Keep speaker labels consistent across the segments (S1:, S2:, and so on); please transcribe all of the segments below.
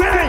S1: vem!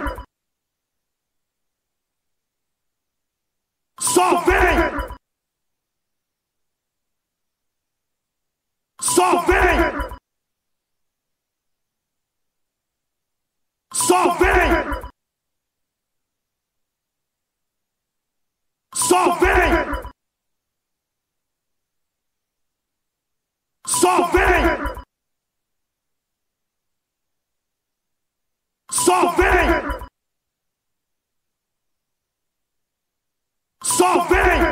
S1: Só vem! Só vem! Só vem! Só vem! Só vem! Só vem! Só vem! Só vem! Só vem! Só vem! Só vem!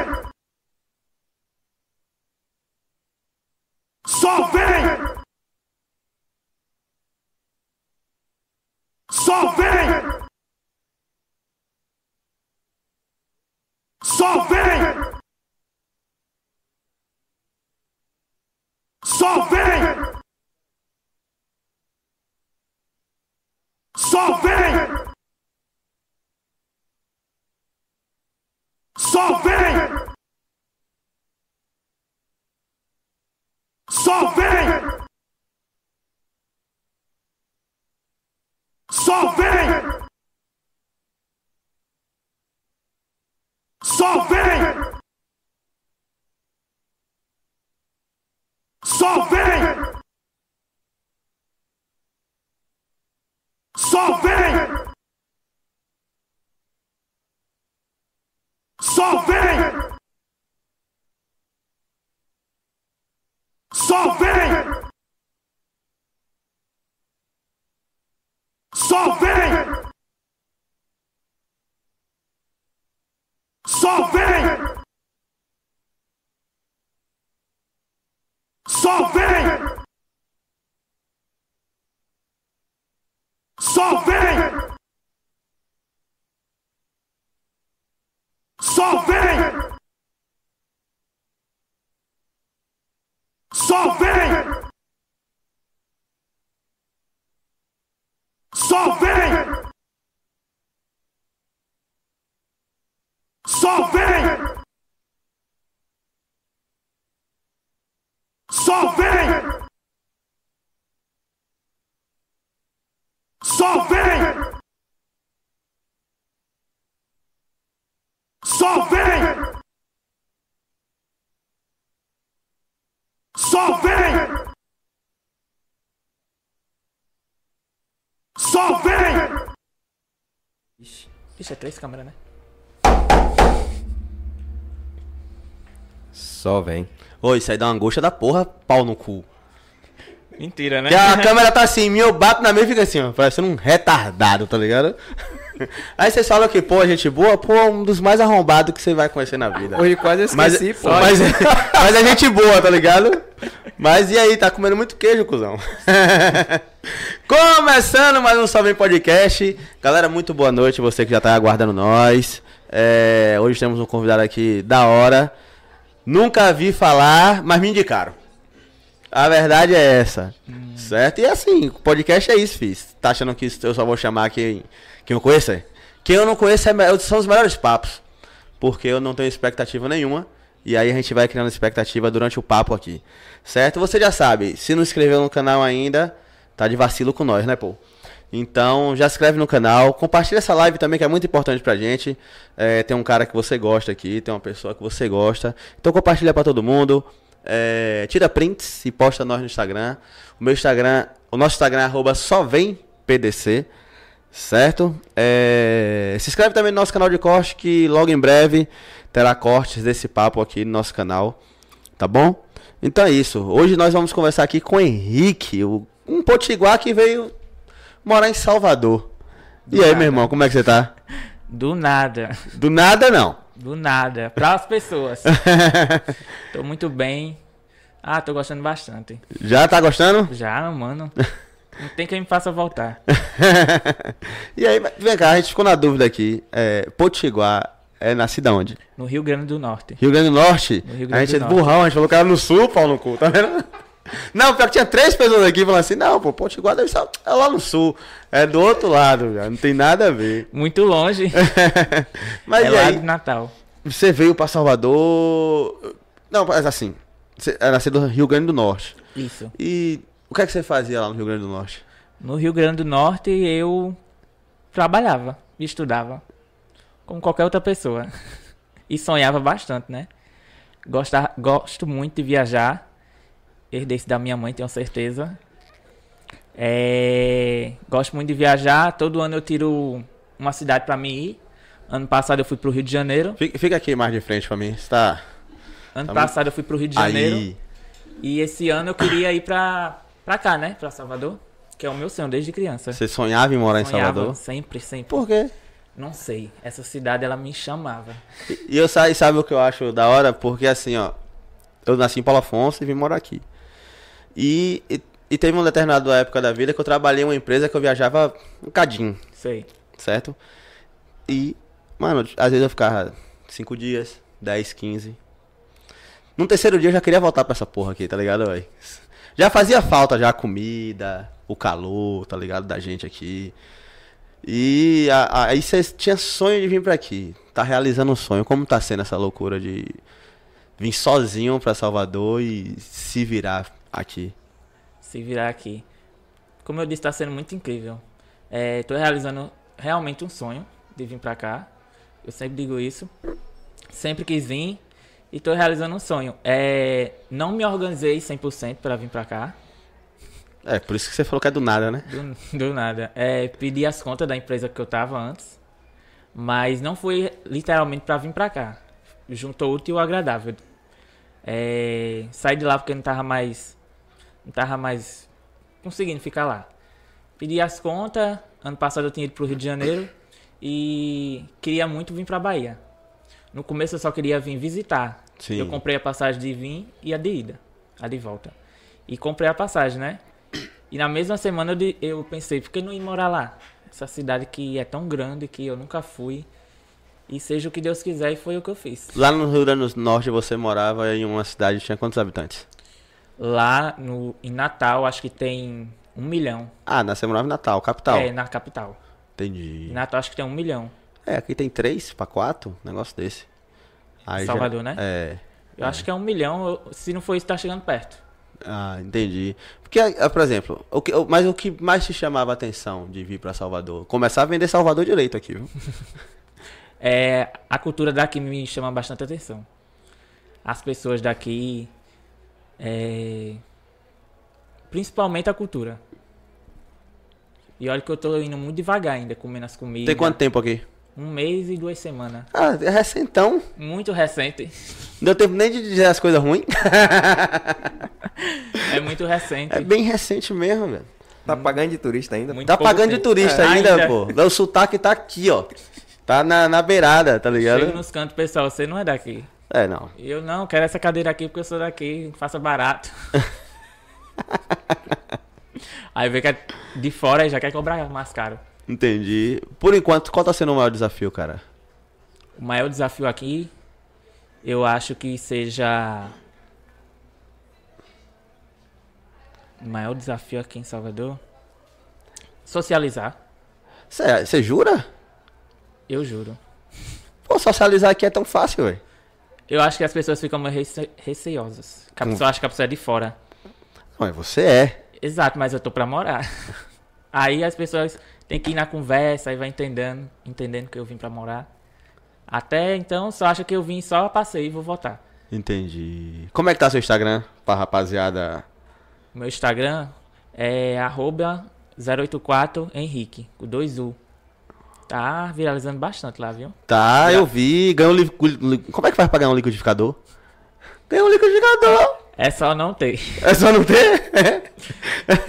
S1: vem! Só vem! Só vem! Só vem! Só vem! Só vem! Só vem! Só vem! Só vem! Só vem! Só vem! Só vem! Só vem! Só vem! Só vem! Só vem! Só vem! Só vem! Só vem! Só vem! Só vem! Só vem! Só vem! Só vem! Só vem! Só vem!
S2: Ixi, Ixi, é três câmeras, né?
S3: Só vem.
S4: Ô, isso aí dá uma angústia da porra, pau no cu.
S2: Mentira, né?
S4: Que a câmera tá assim, eu bato na mesa e fica assim, ó, parecendo um retardado, tá ligado? Aí vocês falam que, pô, gente boa, pô, é um dos mais arrombados que você vai conhecer na vida.
S3: Hoje quase eu
S4: Mas,
S3: esqueci, pô.
S4: mas, mas é gente boa, tá ligado? Mas e aí, tá comendo muito queijo, cuzão? Começando mais um Salve Podcast. Galera, muito boa noite, você que já tá aguardando nós. É, hoje temos um convidado aqui da hora. Nunca vi falar, mas me indicaram. A verdade é essa. Certo? E assim, podcast é isso, fiz. Tá achando que eu só vou chamar quem, quem eu conheço? Quem eu não conheço é, me- são os melhores papos. Porque eu não tenho expectativa nenhuma. E aí a gente vai criando expectativa durante o papo aqui. Certo? Você já sabe, se não inscreveu no canal ainda, tá de vacilo com nós, né, pô? Então, já se inscreve no canal, compartilha essa live também, que é muito importante pra gente. É, tem um cara que você gosta aqui, tem uma pessoa que você gosta. Então, compartilha pra todo mundo. É, tira prints e posta nós no Instagram. O meu Instagram, o nosso Instagram é arroba só vem PDC. Certo? É, Se inscreve também no nosso canal de corte, que logo em breve terá cortes desse papo aqui no nosso canal. Tá bom? Então é isso. Hoje nós vamos conversar aqui com o Henrique, o- um potiguar que veio morar em Salvador. e aí, meu irmão, como é que você tá?
S2: Do nada.
S4: Do nada, não.
S2: Do nada. Para as pessoas. tô muito bem. Ah, tô gostando bastante.
S4: Já tá gostando?
S2: Já, mano. Não tem quem me faça voltar.
S4: e aí, vem cá, a gente ficou na dúvida aqui. É, Potiguar é nascida onde?
S2: No Rio Grande do Norte.
S4: Rio Grande do Norte?
S2: No Rio Grande
S4: a gente
S2: do
S4: é
S2: Norte.
S4: burrão, a gente falou que era no sul, pau no cu, tá vendo? Não, pior que tinha três pessoas aqui falando assim, não, pô, Potiguar deve estar é lá no sul, é do outro lado, já, não tem nada a ver.
S2: Muito longe.
S4: Mas
S2: é
S4: e
S2: lá
S4: aí,
S2: de Natal.
S4: você veio pra Salvador... Não, mas assim, você é nascido no Rio Grande do Norte.
S2: Isso.
S4: E o que é que você fazia lá no Rio Grande do Norte?
S2: No Rio Grande do Norte eu trabalhava, estudava, como qualquer outra pessoa. E sonhava bastante, né? Gosta- gosto muito de viajar. Herdei isso da minha mãe, tenho certeza. É, gosto muito de viajar. Todo ano eu tiro uma cidade pra mim ir. Ano passado eu fui pro Rio de Janeiro.
S4: Fica, fica aqui mais de frente pra mim, você tá...
S2: Ano
S4: Tá muito-
S2: passado eu fui pro Rio de Janeiro.
S4: Aí...
S2: E esse ano eu queria ir pra, pra cá, né? Pra Salvador. Que é o meu sonho desde criança.
S4: Você sonhava em morar em
S2: Sonhava
S4: Salvador?
S2: sempre, sempre.
S4: Por quê?
S2: Não sei. Essa cidade, ela me chamava.
S4: E- E eu saí, sabe o que eu acho da hora? Porque assim, ó, eu nasci em Paulo Afonso e vim morar aqui. E, e, e teve uma determinada época da vida que eu trabalhei em uma empresa que eu viajava um cadinho,
S2: Sei.
S4: certo? E, mano, às vezes eu ficava 5 dias, 10, 15. No terceiro dia eu já queria voltar pra essa porra aqui, tá ligado, velho? Já fazia falta já a comida, o calor, tá ligado, da gente aqui. E a- a- aí você tinha sonho de vir pra aqui. Tá realizando um sonho. Como tá sendo essa loucura de vir sozinho pra Salvador e se virar aqui?
S2: Se virar aqui. Como eu disse, tá sendo muito incrível. É, tô realizando realmente um sonho de vir pra cá. Eu sempre digo isso. Sempre quis vir. E tô realizando um sonho. É, não me organizei 100% pra vir pra cá.
S4: É, por isso que você falou que é do nada, né?
S2: Do, do nada. É, pedi as contas da empresa que eu tava antes. Mas não foi literalmente pra vir pra cá. Juntou o útil ao agradável. É, saí de lá porque não tava mais. Não tava mais conseguindo ficar lá. Pedi as contas. Ano passado eu tinha ido pro Rio de Janeiro. E queria muito vir pra Bahia. No começo eu só queria vir visitar.
S4: Sim.
S2: Eu comprei a passagem de vir e a de ida. A de volta. E comprei a passagem, né? E na mesma semana eu, de- eu pensei, por que não ir morar lá? Essa cidade que é tão grande que eu nunca fui. E seja o que Deus quiser, e foi o que eu fiz.
S4: Lá no Rio Grande do Norte você morava em uma cidade que tinha quantos habitantes?
S2: Lá no, em Natal, acho que tem um milhão.
S4: Ah, na- você morava em Natal, capital.
S2: É, na capital. Em
S4: Entendi.
S2: Natal, acho que tem um milhão.
S4: É, aqui tem três pra quatro, um negócio desse. Aí já-
S2: Salvador, né?
S4: É.
S2: Eu acho que é um milhão. eu- se não for isso, tá chegando perto.
S4: Ah, entendi. Porque, ah, por exemplo, o que, o- mas o que mais te chamava a atenção de vir pra Salvador? Começar a vender Salvador direito aqui, viu?
S2: É, a cultura daqui me chama bastante atenção. As pessoas daqui. é, principalmente a cultura. E olha que eu tô indo muito devagar ainda, comendo as comidas.
S4: Tem quanto tempo aqui?
S2: Um mês e duas semanas.
S4: Ah, é recentão.
S2: Muito recente.
S4: Não deu tempo nem de dizer as coisas ruins.
S2: É muito recente.
S4: É bem recente mesmo, velho.
S3: Tá pagando de turista ainda?
S2: Muito
S4: Tá
S2: pouco
S4: pagando de
S2: tempo.
S4: turista
S2: É,
S4: ainda,
S2: ainda.
S4: pô. O sotaque tá aqui, ó. Tá na, na beirada, tá
S2: Chego
S4: ligado?
S2: nos cantos, pessoal, você não é daqui.
S4: É, não.
S2: Eu não, quero essa cadeira aqui porque eu sou daqui, faça barato. Aí vê que é de fora e já quer cobrar mais caro.
S4: Entendi. Por enquanto, qual tá sendo o maior desafio, cara?
S2: O maior desafio aqui, eu acho que seja. O maior desafio aqui em Salvador? Socializar,
S4: Você é, jura?
S2: eu juro.
S4: Pô, socializar aqui é tão fácil, velho.
S2: Eu acho que as pessoas ficam meio rece- receiosas. Que a pessoa acha que a pessoa é de fora.
S4: Não, é você é.
S2: Exato, mas eu tô pra morar. Aí as pessoas têm que ir na conversa, aí vai entendendo, entendendo que eu vim pra morar. Até então, só acha que eu vim só passei e vou voltar.
S4: Entendi. Como é que tá seu Instagram pra rapaziada?
S2: Meu Instagram é arroba 084 Henrique, com 2U. Tá viralizando bastante lá, viu?
S4: Tá, eu vi. Ganhou li... li- Como é que faz pra ganhar um liquidificador? Ganhou um liquidificador!
S2: É só não ter.
S4: É só não ter?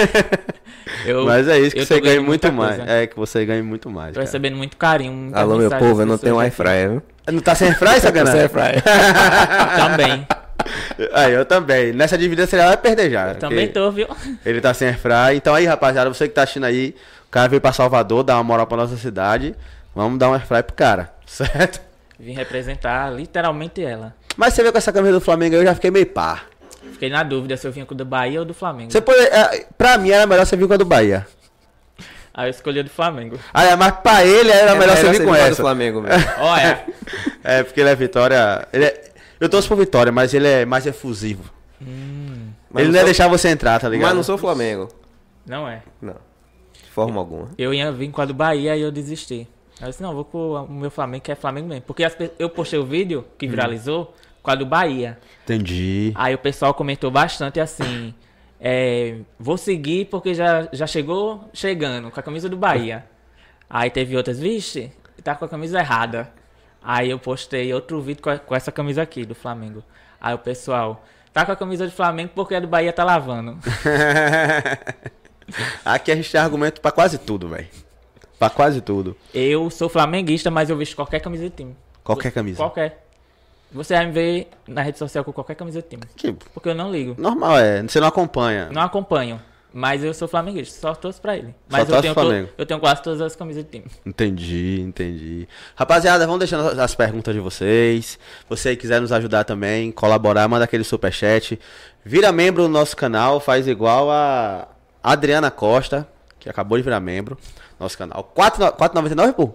S2: Eu,
S4: Mas é isso, que
S2: eu
S4: você
S2: tô
S4: ganha
S2: ganhando muita
S4: muito mais.
S2: coisa.
S4: É, que você ganha muito mais.
S2: Tô
S4: Cara.
S2: recebendo muito carinho. muitas
S3: Alô, meu
S2: mensagens
S3: povo,
S2: das
S3: eu não tenho
S2: pessoas
S3: Wi-Fi, viu?
S4: Não tá sem fry, sacanagem?
S3: Sem fry.
S2: Também.
S4: Aí eu também. Nessa dívida você já vai perder já. porque
S2: Também tô, viu?
S4: Ele tá sem airfry. Então aí, rapaziada, você que tá assistindo aí, o cara veio pra Salvador, dar uma moral pra nossa cidade. Vamos dar um airfry pro cara, certo?
S2: Vim representar literalmente ela.
S4: Mas você veio com essa camisa do Flamengo aí, eu já fiquei meio pá.
S2: Fiquei na dúvida se eu vinha com o do Bahia ou do Flamengo.
S4: Você pode, é, pra mim era melhor você vir com a do Bahia.
S2: Aí eu escolhi o do Flamengo.
S4: Ah, mas pra ele era
S3: É
S4: melhor você vir com
S3: a do
S4: essa.
S3: Flamengo, mesmo.
S2: Olha,
S4: É, porque ele é vitória. Ele é- Eu torço por vitória, mas ele é mais efusivo.
S3: Hum. Mas
S4: ele
S3: não
S4: não ia
S3: sou-
S4: deixar você entrar, tá ligado?
S3: Mas não sou Flamengo.
S2: não é.
S3: Não. De forma alguma.
S2: Eu ia vir com a do Bahia e eu desisti. Aí eu disse, não, vou com o meu Flamengo, que é Flamengo mesmo. Porque as pe- eu postei o vídeo que viralizou com a do Bahia.
S4: Entendi.
S2: Aí o pessoal comentou bastante assim. é, vou seguir porque já, já chegou chegando com a camisa do Bahia. Aí teve outras, vixe, tá com a camisa errada. Aí eu postei outro vídeo com, a- com essa camisa aqui do Flamengo. Aí o pessoal, tá com a camisa do Flamengo porque a do Bahia tá lavando.
S4: Aqui a gente tem argumento pra quase tudo, velho. Pra quase tudo.
S2: Eu sou flamenguista, mas eu visto qualquer camisa de time.
S4: Qualquer camisa.
S2: Qualquer. Você vai me ver na rede social com qualquer camisa de time.
S4: Que
S2: Porque eu não ligo.
S4: normal é, você não acompanha.
S2: Não acompanho. Mas eu sou flamenguista, só torço pra ele. Mas eu
S4: torce
S2: tenho,
S4: pro
S2: to-
S4: Flamengo.
S2: eu tenho quase todas as camisas de time.
S4: Entendi, entendi. Rapaziada, vamos deixando as- as perguntas de vocês. Se você quiser nos ajudar também, colaborar, manda aquele superchat. Vira membro do nosso canal, faz igual a Adriana Costa, que acabou de virar membro do nosso canal. 4 no- 4,99, pô?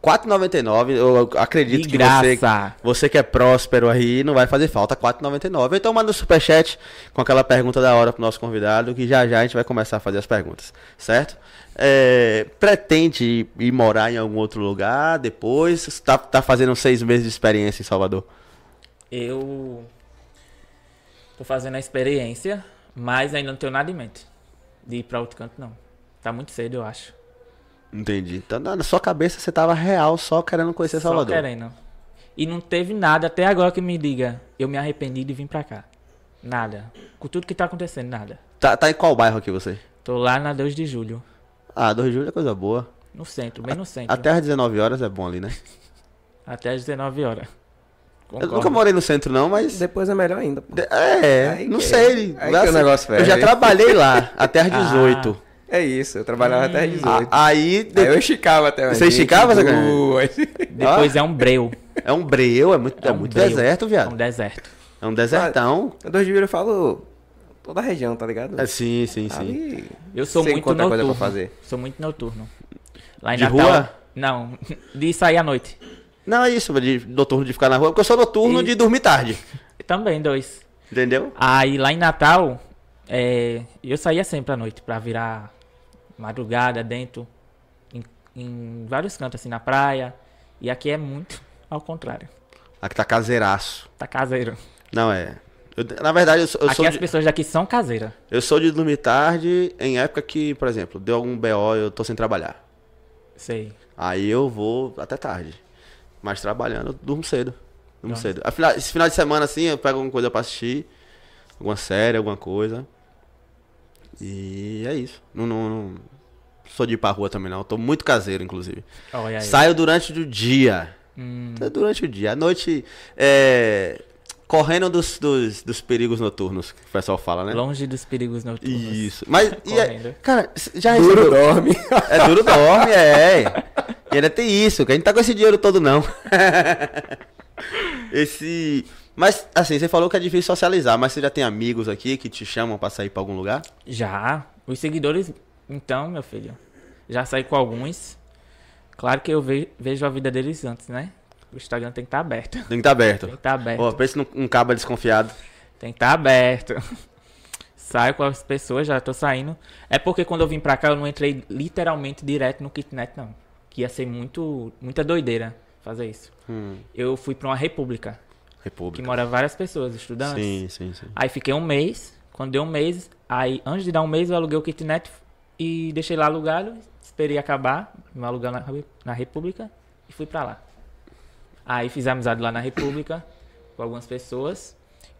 S4: 4,99, eu acredito
S2: De
S4: que você,
S2: graça.
S4: você que é próspero aí não vai fazer falta, 4,99. Então manda o superchat com aquela pergunta da hora pro nosso convidado, que já já a gente vai começar a fazer as perguntas, certo? É, pretende ir, ir morar em algum outro lugar depois? Tá, tá fazendo seis meses de experiência em Salvador.
S2: Eu tô fazendo a experiência, mas ainda não tenho nada em mente. De ir pra outro canto, não. Tá muito cedo, eu acho.
S4: Entendi. Então na na sua cabeça você tava real só querendo conhecer
S2: Só
S4: é Salvador.
S2: querendo. E não teve nada até agora que me diga. Eu me arrependi de vir pra cá. Nada. Com tudo que tá acontecendo, nada.
S4: Tá, tá em qual bairro aqui você?
S2: Tô lá na 2 de julho.
S4: Ah, 2 de julho é coisa boa.
S2: No centro, bem no centro.
S4: Até às 19 horas é bom ali, né?
S2: Até às 19 horas.
S4: Eu
S2: Concordo.
S4: nunca morei no centro não, mas
S3: Depois é melhor ainda, pô.
S4: De- É,
S3: Aí
S4: não
S3: que-
S4: sei. assim,
S3: aí que o negócio
S4: Eu
S3: ferve.
S4: já trabalhei lá até as 18.
S3: É isso, eu trabalhava até às 18.
S4: A- aí. de-
S3: Aí eu ah, esticava até umas
S4: Você esticava,
S3: 22.
S2: Depois é um breu.
S4: É um breu, é muito, é
S2: um
S4: muito
S2: breu.
S4: deserto,
S2: É um
S4: viado.
S2: deserto.
S4: É um desertão.
S3: Eu dois de julho eu falo toda a região, tá ligado?
S4: É, sim, sim, sim.
S3: Ali
S2: Eu sou
S3: você
S2: muito
S3: encontra
S2: noturno.
S3: coisa pra fazer.
S2: Sou muito noturno. Lá em
S4: De
S2: Natal-
S4: rua?
S2: Não, de sair à noite.
S4: Não, é isso, de noturno de ficar na rua, porque eu sou noturno
S2: E-
S4: de dormir tarde.
S2: Também, dois.
S4: Entendeu?
S2: Aí lá em Natal, é, eu saía sempre à noite pra virar madrugada dentro, em, em vários cantos, assim, na praia. E aqui é muito ao contrário.
S4: Aqui tá caseiraço.
S2: Tá caseiro.
S4: Não, é. Eu- na verdade, eu sou, eu
S2: aqui
S4: sou
S2: as
S4: de,
S2: pessoas daqui são caseiras.
S4: eu sou de dormir tarde em época que, por exemplo, deu algum BO e eu tô sem trabalhar.
S2: Sei.
S4: Aí eu vou até tarde. Mas trabalhando, eu durmo cedo. Durmo
S2: Tá.
S4: cedo. Afinal, esse final de semana, assim, eu pego alguma coisa pra assistir. Alguma série, alguma coisa. E é isso. Não, não, não sou de ir pra rua também, não. Eu tô muito caseiro, inclusive.
S2: Olha aí.
S4: Saio durante o dia.
S2: Hum,
S4: Tô Durante o dia. À noite, é... Correndo dos, dos, dos perigos noturnos, que o pessoal fala, né?
S2: longe dos perigos noturnos.
S4: Isso. Mas, e é-
S2: Correndo.
S4: cara, já
S3: Duro
S4: recebeu-
S3: dorme.
S4: é duro dorme, é. E ainda tem isso, que a gente tá com esse dinheiro todo, não. Esse. Mas, assim, você falou que é difícil socializar, mas você já tem amigos aqui que te chamam pra sair pra algum lugar?
S2: Já. Os seguidores, então, meu filho. Já saí com alguns. Claro que eu ve- vejo a vida deles antes, né? O Instagram tem que estar aberto.
S4: Tem que estar aberto.
S2: Tem que estar aberto.
S4: Ó, pensa num um caba desconfiado.
S2: Tem que estar aberto. Saio com as pessoas, já tô saindo. É porque quando eu vim pra cá, eu não entrei literalmente direto no kitnet, não. Que ia ser muito, muita doideira fazer isso.
S4: Hum,
S2: Eu fui pra uma república, que
S4: República.
S2: mora várias pessoas, estudantes.
S4: Sim, sim, sim.
S2: Aí fiquei um mês. Quando deu um mês, aí antes de dar um mês eu aluguei o kitnet E deixei lá alugado, esperei acabar, me alugar na, na República e fui pra lá. Aí fiz amizade lá na República com algumas pessoas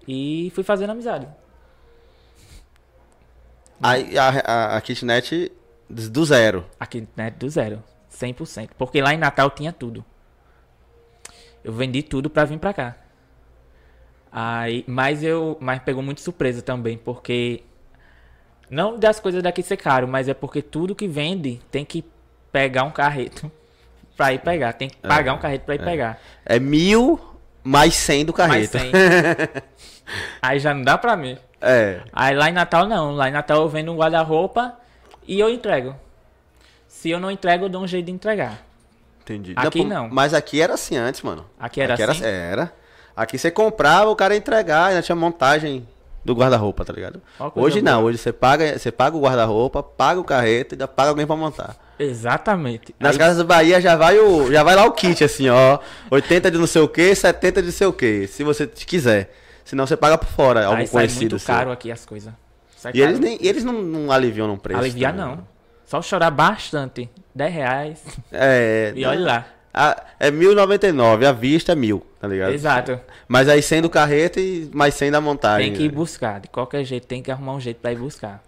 S2: e fui fazendo amizade.
S4: Aí a, a, a kitnet do zero.
S2: Aqui, né, do zero, 100%. Porque lá em Natal tinha tudo. Eu vendi tudo pra vir pra cá. Aí, mas eu, mas pegou muito surpresa também, porque não das coisas daqui ser caro, mas é porque tudo que vende tem que pegar um carreto pra ir pegar, tem que pagar um carreto pra ir pegar.
S4: É mil mais cem do
S2: Mas
S4: carreto.
S2: tem. Aí já não dá pra mim.
S4: É.
S2: Aí lá em Natal não. Lá em Natal eu vendo um guarda-roupa e eu entrego. Se eu não entrego, eu dou um jeito de entregar.
S4: Entendi.
S2: Aqui
S4: pô,
S2: não.
S4: Mas aqui era assim antes, mano.
S2: Aqui era assim?
S4: era. Aqui você comprava, o cara ia entregar, ainda tinha montagem do guarda-roupa, tá ligado?
S2: Ó, coisa
S4: Hoje não, hoje você paga, você paga o guarda-roupa, paga o carreto e ainda paga alguém pra montar.
S2: Exatamente.
S4: Nas
S2: Aí-
S4: casas do Bahia já vai o, já vai lá o kit assim, ó, 80 de não sei o que, 70 de não sei o que, se você quiser. Senão você paga por fora, algum
S2: Aí sai
S4: conhecido.
S2: muito
S4: seu.
S2: caro aqui as coisas. Sai
S4: E eles
S2: caro.
S4: nem, eles não, não aliviam no preço.
S2: Aliviar
S4: tá ligado?
S2: não. Só chorar bastante. 10 reais.
S4: É.
S2: E
S4: não.
S2: olha lá.
S4: A, é 1099, a vista é mil, tá ligado?
S2: Exato.
S4: Mas aí 100 do carreta e mais 100 da montagem.
S2: Tem que ir
S4: né?
S2: buscar. De qualquer jeito, tem que arrumar um jeito pra ir buscar.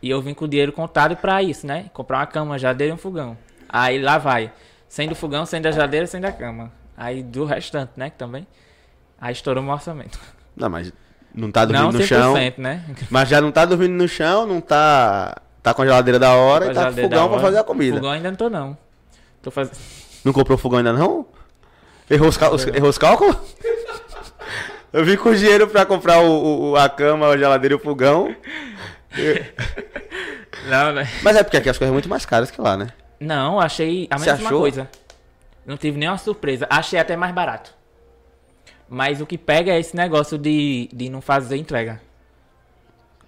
S2: E eu vim com o dinheiro contado pra isso, né? Comprar uma cama, jadeira e um fogão. Aí lá vai. Sem do fogão, sem da jadeira, sem da cama. Aí do restante, né? que Também. Aí estourou meu orçamento.
S4: Não, mas não tá dormindo
S2: Não
S4: no chão.
S2: 100%, né?
S4: Mas já não tá dormindo no chão, não tá. Tá com a geladeira da hora e tá com
S2: Geladeira da
S4: fogão pra
S2: hora.
S4: fazer a comida.
S2: Fogão ainda não tô, não. Tô fazendo...
S4: Não comprou fogão ainda não? Errou os, cal- os- errou os cálculos? Eu vim com dinheiro pra comprar o, o- o- a cama, a geladeira e o fogão.
S2: Não, né?
S4: Mas é porque aqui as coisas são muito mais caras que lá, né?
S2: Não, achei a
S4: Você
S2: mesma
S4: achou?
S2: coisa. Não tive nenhuma surpresa. Achei até mais barato. Mas o que pega é esse negócio de, de não fazer entrega.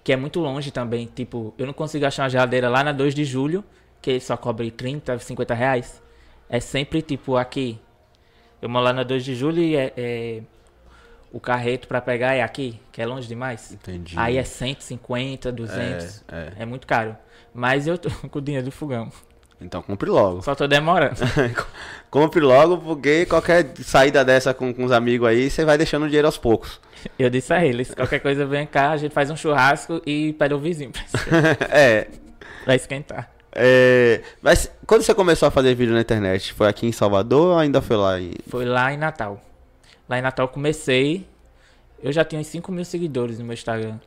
S2: Que é muito longe também. Tipo, eu não consigo achar uma geladeira lá na 2 de julho, que só cobre 30, 50 reais. É sempre tipo aqui. Eu moro lá na 2 de julho e é, é- o carreto pra pegar é aqui, que é longe demais.
S4: Entendi.
S2: Aí é 150, 200.
S4: É,
S2: é muito caro. Mas eu tô com o dinheiro do fogão.
S4: Então compre logo.
S2: Só tô demorando.
S4: compre logo, porque qualquer saída dessa com, com os amigos aí, você vai deixando o dinheiro aos poucos.
S2: Eu disse a eles, qualquer coisa vem cá, a gente faz um churrasco e pede o vizinho pra,
S4: é,
S2: pra esquentar.
S4: é. Mas quando você começou a fazer vídeo na internet, foi aqui em Salvador ou ainda foi lá em.
S2: Foi lá em Natal. Lá em Natal eu comecei, eu já tinha uns 5 mil seguidores no meu Instagram.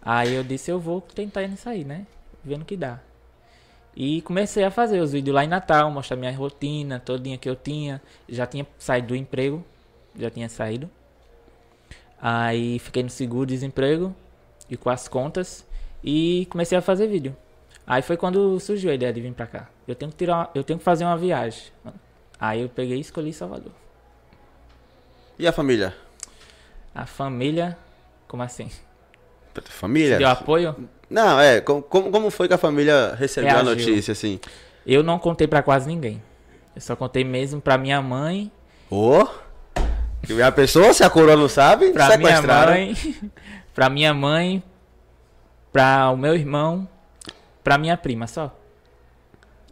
S2: Aí eu disse, eu vou tentar nisso aí, né? Vendo que dá. E comecei a fazer os vídeos lá em Natal, mostrar minha rotina, todinha que eu tinha. Já tinha saído do emprego, já tinha saído. Aí fiquei no seguro-desemprego e com as contas e comecei a fazer vídeo. Aí foi quando surgiu a ideia de vir pra cá. Eu tenho que tirar, uma- eu tenho que fazer uma viagem. Aí eu peguei e escolhi Salvador.
S4: E a família?
S2: A família, como assim?
S4: Família?
S2: Deu apoio?
S4: Não, é. com- Como, como foi que a família recebeu a
S2: Reagiu.
S4: notícia, assim?
S2: Eu não contei pra quase ninguém. Eu só contei mesmo pra minha mãe,
S4: Ô! E a pessoa, se a coroa não sabe,
S2: pra minha
S4: sequestraram.
S2: mãe, pra minha mãe, pra o meu irmão, pra minha prima só.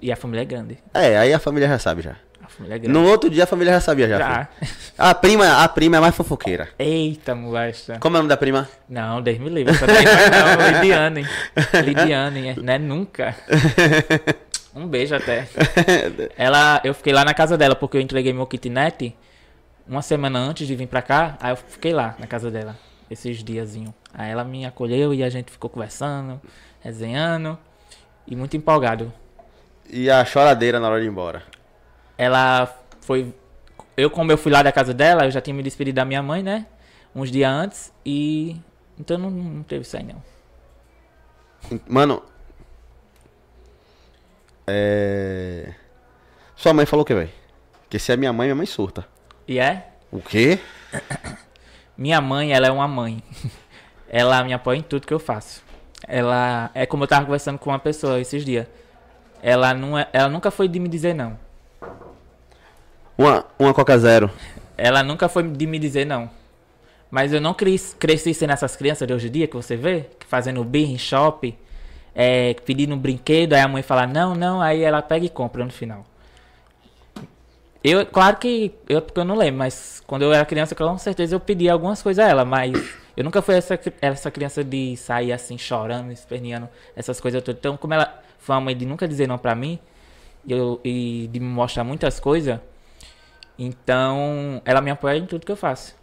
S2: E a família é grande.
S4: É, aí a família já sabe já.
S2: A família é grande.
S4: No outro dia a família já sabia já.
S2: Já.
S4: é, filho. A prima, a prima é mais fofoqueira.
S2: Eita, molesta.
S4: Como é o nome da prima?
S2: Não, Deus me livre. Essa daí não, Lidiane. Lidiane, né? Nunca. Um beijo até. Ela, eu fiquei lá na casa dela porque eu entreguei meu kitnet uma semana antes de vir pra cá. Aí eu fiquei lá na casa dela esses diazinho. Aí ela me acolheu e a gente ficou conversando, resenhando e muito empolgado.
S4: E a choradeira na hora de ir embora.
S2: Ela foi eu como eu fui lá da casa dela, eu já tinha me despedido da minha mãe, né? Uns dias antes e então não, não teve isso aí não.
S4: Mano. É. Sua mãe falou o que, velho? Que se é minha mãe, minha mãe surta.
S2: E é?
S4: O quê?
S2: Minha mãe, ela é uma mãe. Ela me apoia em tudo que eu faço. Ela é como eu tava conversando com uma pessoa esses dias. Ela não é- ela nunca foi de me dizer não.
S4: Uma, uma Coca Zero.
S2: Ela nunca foi de me dizer não. Mas eu não cres- cresci sendo essas crianças de hoje em dia que você vê, que fazendo birra em shopping. é, pedindo um brinquedo, aí a mãe fala, não, não, aí ela pega e compra no final. Eu, claro que eu, porque eu não lembro, mas quando eu era criança, com certeza eu pedi algumas coisas a ela, mas eu nunca fui essa, cri- essa criança de sair assim chorando, esperneando, essas coisas todas. Então, como ela foi uma mãe de nunca dizer não pra mim e eu, e de me mostrar muitas coisas, então ela me apoia em tudo que eu faço.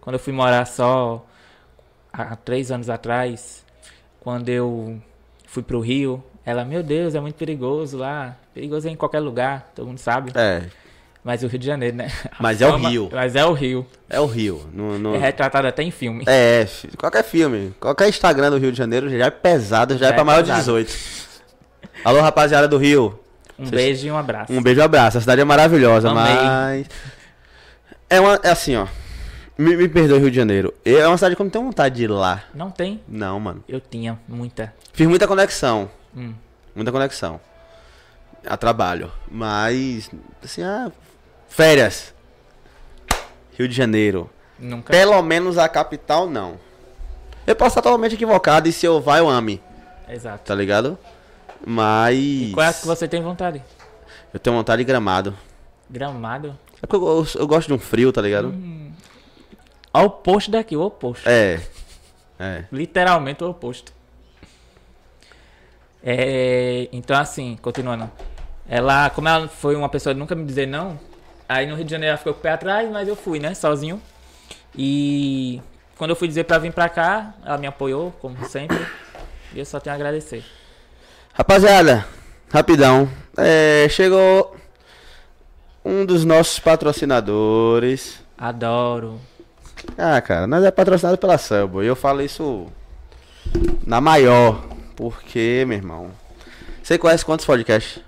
S2: Quando eu fui morar só há três anos atrás, quando eu fui pro Rio, ela, meu Deus, é muito perigoso lá, perigoso é em qualquer lugar, todo mundo sabe.
S4: É,
S2: Mas o Rio de Janeiro, né? A
S4: Mas é o
S2: fama-
S4: Rio.
S2: Mas é o Rio.
S4: é o Rio. Não, não...
S2: É retratado até em filme.
S4: É, fi- qualquer filme, qualquer Instagram do Rio de Janeiro já é pesado, já é,
S2: Já é
S4: pra maior de
S2: pesado.
S4: 18. Alô, rapaziada do Rio.
S2: Um beijo e um abraço.
S4: Um beijo e abraço. A cidade é maravilhosa,
S2: Amei.
S4: mas. É, uma, é assim, ó. Me, me perdoe, Rio de Janeiro. É uma cidade que eu não tenho vontade de ir lá.
S2: Não tem?
S4: Não, mano.
S2: Eu tinha muita.
S4: Fiz muita conexão.
S2: Hum.
S4: Muita conexão. A trabalho. Mas. Assim, ah. Férias. Rio de Janeiro.
S2: Nunca.
S4: Pelo menos a capital, não. Eu posso estar totalmente equivocado e se eu vai, eu ame.
S2: Exato.
S4: Tá ligado? Mas.
S2: Qual é a que você tem vontade?
S4: Eu tenho vontade de gramado.
S2: Gramado?
S4: É porque eu, eu- eu gosto de um frio, tá ligado?
S2: Hum. Ao oposto daqui, o oposto.
S4: É. É.
S2: Literalmente o oposto. É, então, assim, continuando. Ela, como ela foi uma pessoa de nunca me dizer não, aí no Rio de Janeiro ela ficou com o pé atrás, mas eu fui, né, sozinho. E quando eu fui dizer pra vir pra cá, ela me apoiou, como sempre. E eu só tenho a agradecer.
S4: Rapaziada, rapidão. É, chegou um dos nossos patrocinadores.
S2: Adoro.
S4: Ah, cara, nós é patrocinado pela Subway. E eu falo isso na maior. Porque, meu irmão. Você conhece quantos podcasts?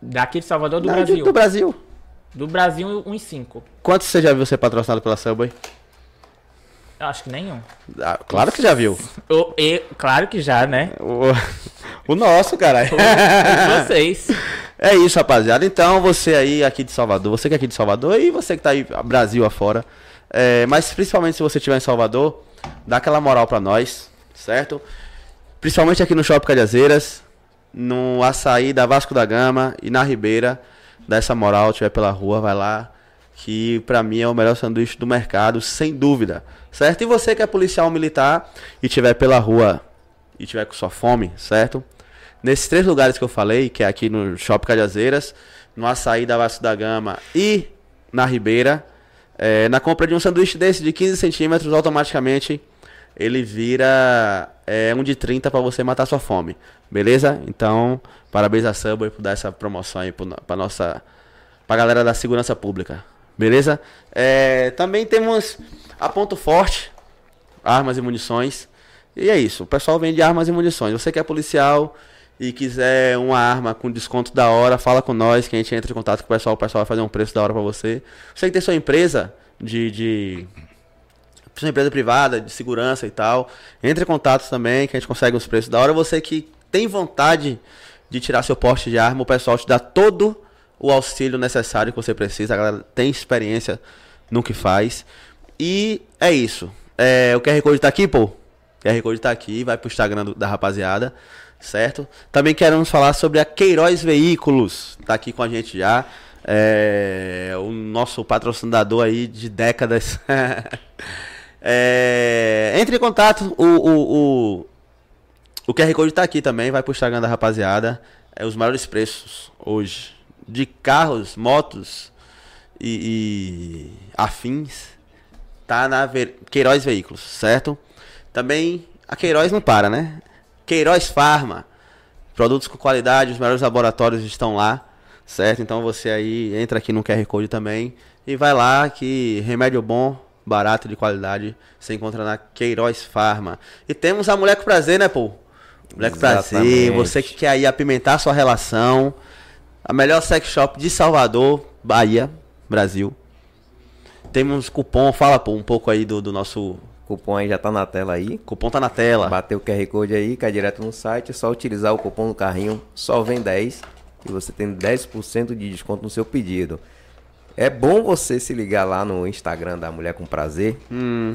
S2: Daqui de Salvador do
S4: Não, de-
S2: Brasil.
S4: Do Brasil.
S2: Do Brasil, 1,5.
S4: Quantos você já viu ser patrocinado pela Subway?
S2: Eu acho que nenhum.
S4: Ah, claro que já viu.
S2: Eu, eu- claro que já, né?
S4: O, o nosso, caralho.
S2: Todos vocês.
S4: É isso, rapaziada. Então, você aí aqui de Salvador, você que é aqui de Salvador e você que tá aí Brasil afora. É, mas principalmente se você estiver em Salvador, dá aquela moral pra nós, certo? Principalmente aqui no Shopping Calhazeiras, no Açaí da Vasco da Gama e na Ribeira. Dá essa moral, tiver pela rua, vai lá. Que pra mim é o melhor sanduíche do mercado, sem dúvida. Certo? E você que é policial militar e tiver pela rua e tiver com sua fome, certo? Nesses três lugares que eu falei, que é aqui no Shopping Cajazeiras, no Açaí da Vasco da Gama e na Ribeira, é, na compra de um sanduíche desse de 15 centímetros, automaticamente ele vira é, um de 30 para você matar sua fome, beleza? Então, parabéns à Subway por dar essa promoção aí pro no- pra nossa pra galera da segurança pública, beleza? É, também temos a Ponto Forte, armas e munições. E é isso, o pessoal vende armas e munições. Você que é policial e quiser uma arma com desconto da hora, fala com nós que a gente entra em contato com o pessoal, o pessoal vai fazer um preço da hora pra você. Você que tem sua empresa de, de sua empresa privada, de segurança e tal, entre em contato também que a gente consegue uns preços da hora. Você que tem vontade de tirar seu porte de arma, o pessoal te dá todo o auxílio necessário que você precisa. A galera tem experiência no que faz. E é isso. É, o QR Code tá aqui, pô? QR Code tá aqui, vai pro Instagram do- da rapaziada, certo? Também queremos falar sobre a Queiroz Veículos, tá aqui com a gente já. É, o nosso patrocinador aí de décadas. É, entre em contato, o, o, o, o QR Code tá aqui também, vai pro Instagram da rapaziada. É os maiores preços hoje de carros, motos e, e afins. Tá na Ve- Queiroz Veículos, certo? Também a Queiroz não para, né? Queiroz Farma. Produtos com qualidade, os melhores laboratórios estão lá, certo? Então você aí entra aqui no QR Code também e vai lá que remédio bom, barato de qualidade, você encontra na Queiroz Farma. E temos a Mulher com Prazer, né, pô? Mulher com Prazer,
S3: Exatamente.
S4: você que quer aí apimentar sua relação, a melhor sex shop de Salvador, Bahia, Brasil. Temos cupom, fala pô, um pouco aí do, do nosso.
S3: O cupom aí já tá na tela aí.
S4: Cupom tá na tela.
S3: Bateu o QR Code aí, cai direto no site. É só utilizar o cupom do carrinho, só vem 10 e você tem 10% de desconto no seu pedido. É bom você se ligar lá no Instagram da Mulher com Prazer,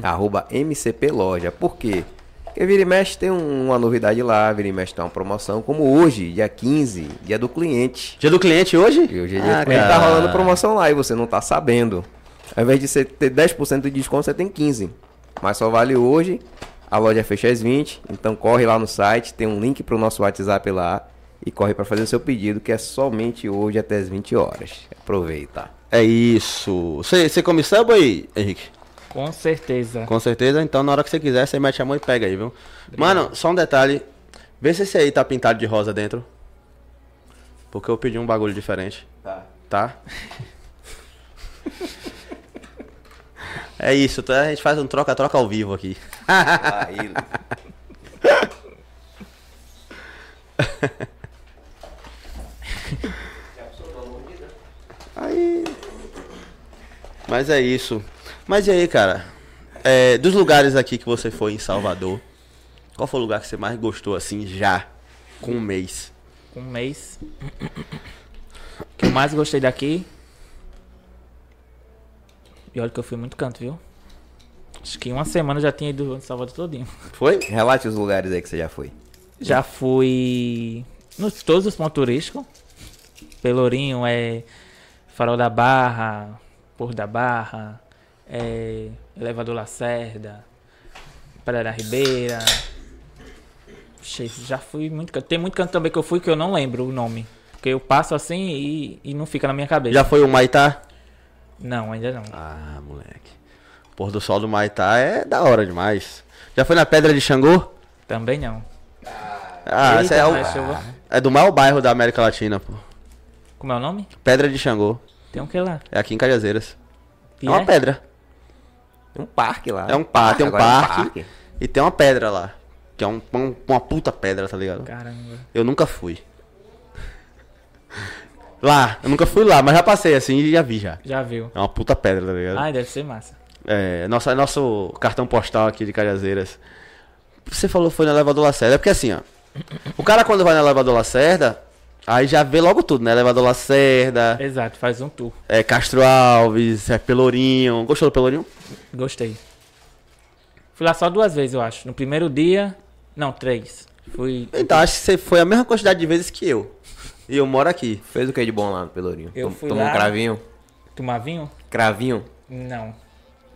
S3: arroba MCP Loja. Por quê? Porque Porque vira e mexe tem um- uma novidade lá, vira e mexe tem uma promoção, como hoje, dia 15, dia do cliente.
S4: Dia do cliente hoje?
S3: E hoje é dia
S4: Ah,
S3: do cliente, tá
S4: cara.
S3: rolando promoção lá e você não tá sabendo. Ao invés de você ter 10% de desconto, você tem 15%. Mas só vale hoje, a loja fecha às 20, então corre lá no site, tem um link pro nosso WhatsApp lá e corre pra fazer o seu pedido, que é somente hoje até as 20 horas. Aproveita.
S4: É isso. Você você come samba aí, Henrique?
S2: Com certeza.
S4: Com certeza, então na hora que você quiser, você mete a mão e pega aí, viu? Mano, só um detalhe. Vê se esse aí tá pintado de rosa dentro. Porque eu pedi um bagulho diferente,
S3: Tá.
S4: tá? é isso, tá? A gente faz um troca-troca ao vivo aqui.
S3: Aí,
S4: Aí. Mas é isso. Mas e aí, cara? É, dos lugares aqui que você foi em Salvador, qual foi o lugar que você mais gostou assim já? Com um mês?
S2: um mês. O que eu mais gostei daqui. E olha que eu fui muito canto, viu? Acho que em uma semana eu já tinha ido em Salvador todinho.
S4: Foi?
S3: relate os lugares aí que você já foi.
S2: Já fui nos todos os pontos turísticos. Pelourinho, é Farol da Barra, Porto da Barra, é Elevador Lacerda, Praia da Ribeira. Ixi, Já fui muito canto. Tem muito canto também que eu fui que eu não lembro o nome. Porque eu passo assim e, e não fica na minha cabeça.
S4: Já foi o Maitá?
S2: Não, ainda não.
S4: Ah, moleque. O pôr do sol do Maitá é da hora demais. Já foi na Pedra de Xangô?
S2: Também não.
S4: Ah, essa é,
S2: Eita,
S4: o...
S2: mas eu vou-
S4: é do maior bairro da América Latina, pô.
S2: Como é o nome?
S4: Pedra de Xangô.
S2: Tem um que lá.
S4: É aqui em Cajazeiras.
S2: E
S4: é uma pedra.
S3: Tem um parque lá.
S4: É um parque, tem um
S3: Agora
S4: parque, E tem uma pedra lá. Que é um, um- uma puta pedra, tá ligado?
S2: Caramba.
S4: Eu nunca fui. Lá, eu nunca fui lá, mas já passei assim e já vi já.
S2: Já viu.
S4: É uma puta pedra, tá ligado?
S2: Ai, deve ser massa.
S4: É, nosso, nosso cartão postal aqui de Cajazeiras. Você falou que foi na Elevador Lacerda. É porque assim, ó. O cara quando vai na Elevador Lacerda, aí já vê logo tudo, né? Elevador Lacerda,
S2: Exato, faz um tour.
S4: é Castro Alves, é Pelourinho. Gostou do Pelourinho?
S2: Gostei. Fui lá só duas vezes, eu acho. No primeiro dia. Não, três. Fui.
S4: Então, acho que você foi a mesma quantidade de vezes que eu. E eu moro aqui.
S3: Fez o que de bom lá no Pelourinho?
S2: Eu
S3: Tom-
S2: fui
S3: Tomou
S2: lá-
S3: um cravinho?
S2: Tomar vinho?
S3: Cravinho?
S2: Não.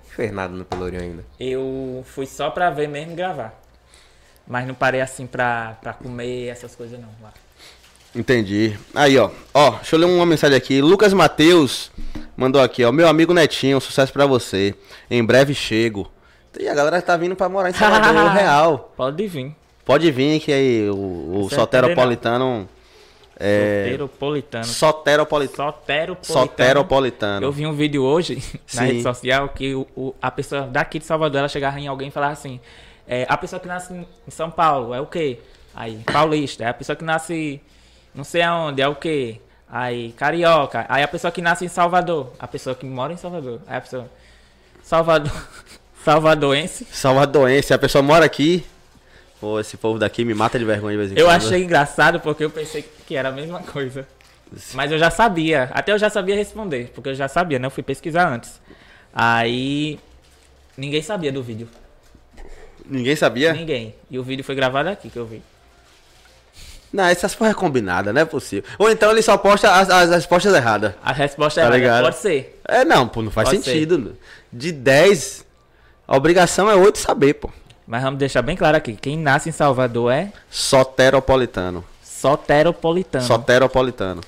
S3: Fernando no Pelourinho ainda.
S2: Eu fui só pra ver mesmo e gravar. Mas não parei assim pra, pra comer essas coisas, não. Lá.
S4: Entendi. Aí, ó. Ó, deixa eu ler uma mensagem aqui. Lucas Mateus mandou aqui, ó. Meu amigo Netinho, um sucesso pra você. Em breve chego. E a galera tá vindo pra morar em Salvador, real.
S2: Pode vir.
S4: Pode vir que aí o, o
S2: Você é
S4: soteropolitano... É...
S2: Soteropolitano.
S4: Soteropolitano.
S2: Soteropolitano.
S4: Soteropolitano.
S2: Eu vi um vídeo hoje na
S4: Sim.
S2: rede social que o, o- a pessoa daqui de Salvador ela chegava em alguém e falava assim: é, a pessoa que nasce em em São Paulo é o quê? Aí, paulista. É a pessoa que nasce não sei aonde é o quê? Aí, carioca. Aí a pessoa que nasce em Salvador. A pessoa que mora em Salvador. Aí a pessoa. Salvador. Salvadorense.
S4: Salvadorense. A pessoa mora aqui. Pô, esse povo daqui me mata de vergonha de vez em
S2: Eu
S4: quando.
S2: achei engraçado porque eu pensei que era a mesma coisa. Mas eu já sabia. Até eu já sabia responder, porque eu já sabia, né? Eu fui pesquisar antes. Aí. Ninguém sabia do vídeo.
S4: Ninguém sabia?
S2: Ninguém. E o vídeo foi gravado aqui que eu vi.
S4: Não, essas porra é combinada, não é possível. Ou então ele só posta as, as respostas erradas.
S2: A resposta
S4: Tá
S2: era:
S4: ligado.
S2: pode ser.
S4: É, não, pô, não faz
S2: Pode
S4: sentido. De 10, a obrigação é 8 saber, pô.
S2: Mas vamos deixar bem claro aqui: quem nasce em Salvador é
S4: Soteropolitano.
S2: soteropolitano.
S4: Soteropolitano.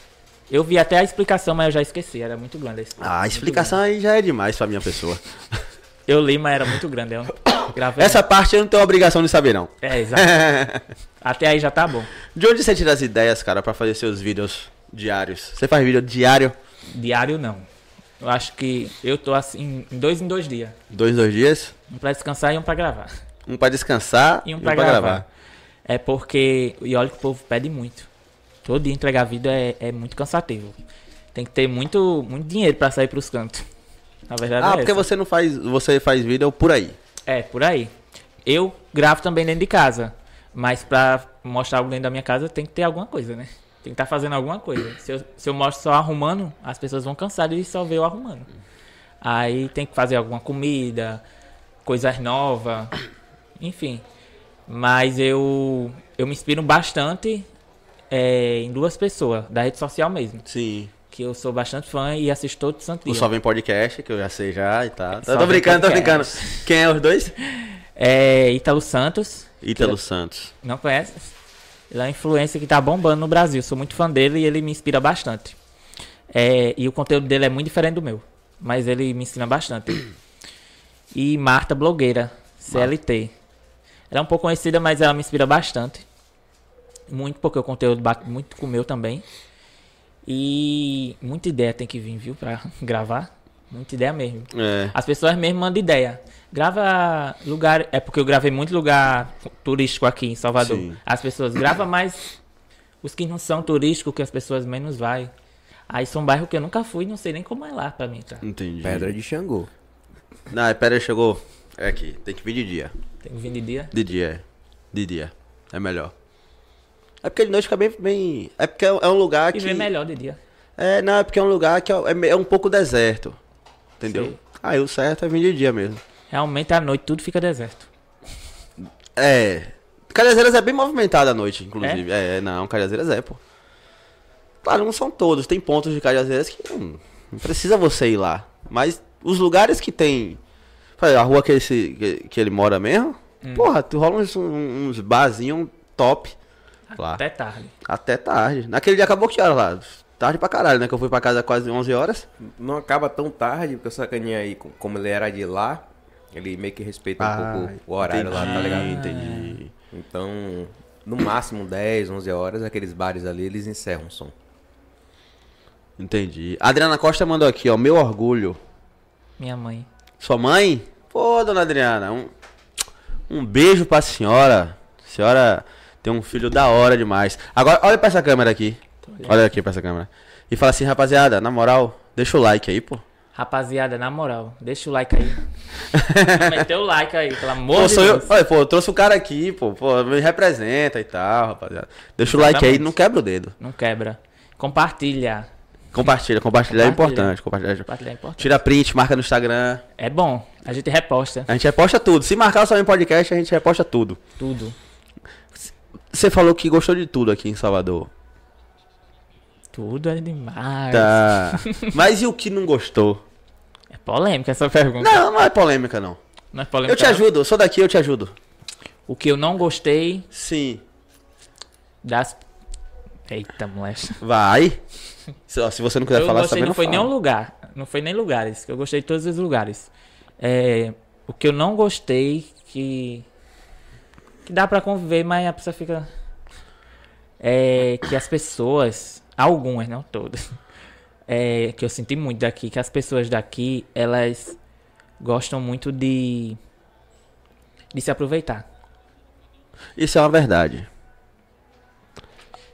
S2: Eu vi até a explicação, mas eu já esqueci. Era muito grande a explicação.
S4: Ah, a explicação aí já é demais pra minha pessoa.
S2: Eu li, mas era muito grande. Eu gravei.
S4: Essa parte eu não tenho obrigação de saber, não.
S2: É, exato. Até aí já tá bom.
S4: de onde você tira as ideias, cara, pra fazer seus vídeos diários? Você faz vídeo diário?
S2: Diário não. Eu acho que eu tô assim, em dois em dois dias.
S4: Dois em dois dias?
S2: Um pra descansar e um pra gravar.
S4: Um pra descansar
S2: E um pra, gravar. É porque. E olha que o povo pede muito. Todo dia entregar vídeo é, é muito cansativo. Tem que ter muito, muito dinheiro pra sair pros cantos. Na verdade
S4: Ah,
S2: é
S4: porque
S2: essa.
S4: você não faz. Você faz vídeo por aí.
S2: É, por aí. Eu gravo também dentro de casa. Mas pra mostrar algo dentro da minha casa tem que ter alguma coisa, né? Tem que estar fazendo alguma coisa. Se eu, se eu mostro só arrumando, as pessoas vão cansar de só ver eu arrumando. Aí tem que fazer alguma comida, coisas novas, enfim. Mas eu, eu me inspiro bastante é, em duas pessoas, da rede social mesmo.
S4: Sim.
S2: Que eu sou bastante fã e assisto todo santo
S4: O
S2: dia.
S4: Só Vem Podcast, que eu já sei já e tal.
S2: Só
S4: Eu tô
S2: Vem
S4: brincando, tô brincando.
S2: Podcast.
S4: Quem é os dois?
S2: É Ítalo Santos,
S4: Ítalo Santos.
S2: não conhece? Ele é um influencer que tá bombando no Brasil. Sou muito fã dele e ele me inspira bastante. É, e o conteúdo dele é muito diferente do meu. Mas ele me ensina bastante. E Marta Blogueira, CLT. Ela é um pouco conhecida, mas ela me inspira bastante. Muito, porque o conteúdo bate muito com o meu também. E muita ideia tem que vir, viu, pra gravar. Muita ideia mesmo.
S4: É.
S2: As pessoas mesmo mandam ideia. Grava lugar. É porque eu gravei muito lugar turístico aqui em Salvador.
S4: Sim.
S2: As pessoas gravam mais os que não são turísticos, que as pessoas menos vai. Aí são bairros que eu nunca fui, não sei nem como é lá pra mim, tá?
S4: Entendi.
S3: Pedra de Xangô.
S4: Não, é Pedra chegou. É aqui. Tem que vir de dia.
S2: Tem um vindo de dia.
S4: De dia, é. De dia. É melhor. É porque de noite fica bem. bem... É porque é é um lugar
S2: E
S4: que.
S2: vê melhor de dia.
S4: É, não, é porque é um lugar que é, é me- é um pouco deserto. Entendeu?
S2: Sim.
S4: Aí o certo é vir de dia mesmo.
S2: Realmente à noite tudo fica deserto.
S4: É. Cajazeiras é bem movimentada à noite, inclusive. É, não, Cajazeiras é, pô. Claro, não são todos. Tem pontos de Cajazeiras que hum, não precisa você ir lá. Mas os lugares que tem. Olha, A rua que, esse, que, que ele mora mesmo, porra, tu rola uns, uns barzinhos top. Lá.
S2: Até tarde.
S4: Até tarde. Naquele dia acabou que hora lá? Tarde pra caralho, né? Que eu fui pra casa quase 11 horas.
S3: Não acaba tão tarde, porque o sacaninha aí, com- como ele era de lá, ele meio que respeita um
S4: Ah,
S3: pouco o horário lá, tá ligado?
S4: Entendi.
S3: Então, no máximo 10, 11 horas, aqueles bares ali, eles encerram o som.
S4: Entendi. A Adriana Costa mandou aqui, ó. Meu orgulho.
S2: Minha mãe.
S4: Sua mãe? Pô, dona Adriana, um, um beijo pra senhora. A senhora tem um filho da hora demais. Agora, olha pra essa câmera aqui.
S2: Tá
S4: Olha aqui pra essa câmera. E fala assim, rapaziada, na moral, deixa o like aí, pô.
S2: Rapaziada, na moral, deixa o like aí. Meteu o like aí, pelo amor
S4: Pô,
S2: de
S4: sou eu,
S2: Deus.
S4: olha, pô, eu trouxe o cara aqui, pô, pô, me representa e tal, rapaziada. Deixa o like aí,
S2: Exatamente.
S4: não quebra o dedo.
S2: Não quebra. Compartilha.
S4: Compartilha, compartilhar é importante, compartilhar.
S2: Compartilhar é importante.
S4: Tira print, marca no Instagram.
S2: É bom. A gente reposta
S4: A gente reposta tudo. Se marcar o Salve Podcast, a gente reposta tudo.
S2: tudo.
S4: Você falou que gostou de tudo aqui em Salvador.
S2: Tudo é demais.
S4: Tá. Mas e o que não gostou?
S2: É polêmica essa pergunta.
S4: Não, não é polêmica, não.
S2: Não é polêmica.
S4: Eu te
S2: não.
S4: ajudo, eu sou daqui, eu te ajudo.
S2: O que eu não gostei
S4: Sim.
S2: das. Eita, moleque.
S4: Vai. Se, ó, se você não quiser
S2: Eu
S4: falar, você
S2: gostei,
S4: também
S2: não,
S4: não
S2: foi
S4: fala.
S2: nenhum lugar. Não foi nem lugares. que Eu gostei de todos os lugares. É, o que eu não gostei que. Que dá pra conviver, mas a pessoa fica. É que as pessoas. Algumas, não todas. É, que eu senti muito daqui, que as pessoas daqui, elas gostam muito de. De se aproveitar.
S4: Isso é uma verdade.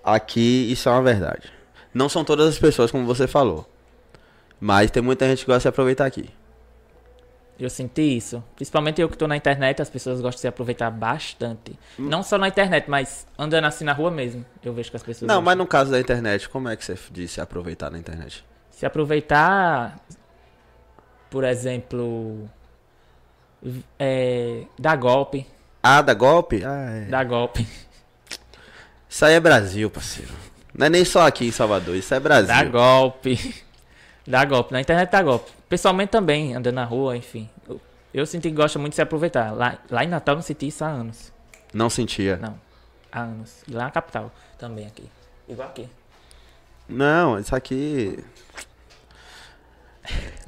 S4: Aqui, isso é uma verdade. Não são todas as pessoas, como você falou. Mas tem muita gente que gosta de se aproveitar aqui.
S2: Eu senti isso. Principalmente eu que tô na internet, as pessoas gostam de se aproveitar bastante.
S4: Hum.
S2: Não só na internet, mas andando assim na rua mesmo. Eu vejo que as pessoas.
S4: Não,
S2: gostam.
S4: mas no caso da internet, como é que você disse aproveitar na internet?
S2: Se aproveitar, por exemplo. v- É, dar golpe.
S4: Ah, dá golpe? Ah, é.
S2: Dar golpe.
S4: Isso aí é Brasil, parceiro. Não é nem só aqui em Salvador, isso é Brasil.
S2: Dar golpe. Dar golpe. Na internet dá golpe. Pessoalmente também, andando na rua, enfim. Eu, eu senti que gosta muito de se aproveitar. Lá, lá em Natal eu não senti isso há anos.
S4: Não sentia.
S2: Não. Há anos. E lá na capital também aqui. Igual aqui.
S4: Não, isso aqui.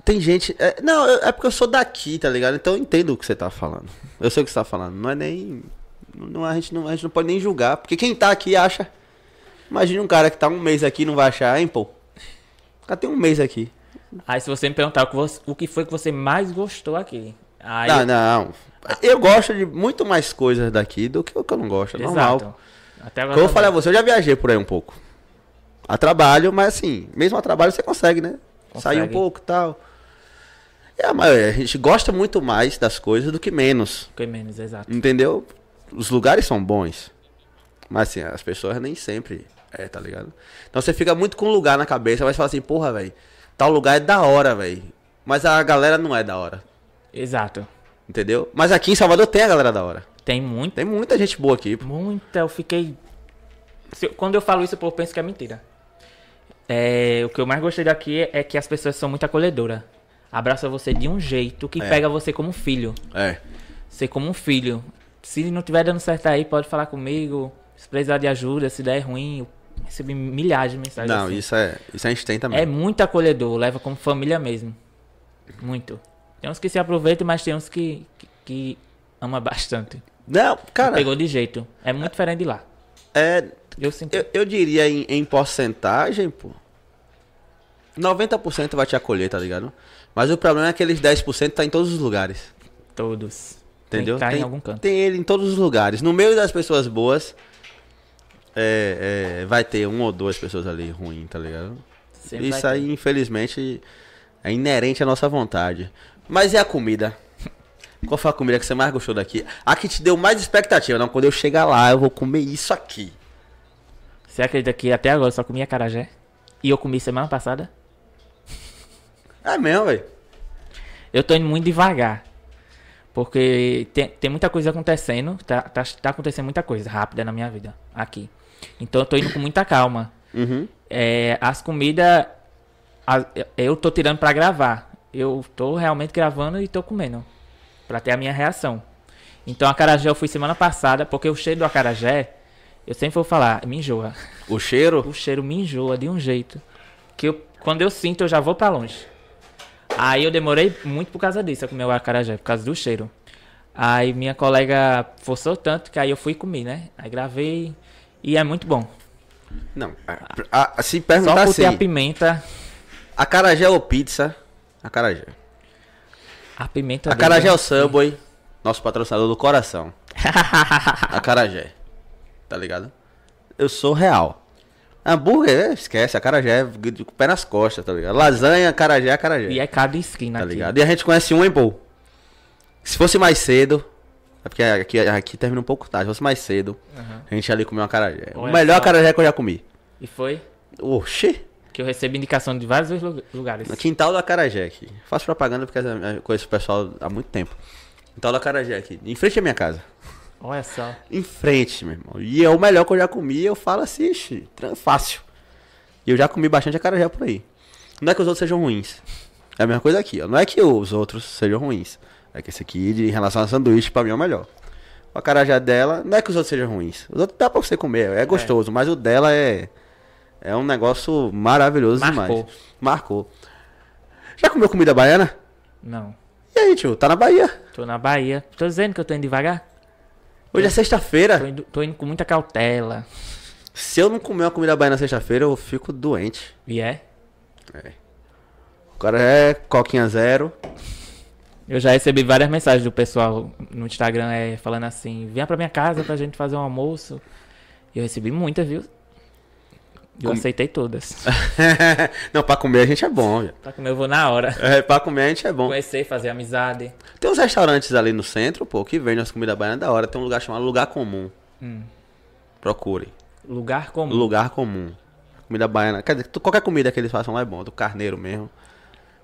S4: Tem gente. é- não, eu- é porque eu sou daqui, tá ligado? Então eu entendo o que você tá falando. Eu sei o que você tá falando. Não é nem. Não, a, gente não, a gente não pode nem julgar. Porque quem tá aqui acha. Imagina um cara que tá um mês aqui e não vai achar, hein, pô? O cara tem um mês aqui.
S2: Aí se você me perguntar o que, você- o que foi que você mais gostou aqui. Aí
S4: não, não. Eu gosto de muito mais coisas daqui do que o que eu não gosto. É normal.
S2: Exato. Até agora.
S4: Como
S2: também.
S4: eu falei a você, eu já viajei por aí um pouco. A trabalho, mas assim, mesmo a trabalho você consegue, né?
S2: Consegue.
S4: Sair um pouco e tal. É, mas a gente gosta muito mais das coisas do que menos.
S2: Fiquei menos, exato.
S4: Entendeu? Os lugares são bons. Mas assim, as pessoas nem sempre. É, tá ligado? Então você fica muito com um lugar na cabeça, mas fala assim, porra, velho, tal lugar é da hora, velho. Mas a galera não é da hora.
S2: Exato.
S4: Entendeu? Mas aqui em Salvador tem a galera da hora.
S2: Tem muito.
S4: Tem muita gente boa aqui. pô.
S2: Muita, eu fiquei. Se eu- Quando eu falo isso, o povo pensa que é mentira. É, o que eu mais gostei daqui é que as pessoas são muito acolhedoras. Abraça você de um jeito que
S4: É.
S2: pega você como um filho.
S4: É.
S2: Você como um filho. Se não tiver dando certo aí, pode falar comigo. Se precisar de ajuda, se der ruim, eu recebi milhares de mensagens.
S4: Não,
S2: assim.
S4: isso é. Isso a gente tem também.
S2: É muito acolhedor, leva como família mesmo. Muito. Tem uns que se aproveitam, mas tem uns que, que, que ama bastante.
S4: Não, cara.
S2: Pegou de jeito. É muito diferente de lá.
S4: É,
S2: Eu senti.
S4: eu, eu diria em, em porcentagem, pô. 90% vai te acolher, tá ligado? Mas o problema é que aqueles 10% tá em todos os lugares.
S2: Todos.
S4: Entendeu?
S2: Tem que tá em algum canto.
S4: tem ele em todos os lugares. No meio das pessoas boas, é, é, vai ter um ou duas pessoas ali ruim, tá ligado?
S2: Sempre
S4: Isso
S2: vai
S4: aí, infelizmente, é inerente à nossa vontade. Mas e a comida? Qual foi a comida que você mais gostou daqui? A que te deu mais expectativa? Não, quando eu chegar lá, eu vou comer isso aqui.
S2: ter. Você acredita que até agora eu só comi acarajé? E eu comi semana passada?
S4: É mesmo, velho.
S2: Eu tô indo muito devagar. Porque tem, tem muita coisa acontecendo. Tá, tá, tá acontecendo muita coisa rápida na minha vida. Aqui. Então eu tô indo com muita calma.
S4: Uhum.
S2: É, as comidas. a- eu tô tirando pra gravar. Eu tô realmente gravando e tô comendo. Pra ter a minha reação. Então, acarajé eu fui semana passada. Porque o cheiro do acarajé. Eu sempre vou falar, me enjoa.
S4: O cheiro?
S2: O cheiro me enjoa de um jeito. Que eu- quando eu sinto, eu já vou pra longe. Aí eu demorei muito por causa disso, a comer o acarajé, por causa do cheiro. Aí minha colega forçou tanto que aí eu fui comer, né? Aí gravei e é muito bom.
S4: Não. A, a- Ah, se
S2: Só
S4: perguntar
S2: por
S4: assim,
S2: ter a pimenta,
S4: a carajé ou pizza? A carajé.
S2: a pimenta
S4: A carajé é o Subway, nosso patrocinador do coração. A carajé. Tá ligado? Eu sou real. Hambúrguer, é, esquece, a carajé, pé nas costas, tá ligado? Lasanha, carajé, carajé.
S2: E é cada esquina
S4: Tá
S2: aqui.
S4: ligado? E a gente conhece um, hein, pô? Se fosse mais cedo. É porque aqui, aqui termina um pouco tarde. Se fosse mais cedo, a gente ia ali comer uma carajé. O
S2: Olha
S4: melhor
S2: é só.
S4: carajé que eu já comi.
S2: E foi
S4: Oxê!
S2: que eu recebi indicação de vários lu- lugares.
S4: No quintal do Acarajé aqui. Faço propaganda porque é eu conheço o pessoal há muito tempo. Quintal do Acarajé aqui. Em frente à minha casa.
S2: Olha só.
S4: Em frente, meu irmão. E é o melhor que eu já comi. Eu falo assim, ixi, tran- fácil. E eu já comi bastante acarajé por aí. Não é que os outros sejam ruins. É a mesma coisa aqui, ó. Não é que os outros sejam ruins. É que esse aqui, de, em relação a sanduíche, pra mim é o melhor. O acarajé dela, não é que os outros sejam ruins. Os outros dá pra você comer, é gostoso. Mas o dela é... É um negócio maravilhoso
S2: Marcou.
S4: demais. Marcou. Já comeu comida baiana?
S2: Não.
S4: E aí, tio? Tá na Bahia.
S2: Tô na Bahia. Tô dizendo que eu tô indo devagar?
S4: Hoje é
S2: Tô
S4: sexta-feira.
S2: indo, tô indo com muita cautela.
S4: Se eu não comer uma comida baiana sexta-feira, eu fico doente.
S2: E é.
S4: O cara é coquinha zero.
S2: Eu já recebi várias mensagens do pessoal no Instagram é, falando assim: venha pra minha casa pra gente fazer um almoço. E eu recebi muitas, viu? Eu
S4: Como-
S2: aceitei todas.
S4: não, pra comer a gente é bom, velho.
S2: pra comer, eu vou na hora.
S4: É, pra comer a gente é bom.
S2: Conhecer, fazer amizade.
S4: Tem uns restaurantes ali no centro, pô, que vendem as comidas baianas da hora. Tem um lugar chamado Lugar Comum. Procurem.
S2: Lugar comum.
S4: Lugar Comum. Comida baiana. Quer dizer, tu- qualquer comida que eles façam lá é bom. Do carneiro mesmo.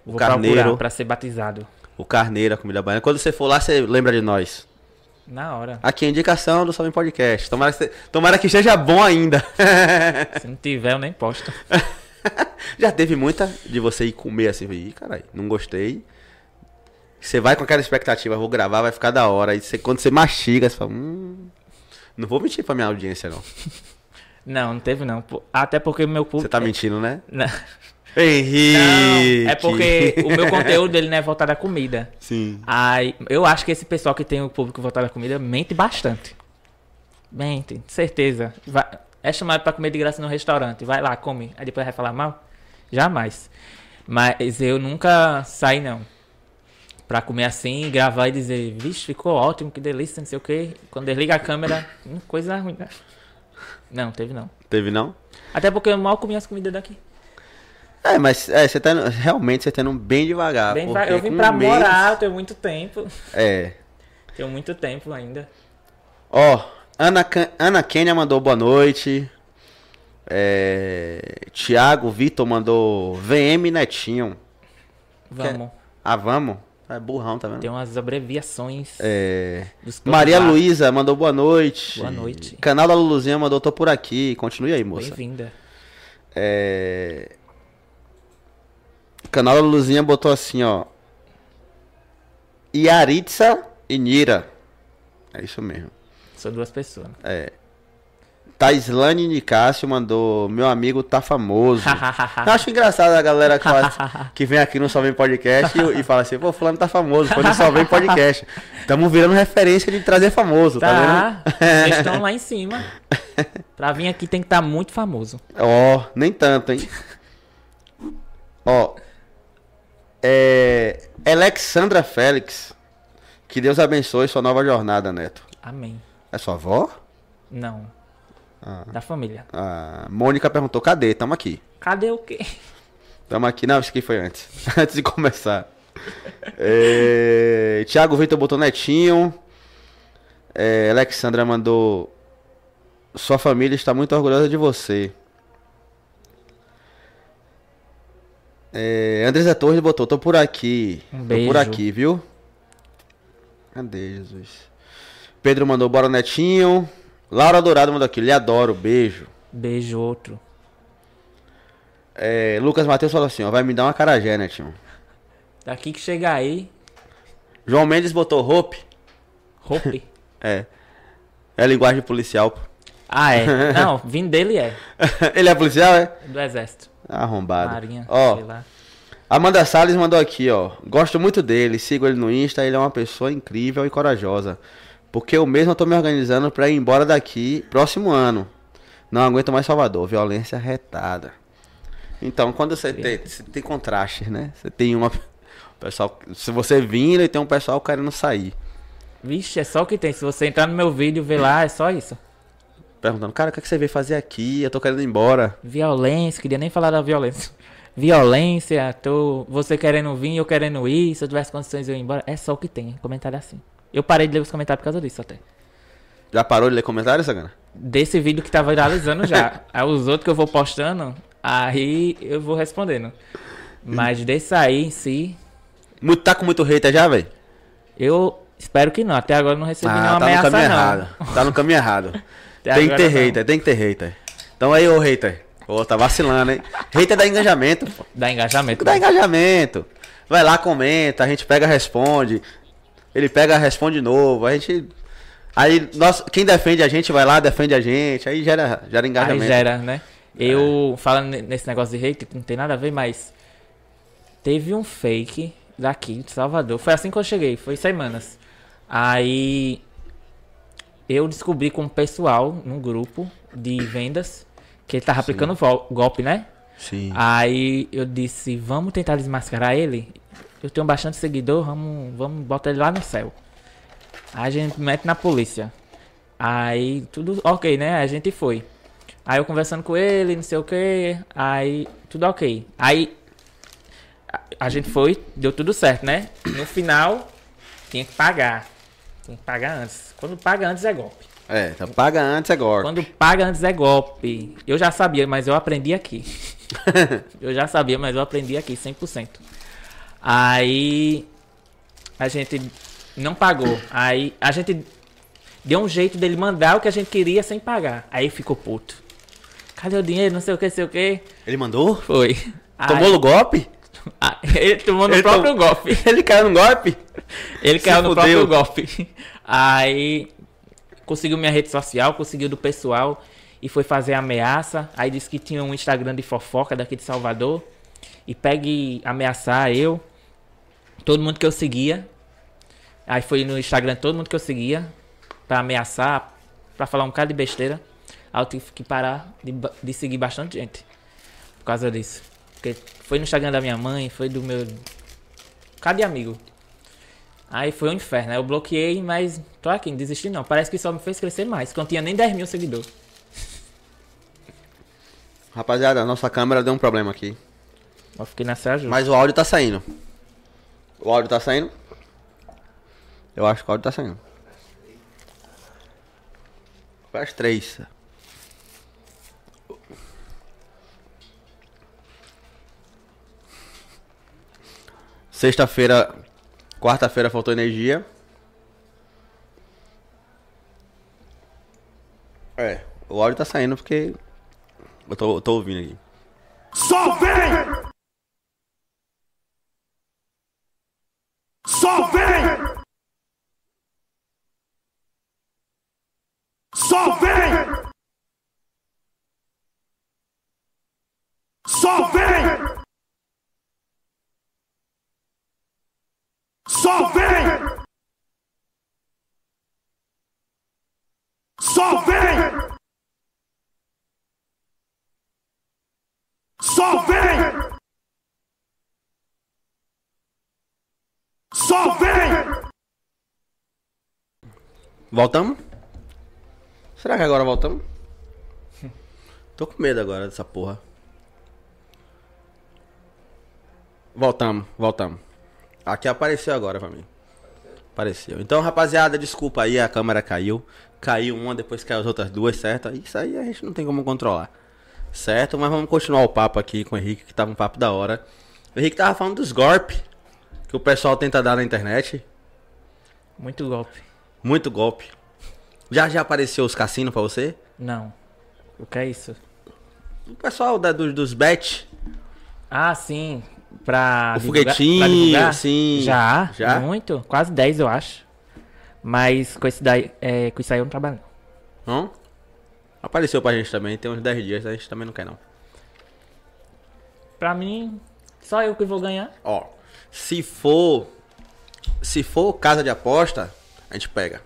S4: O
S2: vou
S4: carneiro.
S2: procurar pra ser batizado.
S4: O carneiro, a comida baiana. Quando você for lá, você lembra de nós.
S2: Na hora.
S4: Aqui é indicação do Salve Podcast. Tomara que, você- tomara que esteja bom ainda.
S2: Se não tiver, eu nem posto.
S4: Já teve muita de você ir comer assim, ih, caralho, não gostei. Você vai com aquela expectativa, vou gravar, vai ficar da hora. Aí você, quando você mastiga, você fala, hum. Não vou mentir pra minha audiência, não.
S2: Não, não teve não. Pô, Até porque meu público.
S4: Você tá mentindo, né?
S2: Não,
S4: Henrique!
S2: é porque o meu conteúdo ele não é voltado à comida.
S4: Sim.
S2: Ai, eu acho que esse pessoal que tem o público voltado à comida mente bastante. Mente, certeza. Vai- é chamado pra comer de graça no restaurante. Vai lá, come. Aí depois vai falar mal? Jamais. Mas eu nunca saí, não. Pra comer assim, gravar e dizer, vixe, ficou ótimo, que delícia, não sei o quê. Quando desliga a câmera, hum, coisa ruim, né? Não, teve não.
S4: Teve não?
S2: Até porque eu mal comi as comidas daqui.
S4: É, mas é, você tá indo- realmente você tá indo bem devagar.
S2: Bem,
S4: porque
S2: eu vim
S4: com
S2: pra
S4: meses-
S2: morar, eu tenho muito tempo.
S4: É.
S2: Tenho muito tempo ainda.
S4: Ó, Ana, Can- Ana Kênia mandou boa noite. É, Tiago Vitor mandou VM Netinho.
S2: Vamos.
S4: Ah, vamos? É burrão, tá vendo?
S2: Tem um umas abreviações.
S4: É...
S2: dos códigos
S4: Maria
S2: lá.
S4: Luísa mandou boa noite.
S2: Boa noite.
S4: Canal da Luluzinha mandou tô por aqui. Continue aí, moça.
S2: Bem-vinda.
S4: É... O canal da Luluzinha botou assim, ó. Yaritza e Nira. É isso mesmo.
S2: São duas pessoas.
S4: É Taislane Nicásio mandou, meu amigo tá famoso.
S2: Tá.
S4: Eu acho engraçado a galera que, fala assim- que vem aqui no Só Vem Podcast e, e fala assim, pô, fulano tá famoso, foi no Só Vem Podcast. Tamo virando referência de trazer famoso, tá,
S2: Tá.
S4: vendo?
S2: Vocês estão lá em cima. Pra vir aqui tem que estar muito famoso.
S4: Ó, nem tanto, hein? Ó. É. Alexandra Félix. Que Deus abençoe sua nova jornada, Neto.
S2: Amém.
S4: É sua avó?
S2: Não.
S4: Ah.
S2: Da família.
S4: A Ah, Mônica perguntou: cadê? Tamo aqui.
S2: Cadê o quê?
S4: Tamo aqui. Não, isso aqui foi antes. antes de começar. É... Tiago Vitor botou netinho. É, Alexandra mandou. Sua família está muito orgulhosa de você. É, Andresa Torres botou, tô por aqui.
S2: Um
S4: Tô por
S2: beijo.
S4: aqui, viu? Cadê, Jesus? Pedro mandou, bora netinho. Laura Dourado mandou aqui, lhe adoro, beijo.
S2: Beijo outro.
S4: É, Lucas Matheus falou assim, ó, vai me dar uma carajé, netinho.
S2: Daqui que chega aí,
S4: João Mendes botou Hope.
S2: roupe.
S4: É. É linguagem policial. pô.
S2: Ah, é. Não, vim dele é.
S4: Ele é policial, é?
S2: Do exército.
S4: Arrombado.
S2: Marinha, sei
S4: ó,
S2: lá.
S4: Amanda Salles mandou aqui, ó. Gosto muito dele, sigo ele no Insta, ele é uma pessoa incrível e corajosa. Porque eu mesmo tô me organizando pra ir embora daqui próximo ano. Não aguento mais Salvador, violência retada. Então, quando você tem, você tem contraste, né? Você tem uma pessoal, se você vindo e tem um pessoal querendo sair,
S2: Vixe, é só o que tem. Se você entrar no meu vídeo e ver lá, é só isso.
S4: perguntando: "Cara, o que é que você veio fazer aqui? Eu tô querendo ir embora".
S2: Violência, queria nem falar da violência. Violência, tô, você querendo vir, eu querendo ir, se eu tivesse condições eu ia embora. É só o que tem, comentário assim. Eu parei de ler os comentários por causa disso até.
S4: Já parou de ler comentário, Sagana?
S2: Desse vídeo que tá viralizando já. aí os outros que eu vou postando, aí eu vou respondendo. Mas desse aí em si,
S4: Muito, tá com muito hater já, velho?
S2: eu espero que não. Até agora eu não recebi nenhuma
S4: tá no
S2: ameaça
S4: caminho
S2: não.
S4: errado. Tá no caminho errado.
S2: Até
S4: tem que ter
S2: agora não.
S4: hater, tem que ter hater. Então aí, ô hater. Ô, tá vacilando, hein? Hater dá engajamento, pô.
S2: Dá engajamento. né?
S4: Dá engajamento. Vai lá, comenta, a gente pega, responde. Ele pega, responde de novo. A gente. Aí, nós, quem defende a gente vai lá, defende a gente. Aí gera, gera
S2: Aí
S4: engajamento.
S2: gera, né? Eu, falando ne- nesse negócio de hate, que não tem nada a ver, mas teve um fake daqui de Salvador. Foi assim que eu cheguei, foi semanas. Aí eu descobri com o pessoal num grupo de vendas que ele tava aplicando vol- golpe, né?
S4: Sim.
S2: Aí eu disse, vamos tentar desmascarar ele. Eu tenho bastante seguidor, vamos, vamos botar ele lá no céu. Aí a gente mete na polícia. Aí tudo ok, né? Aí A gente foi. Aí eu conversando com ele, não sei o que. Aí tudo ok. Aí a, a gente foi, deu tudo certo, né? No final, tinha que pagar. Tinha que pagar antes. Quando paga antes é golpe.
S4: É, então paga antes agora.
S2: Quando paga antes é golpe. Eu já sabia, mas eu aprendi aqui. eu já sabia, mas eu aprendi aqui 100%. Aí a gente não pagou. Aí a gente deu um jeito dele mandar o que a gente queria sem pagar. Aí ficou puto. Cadê o dinheiro? Não sei o que, sei o que.
S4: Ele mandou?
S2: Foi.
S4: Tomou o golpe?
S2: Aí- Ele tomou no
S4: Ele
S2: próprio
S4: tomou-
S2: golpe.
S4: Ele caiu no golpe?
S2: Ele
S4: Se
S2: caiu no próprio
S4: fudeu.
S2: golpe. Aí conseguiu minha rede social, conseguiu do pessoal e foi fazer ameaça. Aí disse que tinha um Instagram de fofoca daqui de Salvador e pegue ameaçar eu, todo mundo que eu seguia. Aí foi no Instagram todo mundo que eu seguia pra ameaçar, pra falar um bocado de besteira. Aí eu tive que parar de, ba- de seguir bastante gente por causa disso. Porque foi no Instagram da minha mãe, foi do meu. Cadê amigo? Aí foi um inferno. Aí eu bloqueei, mas tô aqui, não desisti não. Parece que só me fez crescer mais, que eu não tinha nem 10 mil seguidores.
S4: Rapaziada, nossa câmera deu um problema aqui.
S2: Eu fiquei nessa ajuda.
S4: Mas o áudio tá saindo. O áudio tá saindo? Eu acho que o áudio tá saindo. Faz três. Sexta-feira Quarta-feira faltou energia. É, o áudio tá saindo porque eu tô, eu tô ouvindo aqui.
S1: Só vem! Só vem! Só vem! Só vem! Só vem! Só vem! Só vem! Só vem!
S4: Voltamos? Será que agora voltamos? Tô com medo agora dessa porra. Voltamos, voltamos. Aqui apareceu agora pra mim. Apareceu. Então, rapaziada, desculpa aí, a câmera caiu. Caiu uma, depois caiu as outras duas, certo? Isso aí a gente não tem como controlar. Certo? Mas vamos continuar o papo aqui com o Henrique, que tava um papo da hora. O Henrique tava falando dos golpes que o pessoal tenta dar na internet.
S2: Muito golpe.
S4: Muito golpe. Já já apareceu os cassinos pra você?
S2: Não. O que é isso?
S4: O pessoal da, dos, dos bet,
S2: Ah, sim. Pra.
S4: O
S2: divulgar-
S4: foguetinho,
S2: pra divulgar?
S4: sim.
S2: Já,
S4: Já?
S2: já. Muito. Quase 10, eu acho. Mas com, esse daí, é, com isso aí eu não trabalho. não.
S4: não? Apareceu pra gente também, tem uns 10 dias, a gente também não quer não.
S2: Pra mim, só eu que vou ganhar.
S4: Ó, se for se for casa de aposta, a gente pega.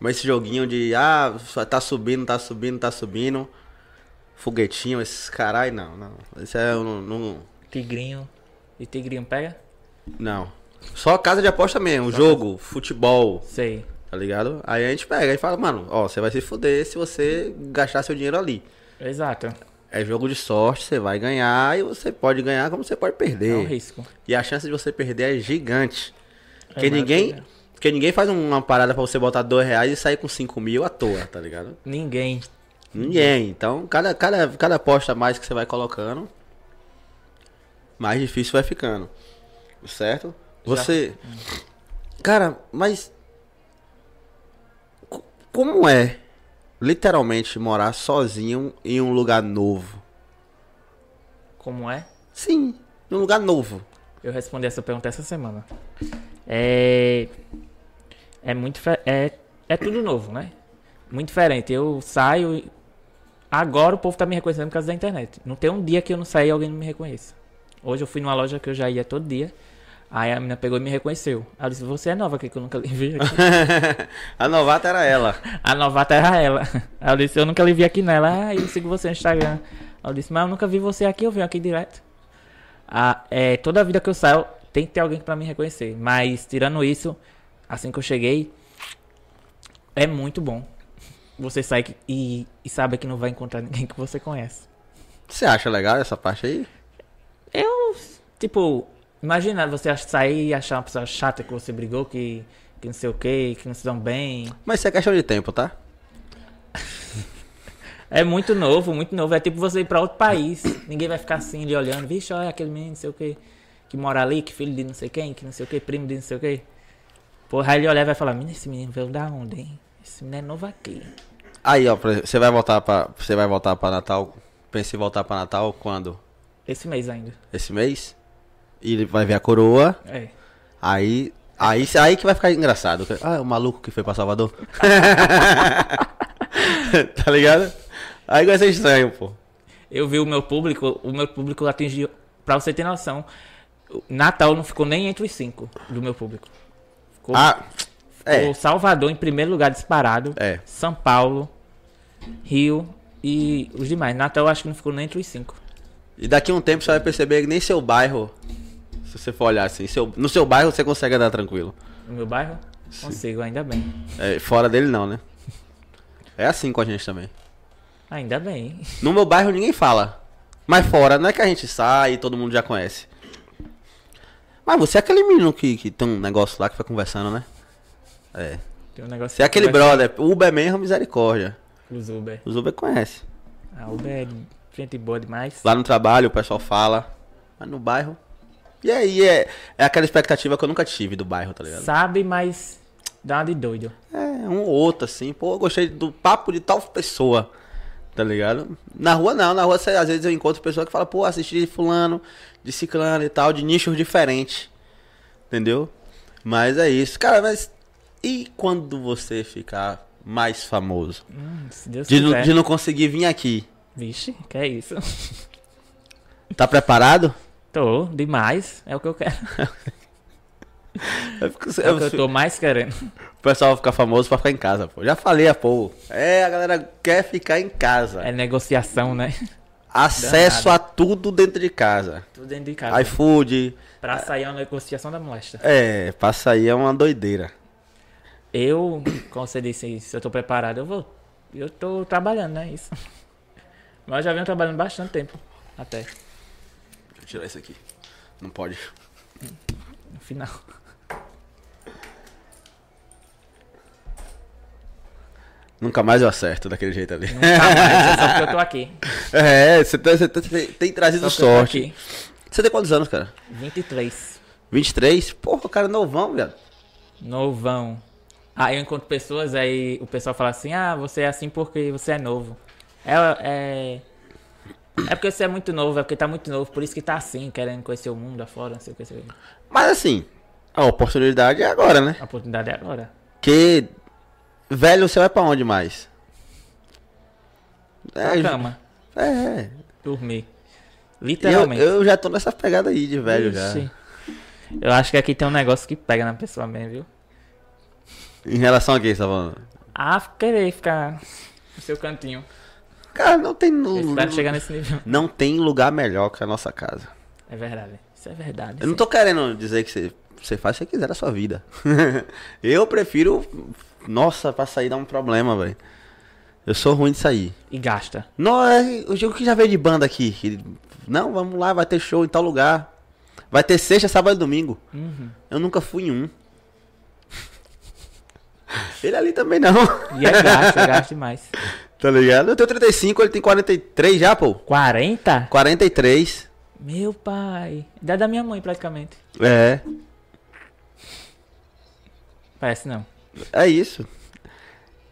S4: Mas esse joguinho de ah, só tá subindo, tá subindo, tá subindo, foguetinho, esses carai, não, não. Esse é um, não,
S2: Tigrinho. E tigrinho pega?
S4: não. Só casa de aposta mesmo, jogo, futebol,
S2: Sei.
S4: Tá ligado? Aí a gente pega e fala, mano, ó, você vai se fuder se você gastar seu dinheiro ali.
S2: Exato.
S4: É jogo de sorte, você vai ganhar e você pode ganhar como você pode
S2: É um
S4: perder.
S2: risco.
S4: e a chance de você perder é gigante.
S2: É
S4: Porque ninguém.
S2: maravilha.
S4: Porque ninguém faz uma parada pra você botar dois reais e sair com cinco mil à toa, tá ligado?
S2: Ninguém.
S4: Ninguém. Então, cada, cada, cada aposta a mais que você vai colocando, mais difícil vai ficando. Certo? Você. Cara, mas. co- Como é literalmente morar sozinho em um lugar novo?
S2: Como é?
S4: Sim, em um lugar novo.
S2: Eu respondi essa pergunta essa semana. É. É muito. fe- É, é tudo novo, né? Muito diferente. Eu saio. e- Agora o povo tá me reconhecendo por causa da internet. Não tem um dia que eu não saí e alguém não me reconheça. Hoje eu fui numa loja que eu já ia todo dia. Aí a menina pegou e me reconheceu. Ela disse: Você é nova aqui que eu nunca lhe vi aqui.
S4: a novata era ela.
S2: A novata era ela. Aí eu disse, eu nunca lhe vi aqui nela. Ah, eu sigo você no Instagram. Aí eu disse, mas eu nunca vi você aqui, eu venho aqui direto. Ah, é, toda vida que eu saio, tem que ter alguém pra me reconhecer. Mas, tirando isso, assim que eu cheguei, é muito bom. Você sai que- e, e sabe que não vai encontrar ninguém que você conhece.
S4: Você acha legal essa parte aí?
S2: Eu, tipo, imagina você ach- sair e achar uma pessoa chata que você brigou, que, que não sei o que, que não se dão bem.
S4: Mas isso é questão de tempo, tá?
S2: É muito novo, muito novo. É tipo você ir pra outro país. Ninguém vai ficar assim ali olhando. Vixe, olha aquele menino, não sei o quê. Que mora ali, que filho de não sei quem, que não sei o quê, primo de não sei o quê. Porra, aí ele olhar e vai falar: Menino, esse menino veio da onde, hein? Esse menino é novo aqui.
S4: Aí, ó, por exemplo, você vai voltar pra. você vai voltar para Natal. Pensa em voltar pra Natal quando?
S2: Esse mês ainda.
S4: Esse mês? E ele vai ver a coroa.
S2: É.
S4: Aí, aí, aí que vai ficar engraçado. Ah, o maluco que foi pra Salvador. tá ligado? Aí vai ser estranho, pô.
S2: Eu vi o meu público, o meu público atingiu. Pra você ter noção, o Natal não ficou nem entre os cinco do meu público. Ficou,
S4: Ah, é.
S2: ficou Salvador em primeiro lugar disparado.
S4: É.
S2: São Paulo, Rio e os demais. Natal eu acho que não ficou nem entre os cinco.
S4: E daqui a um tempo você vai perceber que nem seu bairro. Se você for olhar assim, seu- no seu bairro você consegue andar tranquilo.
S2: No meu bairro? Consigo, ainda bem.
S4: É, fora dele não, né? É assim com a gente também.
S2: Ainda bem.
S4: No meu bairro ninguém fala. Mas fora, não é que a gente sai e todo mundo já conhece. Mas você é aquele menino que, que tem um negócio lá que foi conversando, né? É.
S2: Tem um negócio
S4: Você é aquele
S2: que vai-
S4: brother. Uber mesmo, misericórdia.
S2: Os Uber.
S4: Os Uber conhece.
S2: A Uber é gente boa demais.
S4: Lá no trabalho o pessoal fala. Mas no bairro. E aí é, é aquela expectativa que eu nunca tive do bairro, tá ligado?
S2: Sabe, mas dá uma de doido.
S4: É, um ou outro, assim. Pô, eu gostei do papo de tal pessoa, tá ligado? Na rua não, na rua cê- às vezes eu encontro pessoa que fala, pô, assisti de fulano, de ciclano e tal, de nichos diferentes. Entendeu? Mas é isso. Cara, mas e quando você ficar mais famoso?
S2: Hum, se Deus
S4: De, não-
S2: quiser.
S4: de não conseguir vir aqui.
S2: Vixe, que é isso?
S4: Tá preparado?
S2: Tô, demais. É o que eu quero.
S4: Eu fico-
S2: É o
S4: eu
S2: que eu
S4: fico-
S2: tô mais querendo.
S4: O pessoal vai ficar famoso pra ficar em casa, pô. Já falei, ah, pô. É, a galera quer ficar em casa.
S2: É negociação, né?
S4: Acesso a tudo dentro de casa.
S2: Tudo dentro de casa.
S4: iFood.
S2: Pra sair é uma negociação da molesta.
S4: É, passa aí é uma doideira.
S2: Eu, como você disse, se eu tô preparado, eu vou. Eu tô trabalhando, né? Isso. Mas eu já venho trabalhando bastante tempo. Até
S4: Deixa eu tirar isso aqui. Não pode.
S2: no final.
S4: Nunca mais eu acerto daquele jeito ali.
S2: Mas é só porque eu tô aqui.
S4: é, você tem, você tem- tem trazido
S2: Só porque eu tô
S4: sorte.
S2: Tá aqui.
S4: Você tem quantos anos, cara?
S2: 23.
S4: 23? Porra, cara, novão, viado.
S2: Novão. Aí eu encontro pessoas, aí o pessoal fala assim, ah, você é assim porque você é novo. É, é, é porque você é muito novo, é porque tá muito novo, por isso que tá assim, querendo conhecer o mundo afora, não sei o que. não sei o que.
S4: Mas assim, a oportunidade é agora, né?
S2: A oportunidade é agora.
S4: Que velho, você vai pra onde mais?
S2: Pra cama,
S4: É,
S2: dormir.
S4: E É, eu,
S2: Literalmente.
S4: eu já tô nessa pegada aí de velho
S2: Ixi.
S4: já.
S2: Eu acho que aqui tem um negócio que pega na pessoa mesmo, viu?
S4: Em relação a quem você tá falando?
S2: Ah, querer ficar no seu cantinho.
S4: Cara, não tem.
S2: Eu
S4: lu-
S2: espero chegar nesse nível.
S4: Não tem lugar melhor que a nossa casa.
S2: É verdade. Isso é verdade.
S4: Eu não tô querendo dizer que você, você faz o que você quiser da sua vida. eu prefiro. Nossa, pra sair dá um problema, velho. Eu sou ruim de sair.
S2: E gasta.
S4: Não, é- eu digo que já veio de banda aqui. que- Não, vamos lá, vai ter show em tal lugar. Vai ter sexta, sábado e domingo.
S2: Uhum.
S4: Eu nunca fui em um. Ele ali também não.
S2: E é gasto, é gasto demais.
S4: Tá ligado? Eu tenho 35, ele tem 43 já, pô.
S2: 40?
S4: 43.
S2: Meu pai. Idade da minha mãe, praticamente.
S4: É.
S2: Parece não.
S4: É isso.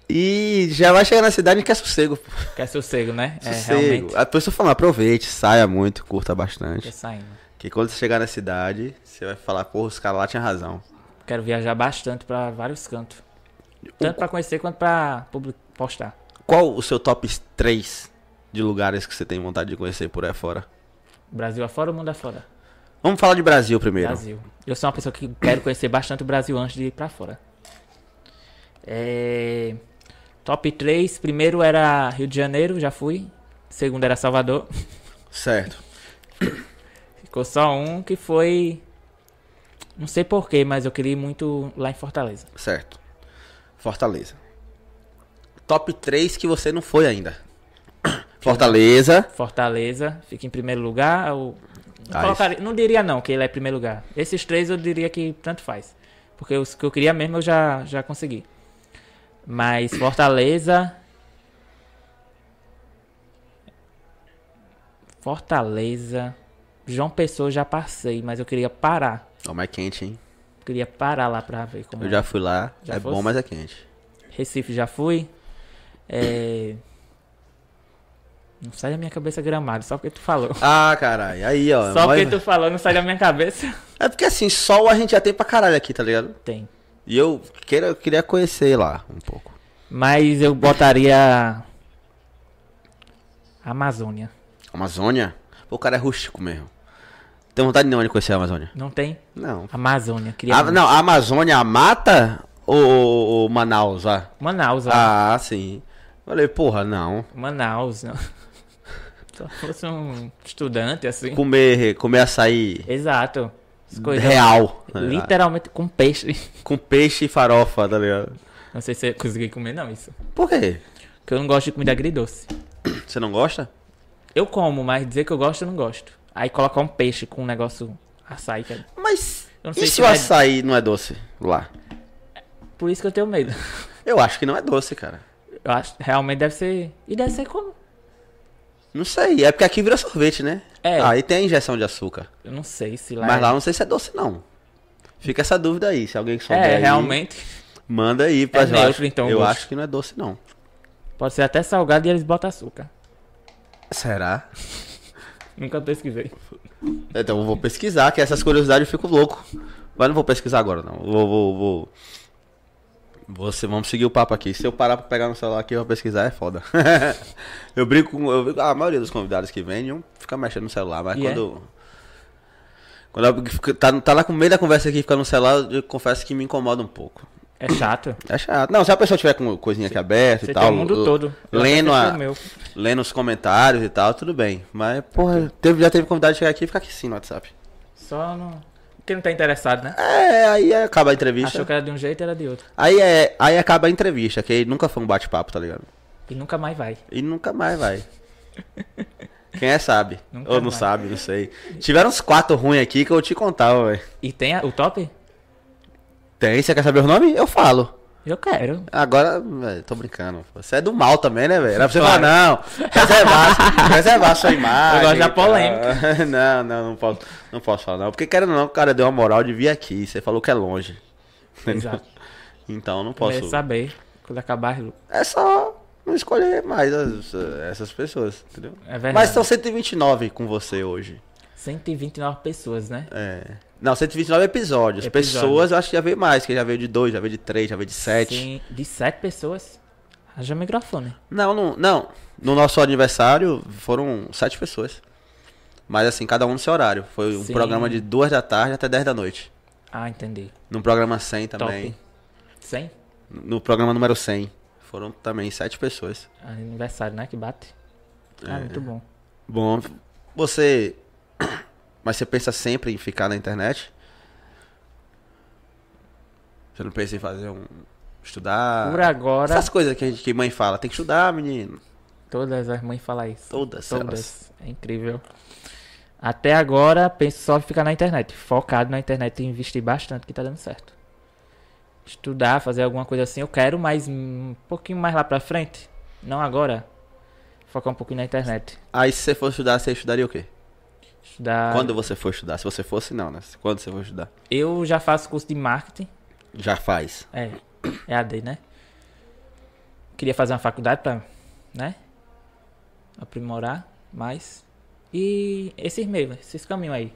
S4: E já vai chegar na cidade e quer sossego. pô.
S2: Quer sossego, né? É,
S4: Sossego.
S2: realmente.
S4: A pessoa fala, aproveite, saia muito, curta bastante.
S2: Tô saindo.
S4: Que quando você chegar na cidade, você vai falar, porra, os caras lá tinham razão.
S2: Quero viajar bastante pra vários cantos. Tanto pra conhecer quanto pra public... postar.
S4: Qual o seu top 3 de lugares que você tem vontade de conhecer por aí fora?
S2: Brasil afora, o mundo afora.
S4: Vamos falar de Brasil primeiro.
S2: Brasil. Eu sou uma pessoa que quero conhecer bastante o Brasil antes de ir pra fora. É, Top 3. Primeiro era Rio de Janeiro, já fui. Segundo era Salvador.
S4: Certo.
S2: Ficou só um que foi. Não sei porquê, mas eu queria ir muito lá em Fortaleza.
S4: Certo. Fortaleza. Top 3 que você não foi ainda. Fortaleza.
S2: Fortaleza fica em primeiro lugar. Eu não,
S4: Ah,
S2: colocaria- não diria não que ele é primeiro lugar. Esses três eu diria que tanto faz. Porque os que eu queria mesmo eu já, já consegui. Mas Fortaleza. Fortaleza. João Pessoa eu já passei, mas eu queria parar.
S4: Ó, mas é quente, hein?
S2: Eu queria parar lá pra ver como
S4: Eu
S2: é.
S4: já fui lá.
S2: Já
S4: é
S2: fosse?
S4: bom, mas é quente.
S2: Recife já fui. É, Não sai da minha cabeça gramado, só porque tu falou.
S4: Ah, caralho. Aí, ó.
S2: Só
S4: nós-
S2: porque tu falou, não sai da minha cabeça.
S4: É porque assim, sol a gente já tem pra caralho aqui, tá ligado?
S2: Tem.
S4: E eu queira, eu queria conhecer lá um pouco.
S2: Mas eu botaria. Amazônia.
S4: Amazônia? Pô, o cara é rústico mesmo. Tem vontade nenhuma de conhecer a Amazônia?
S2: Não tem?
S4: Não.
S2: Amazônia. Queria.
S4: A,
S2: muito.
S4: Ah, não, a Amazônia, a mata ou, ou- ou Manaus lá?
S2: Manaus, ó.
S4: Ah, sim. Falei, porra, não.
S2: Manaus, não. Só fosse um estudante assim.
S4: Comer, comer açaí
S2: Exato. As coisas. É,
S4: real. tá ligado?
S2: Literalmente com peixe.
S4: Com peixe e farofa, tá ligado?
S2: Não sei se eu consegui comer, não, isso.
S4: Por quê?
S2: Porque eu não gosto de comida agridoce.
S4: Você não gosta?
S2: Eu como, mas dizer que eu gosto, eu não gosto. Aí colocar um peixe com um negócio açaí, é cara.
S4: Mas.
S2: Eu não sei
S4: E
S2: se
S4: se o
S2: é-
S4: açaí não é doce lá?
S2: Por isso que eu tenho medo.
S4: Eu acho que não é doce, cara.
S2: Eu acho realmente deve ser. E deve ser como?
S4: Não sei, é porque aqui vira sorvete, né?
S2: É.
S4: Aí tem a injeção de açúcar.
S2: Eu não sei se lá.
S4: Mas
S2: é-
S4: lá não sei se é doce, não. Fica essa dúvida aí, se alguém souber.
S2: É,
S4: aí,
S2: realmente.
S4: Manda aí pra
S2: É
S4: gente.
S2: neutro,
S4: eu acho,
S2: então, o
S4: eu
S2: gosto.
S4: acho que não é doce, não.
S2: Pode ser até salgado e eles botam açúcar.
S4: Será?
S2: Nunca pesquisei.
S4: Então eu vou pesquisar, que essas curiosidades eu fico louco. Mas não vou pesquisar agora, não. Vou, vou, vou. Você, vamos seguir o papo aqui. Se eu parar pra pegar no celular aqui pra pesquisar, é foda. eu brinco com. Eu, brinco- a maioria dos convidados que vem não fica mexendo no celular, mas
S2: E é?
S4: quando. Quando eu fico- tá, tá lá com o meio da conversa aqui fica no celular, eu confesso que me incomoda um pouco.
S2: É chato.
S4: É chato. Não, se a pessoa tiver com coisinha aqui aberta
S2: Você
S4: e
S2: tem
S4: tal.
S2: o mundo
S4: l-
S2: todo. Eu
S4: Lendo,
S2: até
S4: a,
S2: sei o meu.
S4: lendo os comentários e tal, tudo bem. Mas, porra, teve, já teve convidado de chegar aqui e ficar aqui sim no WhatsApp.
S2: Só não. Porque não tá interessado, né?
S4: É, aí acaba a entrevista.
S2: Achou que era de um jeito era de outro.
S4: Aí, é, aí acaba a entrevista, que aí nunca foi um bate-papo, tá ligado?
S2: E nunca mais vai.
S4: E nunca mais vai. Quem é sabe.
S2: Nunca
S4: Ou não
S2: mais.
S4: sabe, não sei. Tiveram uns quatro ruins aqui que eu te contava, velho.
S2: E tem a- o top?
S4: Tem, você quer saber o nome? Eu falo.
S2: Eu quero.
S4: Agora, velho, tô brincando. Você é do mal também, né, velho? Era pra você falar, não, é preservar, preservar sua imagem.
S2: Agora já
S4: e tal.
S2: polêmica.
S4: Não, não, não posso, não posso falar, não. Porque querendo ou não, o cara deu uma moral de vir aqui. Você falou que é longe.
S2: Exato.
S4: Então não posso.
S2: Posso saber quando acabar. Lu.
S4: É só não escolher mais as- essas pessoas, entendeu?
S2: É verdade.
S4: Mas são 129 com você hoje.
S2: 129 pessoas, né?
S4: É. Não, 129 episódios.
S2: Episódio.
S4: Pessoas eu acho que já veio mais, que já veio de 2, já veio de 3, já veio de 7.
S2: Sim, de 7 pessoas. Haja microfone.
S4: Não, não, não. No nosso aniversário foram 7 pessoas. Mas assim, cada um no seu horário. Foi um
S2: Sim.
S4: programa de 2 da tarde até 10 da noite.
S2: Ah, entendi.
S4: Num programa 100 também.
S2: Top. 100?
S4: No programa número 100. Foram também 7 pessoas.
S2: Aniversário, né? Que bate.
S4: É.
S2: Ah, muito bom.
S4: Bom, você. Mas você pensa sempre em ficar na internet? Você não pensa em fazer um. Estudar?
S2: Por agora,
S4: Ah. Essas coisas que, a gente, que mãe fala, tem que estudar, menino.
S2: todas as mães falam isso.
S4: Todas
S2: Todas. É incrível. Até agora, penso só em ficar na internet. Focado na internet e investir bastante, que tá dando certo. Estudar, fazer alguma coisa assim, eu quero, mas hum, um pouquinho mais lá pra frente. Não agora. Focar um pouquinho na internet.
S4: Aí se você for estudar, você estudaria o quê?
S2: Estudar.
S4: Quando você for estudar? Se você fosse, não, né? Quando você for estudar?
S2: Eu já faço curso de marketing.
S4: Já faz.
S2: É, é AD, né? Queria fazer uma faculdade pra, né? Aprimorar mais. E esses meios, esses caminhos aí.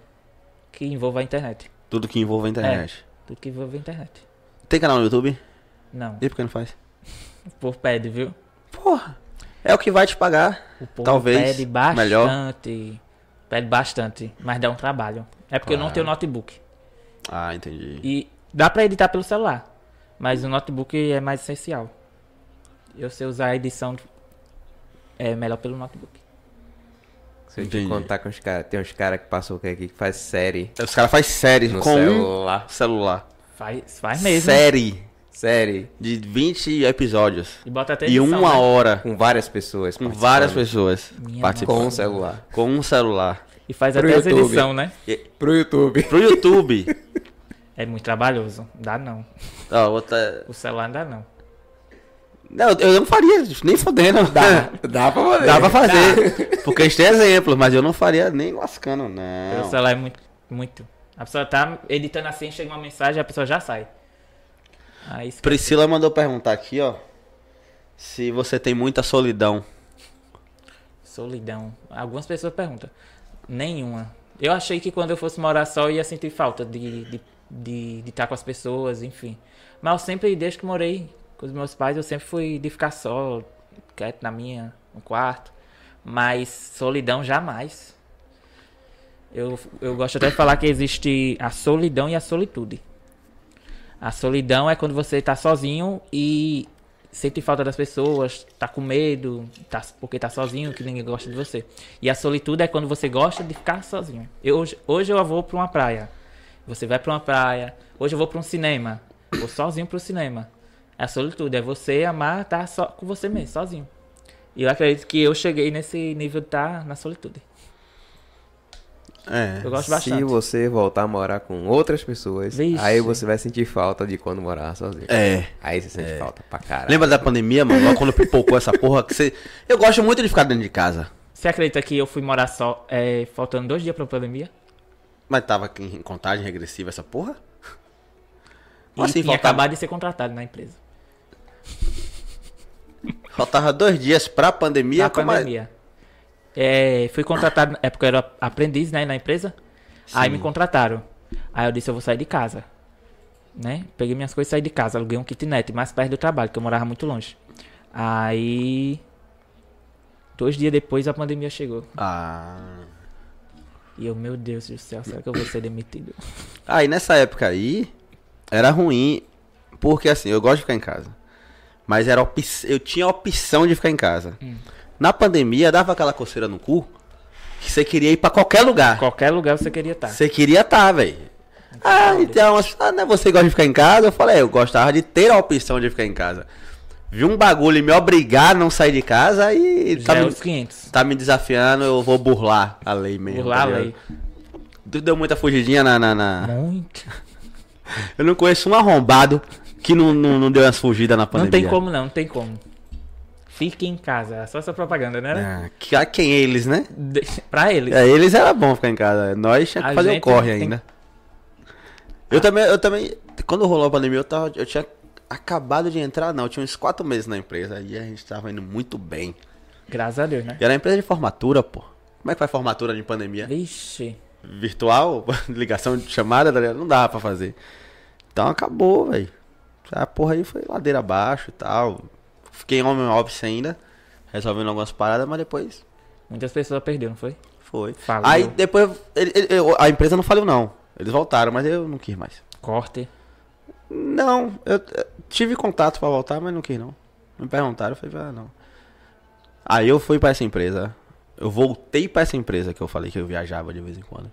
S2: Que envolva a internet.
S4: Tudo que envolve a internet.
S2: Tudo que envolve a internet.
S4: Tem canal no YouTube?
S2: Não,
S4: E por que não faz?
S2: o povo pede, viu?
S4: Porra! É o que vai te pagar.
S2: O povo
S4: Talvez,
S2: pede
S4: melhor.
S2: bastante. Pede bastante, mas dá um trabalho. É porque eu não
S4: Claro.
S2: tenho notebook.
S4: Ah, entendi.
S2: E dá pra editar pelo celular, mas o notebook é mais essencial. Eu sei usar a edição é melhor pelo notebook.
S3: Se eu
S4: Entendi.
S3: te contar com os caras, tem uns caras que passam o que aqui que faz série
S4: Os caras fazem série
S3: no
S4: com um
S3: celular.
S4: celular.
S2: Faz,
S4: É
S2: faz mesmo.
S4: Série
S3: Série
S4: de 20 episódios.
S2: E bota até
S4: E
S2: edição,
S4: uma
S2: né?
S4: hora
S3: com várias pessoas.
S4: com várias
S3: participando.
S4: pessoas
S2: Minha
S4: participando.
S3: Com um celular.
S4: Com um celular.
S2: E faz
S3: Pro
S2: até as
S3: YouTube.
S2: edição, né?
S3: Pro YouTube.
S4: Pro YouTube.
S2: É muito trabalhoso. Dá não.
S4: Ó, outra...
S2: O celular não dá não.
S4: Não, eu não faria, nem fodendo. Dá,
S3: Ah, Dá pra fazer.
S4: dá pra fazer. Porque a gente tem exemplos, mas eu não faria nem lascando,
S2: O
S4: não.
S2: celular é muito, muito. A pessoa tá editando assim, chega uma mensagem, a pessoa já sai. Aí esquece.
S4: Priscila mandou perguntar aqui, ó. Se você tem muita solidão.
S2: solidão. Algumas pessoas perguntam. Nenhuma. Eu achei que quando eu fosse morar só eu ia sentir falta de de de, de estar com as pessoas, enfim. Mas eu sempre, desde que morei com os meus pais, eu sempre fui de ficar só, quieto na minha, no quarto. Mas solidão jamais. Eu, eu gosto até de falar que existe a solidão e a solitude. A solidão é quando você tá sozinho e sente falta das pessoas, tá com medo, tá, porque tá sozinho, que ninguém gosta de você. E a solitude é quando você gosta de ficar sozinho. Eu, hoje, hoje eu vou pra uma praia. Você vai pra uma praia. Hoje eu vou pra um cinema. Vou sozinho pro cinema. É a solitude, é você amar estar só com você mesmo, sozinho. E eu acredito que eu cheguei nesse nível de estar na solitude.
S4: É.
S2: Eu gosto
S3: Se
S2: bastante.
S3: você voltar a morar com outras pessoas,
S2: Vixe.
S3: aí você vai sentir falta de quando morar sozinho.
S4: É.
S3: Aí você sente falta pra caralho.
S4: Lembra da pandemia, mano? Logo quando pipocou essa porra que você. Eu gosto muito de ficar dentro de casa.
S2: Você acredita que eu fui morar só, é, faltando dois dias pra pandemia?
S4: Mas tava em contagem regressiva essa porra?
S2: E
S4: Como assim,
S2: tinha
S4: faltava-
S2: acabado de ser contratado na empresa.
S4: Faltava dois dias pra pandemia.
S2: na
S4: como é-
S2: pandemia. É, fui contratado, na época eu era aprendiz, né, na empresa. Aí me contrataram. Aí eu disse, eu vou sair de casa. Né? Peguei minhas coisas e saí de casa. Aluguei um kitnet mais perto do trabalho, que eu morava muito longe. Aí... Dois dias depois a pandemia chegou.
S4: Ah.
S2: E eu, meu Deus do céu, será que eu vou ser demitido?
S4: Aí nessa época aí, era ruim, porque assim, eu gosto de ficar em casa. Mas era op... eu tinha a opção de ficar em casa.
S2: Hum.
S4: Na pandemia, dava aquela coceira no cu que você queria ir pra qualquer lugar.
S2: Qualquer lugar você queria estar.
S4: Você queria tá, velho. Ah, então, ah, né, você gosta de ficar em casa? Eu falei, "É, eu gostava de ter a opção de ficar em casa. Vi um bagulho e me obrigar a não sair de casa e
S2: Já
S4: tá
S2: é
S4: me,
S2: os 500.
S4: tá me desafiando, eu vou burlar a lei mesmo.
S2: Burlar a
S4: tá ligado?
S2: lei.
S4: Tu deu muita fugidinha na- na- na...
S2: Muito.
S4: Eu não conheço um arrombado que não, não, não deu umas fugidas na
S2: Não
S4: pandemia.
S2: tem como não, não tem como. Fique em casa. é Só essa propaganda, né?
S4: É, que- a quem eles, né?
S2: De- Pra eles.
S4: É, eles era bom ficar em casa. Nós tinha que
S2: A
S4: fazer o
S2: gente
S4: corre
S2: tem-
S4: ainda. Eu também, eu também. Quando rolou a pandemia, eu, tava, eu tinha acabado de entrar, não. Eu tinha uns quatro meses na empresa. E a gente tava indo muito bem.
S2: Graças a Deus, né?
S4: E era empresa de formatura, pô. Como é que faz formatura de pandemia?
S2: Vixe.
S4: virtual, ligação de chamada, tá ligado? não dava pra fazer. Então acabou, velho. A porra aí foi ladeira abaixo e tal. Fiquei em home office ainda, resolvendo algumas paradas, mas depois
S2: Muitas pessoas perderam, não foi?
S4: foi.
S2: Falou.
S4: Aí depois ele- ele- eu- a empresa não faliu não. Eles voltaram, mas eu não quis mais.
S2: Corte.
S4: Não, eu eh, tive contato pra voltar, mas não quis não. Me perguntaram, eu falei, ah, não. Aí eu fui pra essa empresa. Eu voltei pra essa empresa que eu falei que eu viajava de vez em quando.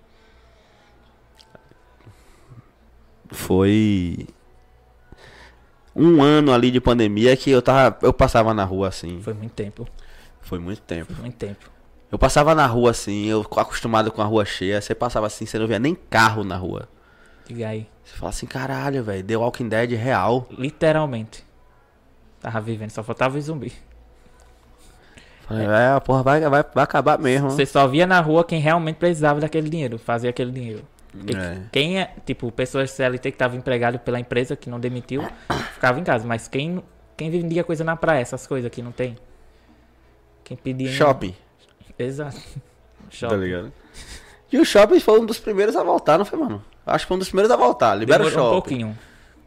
S4: Foi um ano ali de pandemia que eu tava, eu passava na rua assim.
S2: Foi muito tempo.
S4: Foi muito tempo.
S2: Foi muito tempo.
S4: Eu passava na rua assim, eu acostumado com a rua cheia, você passava assim, você não via nem carro na rua.
S2: Diga aí.
S4: Você fala assim, caralho, velho, deu Walking Dead real.
S2: Literalmente. Tava vivendo, só faltava os zumbi.
S4: Falei, é, a porra vai, vai, vai acabar mesmo.
S2: Você só via na rua quem realmente precisava daquele dinheiro, fazia aquele dinheiro. Porque
S4: É.
S2: Quem é, tipo, pessoas CLT que tava empregado pela empresa, que não demitiu, ficava em casa. Mas quem, quem vendia coisa na praia, essas coisas que não tem? Quem pedia. em-
S4: Shopping,
S2: Exato.
S4: tá
S2: Shopping.
S4: ligado? E o shopping foi um dos primeiros a voltar, não foi, mano? Acho que foi um dos primeiros a voltar. Libera
S2: Demorou um
S4: o shopping.
S2: pouquinho.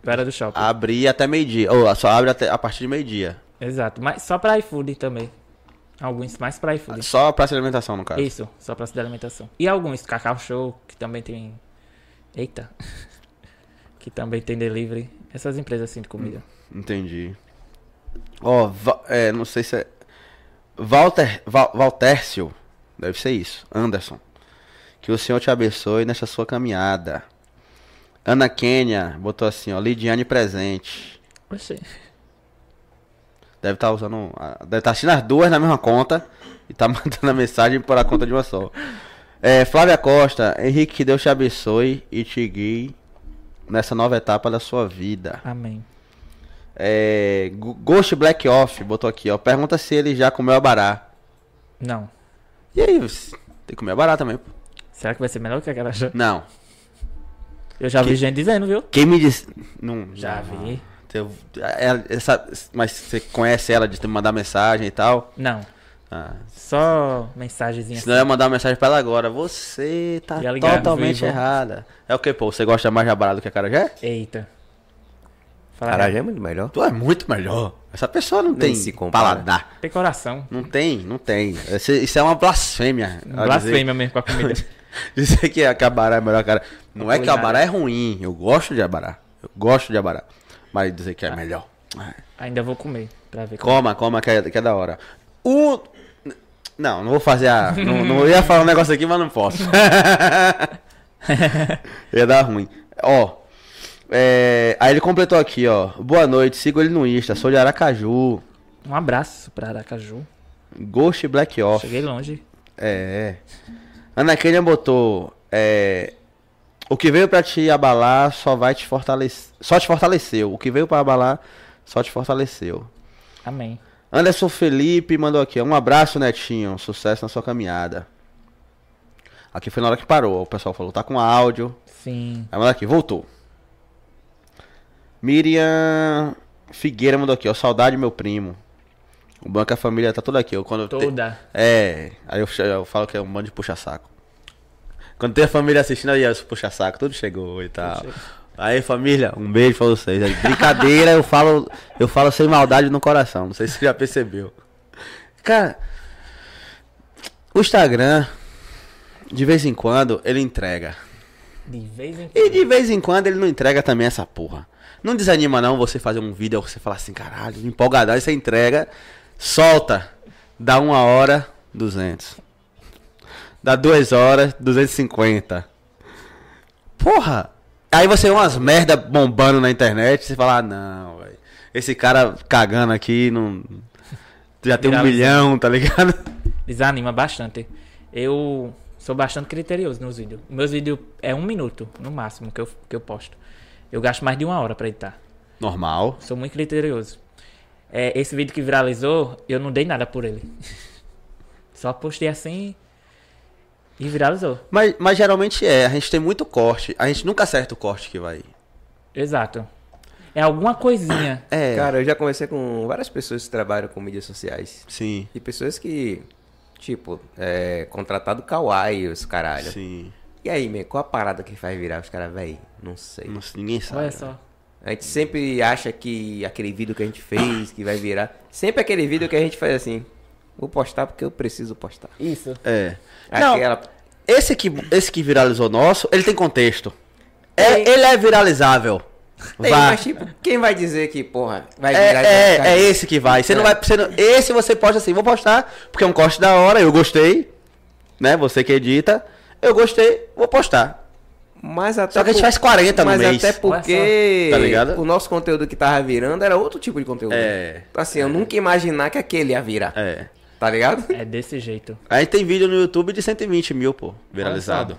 S2: Era do shopping.
S4: Abrir até meio-dia. Ou só abre até, a partir de meio-dia.
S2: Exato. Mas só pra iFood também. Alguns mais pra iFood.
S4: Só a praça de alimentação, no caso.
S2: Isso, só pra se dar alimentação. E alguns, Cacau Show, que também tem. Eita! que também tem delivery. Essas empresas assim de comida.
S4: Entendi. Ó, Va- é, não sei se é. Walter, Val, Valtércio, deve ser isso. Anderson. Que o Senhor te abençoe nessa sua caminhada. Ana Kênia botou assim, ó, Lidiane presente.
S2: Oxê.
S4: Deve estar usando. a- Deve estar assistindo as duas na mesma conta e tá mandando a mensagem por a conta de uma só. É, Flávia Costa, Henrique, que Deus te abençoe e te guie nessa nova etapa da sua vida.
S2: Amém.
S4: É, Gu- Ghost Black Off botou aqui, ó. Pergunta se ele já comeu abará.
S2: Não.
S4: E aí, você tem que comer abará também. pô.
S2: Será que vai ser melhor que aquela show?
S4: Não.
S2: Eu já
S4: Que-
S2: vi gente dizendo, viu?
S4: Quem me disse. Não,
S2: Já
S4: não.
S2: vi.
S4: Teu- ela- essa- mas você conhece ela de te mandar mensagem e tal?
S2: Não.
S4: Ah,
S2: Só mensagenzinha.
S4: Senão eu ia mandar uma mensagem pra ela agora. Você tá
S2: Ia ligar,
S4: totalmente
S2: vivo.
S4: errada. É o que, pô? Você gosta mais de abará do que a Carajé?
S2: assim. Eita. Fala, né?
S3: Carajé é muito melhor.
S4: Tu é muito melhor. Essa pessoa não
S3: Nem
S4: tem
S3: se compara.
S4: paladar.
S2: Tem coração.
S4: Não tem, não tem. Esse- isso é uma blasfêmia.
S2: Ah,
S4: Ela
S2: Blasfêmia mesmo com a comida.
S4: Dizer, dizer que a cabará é melhor que a cara. Não é que
S2: Culinária.
S4: abará é ruim. Eu gosto de abará. Eu gosto de abará. Mas dizer que é
S2: Ah.
S4: melhor.
S2: Ainda vou comer pra ver como.
S4: Coma, coma, que é, que é da hora. O. Não, não vou fazer a. não, não ia falar um negócio aqui, mas não posso. ia dar ruim. Ó. é, Aí ele completou aqui, ó. Boa noite, sigo ele no Insta, sou de Aracaju.
S2: Um abraço pra Aracaju.
S4: Ghost Black Off.
S2: Cheguei longe.
S4: É. Ana Kenia botou. É. O que veio pra te abalar só vai te fortalecer. Só te fortaleceu. O que veio pra abalar só te fortaleceu.
S2: Amém.
S4: Anderson Felipe mandou aqui, ó, um abraço, Netinho. Sucesso na sua caminhada. Aqui foi na hora que parou. O pessoal falou, tá com áudio.
S2: Sim.
S4: Aí mandou aqui, voltou. Miriam Figueira mandou aqui, ó. Saudade, meu primo. O banco a família tá toda aqui. Eu, quando eu te-
S2: Toda.
S4: É. Aí eu, che- eu falo que é um bando de puxa-saco. Quando tem a família assistindo, aí é os puxa-saco, tudo chegou e tal. Aí, família, um beijo pra vocês. Aí, brincadeira, eu falo, eu falo sem maldade no coração. Não sei se você já percebeu. Cara, o Instagram, de vez em quando, ele entrega.
S2: De vez em
S4: E
S2: quando.
S4: de vez em quando ele não entrega também essa porra. Não desanima não você fazer um vídeo, você falar assim, caralho, empolgadão, aí você entrega, solta, dá uma hora, 200. Dá duas horas, 250. Porra! Aí você vê umas merda bombando na internet, você fala, ah, não, velho. Esse cara cagando aqui, não... já tem um
S2: Viralizou.
S4: milhão, tá ligado?
S2: Desanima bastante. Eu sou bastante criterioso nos vídeos. Meus vídeos é um minuto, no máximo, que eu, que eu posto. Eu gasto mais de uma hora pra editar.
S4: Normal.
S2: Sou muito criterioso. É, esse vídeo que viralizou, eu não dei nada por ele. Só postei assim e viralizou.
S4: Mas, mas geralmente é, a gente tem muito corte, a gente nunca acerta o corte que vai...
S2: Exato. É alguma coisinha.
S4: É,
S3: Cara, eu já conversei com várias pessoas que trabalham com mídias sociais.
S4: sim.
S3: E pessoas que, tipo, é, contratado Kawaii, os caralho.
S4: Sim.
S3: E aí, meu, qual a parada que faz virar os caras, véi? Não sei.
S4: Nossa, ninguém sabe.
S2: Olha
S4: né?
S2: só.
S3: A gente sempre acha que aquele vídeo que a gente fez, que vai virar. Sempre aquele vídeo que a gente faz assim. Vou postar porque eu preciso postar.
S2: Isso.
S4: É. Não,
S3: Aquela.
S4: esse que, esse que viralizou nosso, ele tem contexto. É, ele é viralizável.
S3: Tem,
S4: Vai.
S3: mas tipo, quem vai dizer que, porra, vai
S4: É,
S3: virar e vai
S4: é,
S3: ficar
S4: é
S3: aí?
S4: esse que vai. Você não vai. Você não- esse você posta assim, vou postar, porque é um corte da hora, eu gostei. Né? Você que edita, eu gostei, vou postar.
S3: Mas até
S4: Só que a gente
S3: por-
S4: faz 40 no
S3: mas
S4: mês.
S3: até porque
S4: Tá ligado?
S3: o nosso conteúdo que tava virando era outro tipo de conteúdo.
S4: É.
S3: Assim, eu nunca ia imaginar que aquele ia virar.
S4: É.
S3: Tá ligado?
S2: É desse jeito.
S4: Aí tem vídeo no YouTube de 120 mil, pô, viralizado.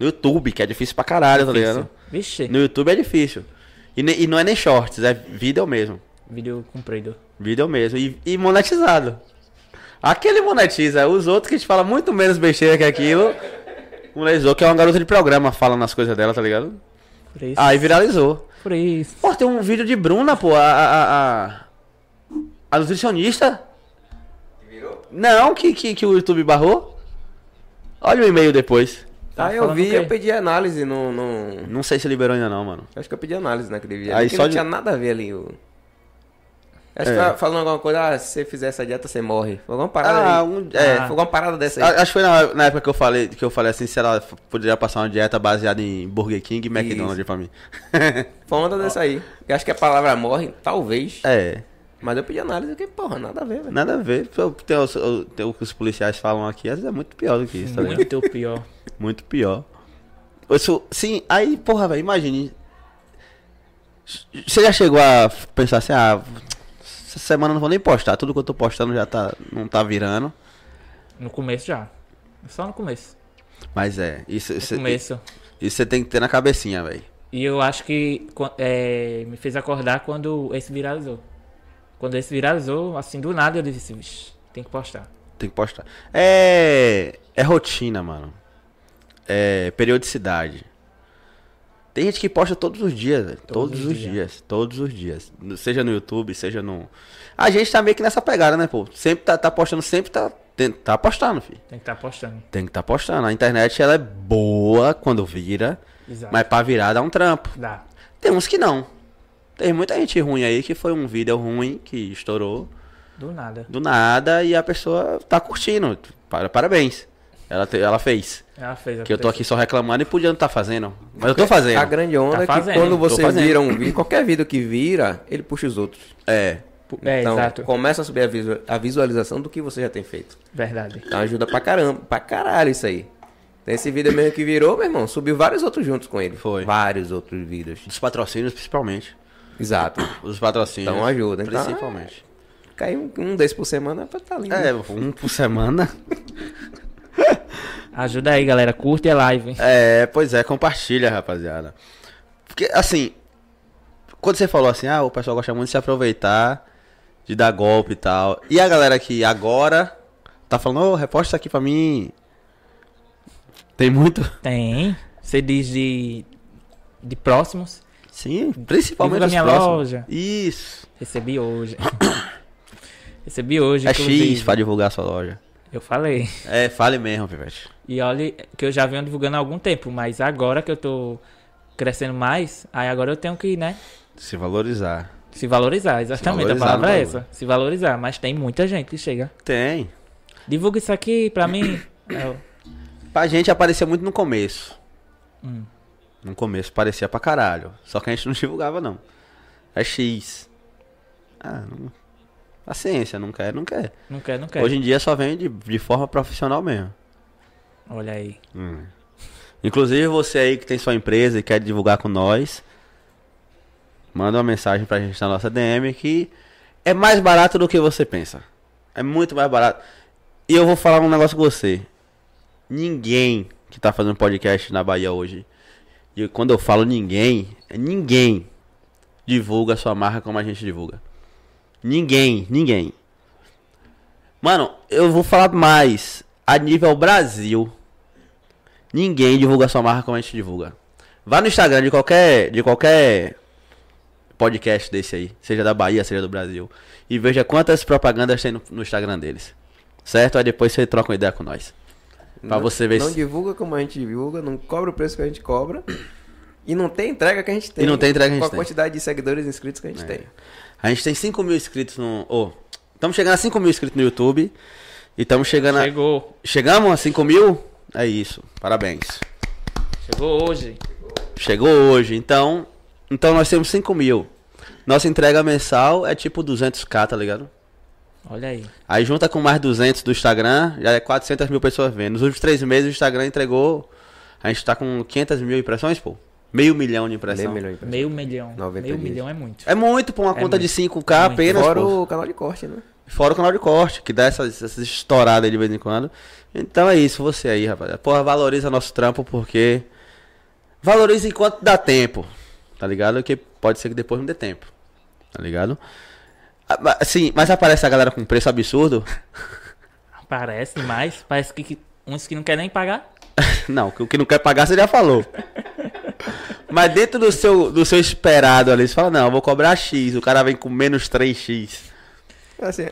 S4: No YouTube, que é difícil pra caralho, tá ligado?
S2: Vixe,
S4: No YouTube é difícil. E, ne- e não é nem shorts, é vídeo mesmo.
S2: vídeo comprido.
S4: Vídeo é mesmo. E, e monetizado. Aquele monetiza. Os outros que a gente fala muito menos besteira que aquilo. Monetizou, que é uma garota de programa falando as coisas dela, tá ligado?
S2: Por isso.
S4: Aí viralizou.
S2: Por isso.
S4: Pô, tem um vídeo de Bruna, pô, a. A, a- a nutricionista. Não, que, que, que o YouTube barrou. Olha o e-mail depois.
S3: Ah,
S2: Tá
S3: eu
S2: falando o
S3: vi,
S2: quê?
S3: eu pedi análise no, no-
S4: Não sei se liberou ainda não, mano.
S3: Acho que eu pedi análise naquele vídeo.
S4: Aí
S3: Porque
S4: só
S3: não
S4: de-
S3: tinha nada a ver ali. O... Acho
S4: É.
S3: que tava falando alguma coisa, ah, se você fizer essa dieta, você morre. Foi alguma parada
S4: Ah,
S3: aí.
S4: um,
S3: É,
S4: é,
S3: foi alguma parada dessa aí.
S4: A- Acho que foi na, na época que eu falei, que eu falei assim, se ela f- poderia passar uma dieta baseada em Burger King e McDonald's
S3: Isso.
S4: pra mim. ah.
S3: Foi uma dessa aí. Eu acho que a palavra morre, talvez.
S4: é,
S3: Mas eu pedi análise, porque, porra, nada a ver, velho.
S4: nada a ver. Pô, Tem, os- o- tem o que os policiais falam aqui, às vezes é muito pior do que isso, tá ligado?
S2: Muito pior.
S4: Muito pior. Isso, sim, aí, porra, velho, imagine. Você já chegou a f- pensar assim, ah, essa semana eu não vou nem postar, tudo que eu tô postando já tá, não tá virando.
S2: No começo já. Só no começo.
S4: Mas é, isso
S2: No começo.
S4: você tem que ter na cabecinha, velho.
S2: E eu acho que quan- é, me fez acordar quando esse viralizou. Quando esse viralizou, assim, do nada eu disse, "Vixe, tem que postar.
S4: Tem que postar. É. É rotina, mano. É periodicidade. Tem gente que posta todos os dias, velho. Todos, os dias. Todos os dias. No- Seja no YouTube, seja no. A gente tá meio que nessa pegada, né, pô? Sempre tá, tá postando, sempre tá. tem- Tá postando, filho.
S2: Tem que estar postando.
S4: Tem que tá postando. A internet, ela é boa quando vira,
S2: Exato.
S4: mas pra virar dá um trampo.
S2: Dá.
S4: Tem uns que não. Tem muita gente ruim aí que foi um vídeo ruim que estourou
S2: Do nada.
S4: do nada e a pessoa tá curtindo. Para- Parabéns. Ela, te- ela fez.
S2: Ela fez
S4: Que eu tô
S2: acontecer.
S4: aqui só reclamando e podia não tá fazendo. Mas eu tô fazendo.
S3: A grande onda
S2: Tá
S3: é que
S2: fazendo,
S3: quando
S2: tô
S3: você
S4: fazendo.
S3: vira um vídeo, qualquer vídeo que vira, ele puxa os outros.
S4: É.
S2: É,
S3: então,
S2: exato.
S3: começa a subir a visu- a visualização do que você já tem feito.
S2: Verdade.
S3: Então ajuda pra caramba, pra caralho isso aí. Então esse vídeo mesmo que virou, meu irmão, subiu vários outros juntos com ele.
S4: Foi.
S3: Vários outros vídeos.
S4: Dos patrocínios, principalmente.
S3: Exato.
S4: Os patrocínios.
S3: Então ajuda, então,
S4: Principalmente.
S3: Cair um, um desse por semana pra tá lindo.
S4: É, um por semana.
S2: Ajuda aí, galera. Curte a live. hein?
S4: É, pois é, compartilha, rapaziada. Porque, assim, quando você falou assim, ah, o pessoal gosta muito de se aproveitar de dar golpe e tal. E a galera que agora tá falando, ô, reposta aqui pra mim. Tem muito?
S2: Tem. Você diz de, de próximos.
S4: Sim, principalmente
S2: Livro da
S4: os
S2: minha
S4: próximos.
S2: loja.
S4: Isso.
S2: Recebi hoje. Recebi hoje.
S4: É
S2: inclusive.
S4: X pra divulgar a sua loja.
S2: Eu falei.
S4: É, fale mesmo, Pivete.
S2: E olha que eu já venho divulgando há algum tempo, mas agora que eu tô crescendo mais, aí agora eu tenho que, né,
S4: Se valorizar.
S2: se valorizar. Exatamente,
S4: valorizar,
S2: a palavra
S4: não
S2: é
S4: tem
S2: essa. Se valorizar. Mas tem muita gente que chega.
S4: Tem.
S2: Divulga isso aqui pra mim. É, o-
S4: Pra gente aparecia muito no começo.
S2: Hum.
S4: No começo parecia pra caralho. Só que a gente não divulgava, não. É X. Ah, não... paciência, não quer, não quer.
S2: não quer, não quer.
S4: Hoje em dia só vem de, de forma profissional mesmo.
S2: Olha aí.
S4: Hum. Inclusive você aí que tem sua empresa e quer divulgar com nós, manda uma mensagem pra gente na nossa DM que é mais barato do que você pensa. É muito mais barato. E eu vou falar um negócio com você. Ninguém que tá fazendo podcast na Bahia hoje, e quando eu falo ninguém, é ninguém divulga a sua marca como a gente divulga. Ninguém, ninguém. Mano, eu vou falar mais. A nível Brasil, Ninguém divulga sua marca como a gente divulga. Vá no Instagram de qualquer, de qualquer podcast desse aí, seja da Bahia, seja do Brasil, e veja quantas propagandas tem no, no Instagram deles. Certo? Aí depois você troca uma ideia com nós. Pra
S3: Não-
S4: você ver
S3: Não
S4: se-
S3: divulga como a gente divulga, não cobra o preço que a gente cobra. E não tem entrega que a gente tem.
S4: E não tem entrega que a gente
S3: Com
S4: tem. É,
S3: a quantidade de seguidores e inscritos que a gente tem.
S4: A gente tem 5 mil inscritos no. Ô, estamos chegando a 5 mil inscritos no YouTube. E estamos
S3: Né?
S4: chegando a.
S2: Chegou.
S4: Chegamos a 5 mil? É isso. Parabéns.
S2: Chegou hoje.
S4: Chegou hoje, então. Então nós temos 5 mil. Nossa entrega mensal é tipo 200k, tá ligado?
S2: Olha aí.
S4: Aí junta com mais 200 do Instagram, já é 400 mil pessoas vendo. Nos últimos três meses o Instagram entregou. A gente tá com 500 mil impressões, pô. Meio milhão de
S3: Meio
S4: impressões.
S3: milhão de
S2: Meio milhão.
S3: 90
S2: Meio
S3: dias.
S2: milhão é muito.
S4: É muito pra uma conta
S2: muito.
S4: de 5K
S2: Muito.
S4: apenas.
S3: Fora
S4: pô.
S3: o canal de corte, né?
S4: Fora o canal de corte, que dá essas, essas estouradas aí de vez em quando. Então é isso, você aí, rapaziada. Porra, valoriza nosso trampo, porque. Valoriza enquanto dá tempo. Tá ligado? Que pode ser que depois não dê tempo. Tá ligado? Ah, mas- Assim, mas aparece a galera com preço absurdo?
S2: Parece demais. Parece que, que uns que não querem nem pagar.
S4: Não, o que não quer pagar você já falou. Mas dentro do seu, do seu esperado ali, você fala, não, eu vou cobrar X, o cara vem com menos 3X.
S3: Assim,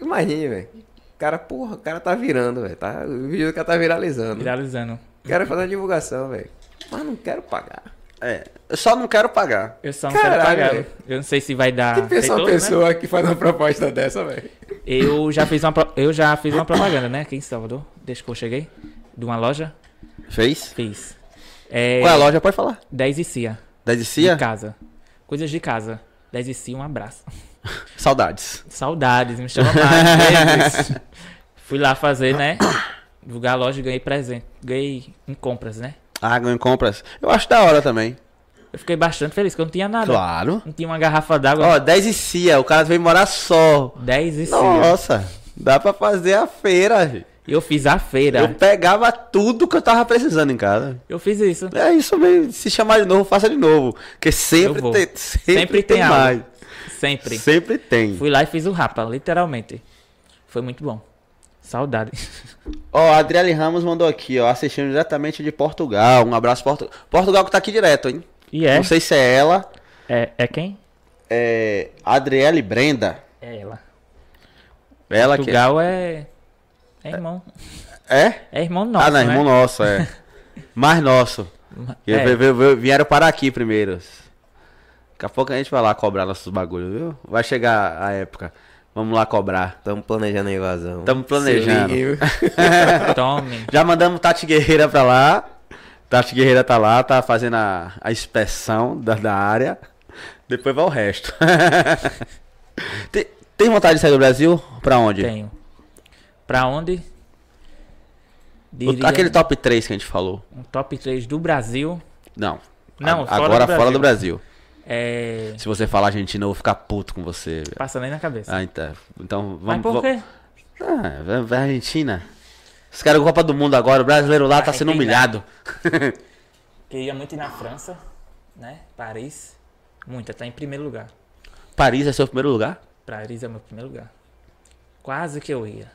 S3: imagine, velho. O cara, porra, o cara tá virando, velho. Tá, o vídeo do cara tá viralizando.
S2: Viralizando.
S3: Quero fazer a divulgação, velho. Mas não quero pagar.
S4: É, eu só não quero pagar.
S2: Eu só não
S3: Caralho,
S2: quero
S3: velho.
S2: pagar. Eu não sei se vai
S4: Ah,
S2: dar.
S3: que pensa uma
S2: retorno, né?
S3: pessoa que faz uma proposta dessa, velho?
S2: Eu já fiz uma, pro- eu já fiz uma propaganda, né? Aqui em Salvador, desde que eu cheguei. De uma loja.
S4: Fez?
S2: Fiz. É,
S4: Qual é a loja? Pode falar.
S2: 10 e Cia.
S4: Da
S2: De
S4: Dicia?
S2: casa. Coisas de casa. 10 e Cia, um abraço.
S4: Saudades.
S2: Saudades, me chama mais vezes. Fui lá fazer, né? Divulgar a loja e ganhei presente. Ganhei em compras, né?
S4: Ah, ganho em compras. Eu acho da hora também.
S2: Eu fiquei bastante feliz, porque eu não tinha nada.
S4: Claro.
S2: Não tinha uma garrafa d'água.
S4: Ó, 10 e Cia, o cara vem morar só.
S2: 10 e Cia.
S4: Nossa, dá pra fazer a feira. gente.
S2: E eu fiz a feira.
S4: Eu
S2: Eu...
S4: pegava tudo que eu tava precisando em casa.
S2: fiz isso.
S4: É isso mesmo. Se chamar de novo, faça de novo. Porque sempre
S2: Eu vou.
S4: tem, sempre, tem,
S2: algo.
S4: mais.
S2: Sempre.
S4: Sempre tem.
S2: Fui lá e fiz o rapa, literalmente. Foi muito bom. Saudade.
S4: Ó, a Adriele Ramos mandou aqui, ó, assistindo diretamente de Portugal. Um abraço, Portugal. Portugal que tá aqui direto, hein?
S2: E é?
S4: Não sei se é ela.
S2: É, é quem?
S4: É. Adriele Brenda.
S2: É ela.
S4: Ela que
S2: Portugal é... É irmão.
S4: é.
S2: É irmão nosso,
S4: ah, não, irmão
S2: né?
S4: nosso, é. Mais nosso. E
S2: É.
S4: ve- ve- ve- Vieram parar aqui primeiro. Daqui a pouco a gente vai lá cobrar nossos bagulhos, viu? Vai chegar a época. Vamos lá cobrar.
S3: Estamos planejando a invasão.
S4: Tamo planejando.
S3: Se liguem, viu?
S2: Tome.
S4: Já mandamos Tati Guerreira pra lá. Tati Guerreira tá lá, tá fazendo a, a inspeção da, da área. Depois vai o resto. tem, tem vontade de sair do Brasil? Pra onde?
S2: Tenho. Pra onde?
S4: O-
S2: Diria
S4: aquele top 3 que a gente falou.
S2: Um top 3 do Brasil.
S4: Não.
S2: Não,
S4: A-
S2: fora
S4: agora
S2: do
S4: fora do
S2: Brasil.
S4: Brasil.
S2: É...
S4: Se você falar Argentina, eu vou ficar puto com você. velho.
S2: Passa nem na cabeça.
S4: Ah, então. Então
S2: Mas
S4: vamos.
S2: por quê?
S4: vamos- Ah, vai- vai Argentina. Os caras com Copa do Mundo agora, o brasileiro lá tá sendo
S2: Argentina.
S4: humilhado.
S2: Queria muito ir na França, né? Paris. Muito, até em primeiro lugar.
S4: Paris é seu primeiro lugar?
S2: Pra Iris é meu primeiro lugar. Quase que eu ia.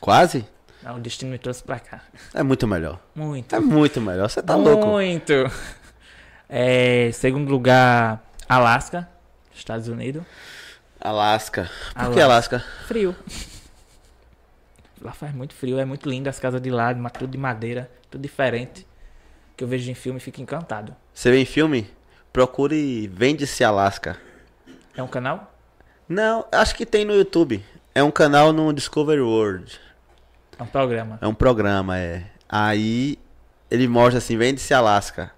S4: Quase?
S2: Mas o destino me trouxe pra cá.
S4: É muito melhor.
S2: Muito.
S4: É muito melhor. Você tá louco.
S2: muito. É, segundo lugar, Alasca, Estados Unidos.
S4: Alasca. Por que
S2: Alasca.
S4: Alasca?
S2: Frio. Lá faz muito frio, é muito lindo as casas de lá, mas tudo de madeira, tudo diferente. Que eu vejo em filme e fico encantado.
S4: Você vê em filme? Procure Vende-se Alasca.
S2: É um canal?
S4: Não, acho que tem no YouTube. É um canal no Discovery World.
S2: É um programa.
S4: É um programa, é. Aí ele mostra assim, vende-se Alasca.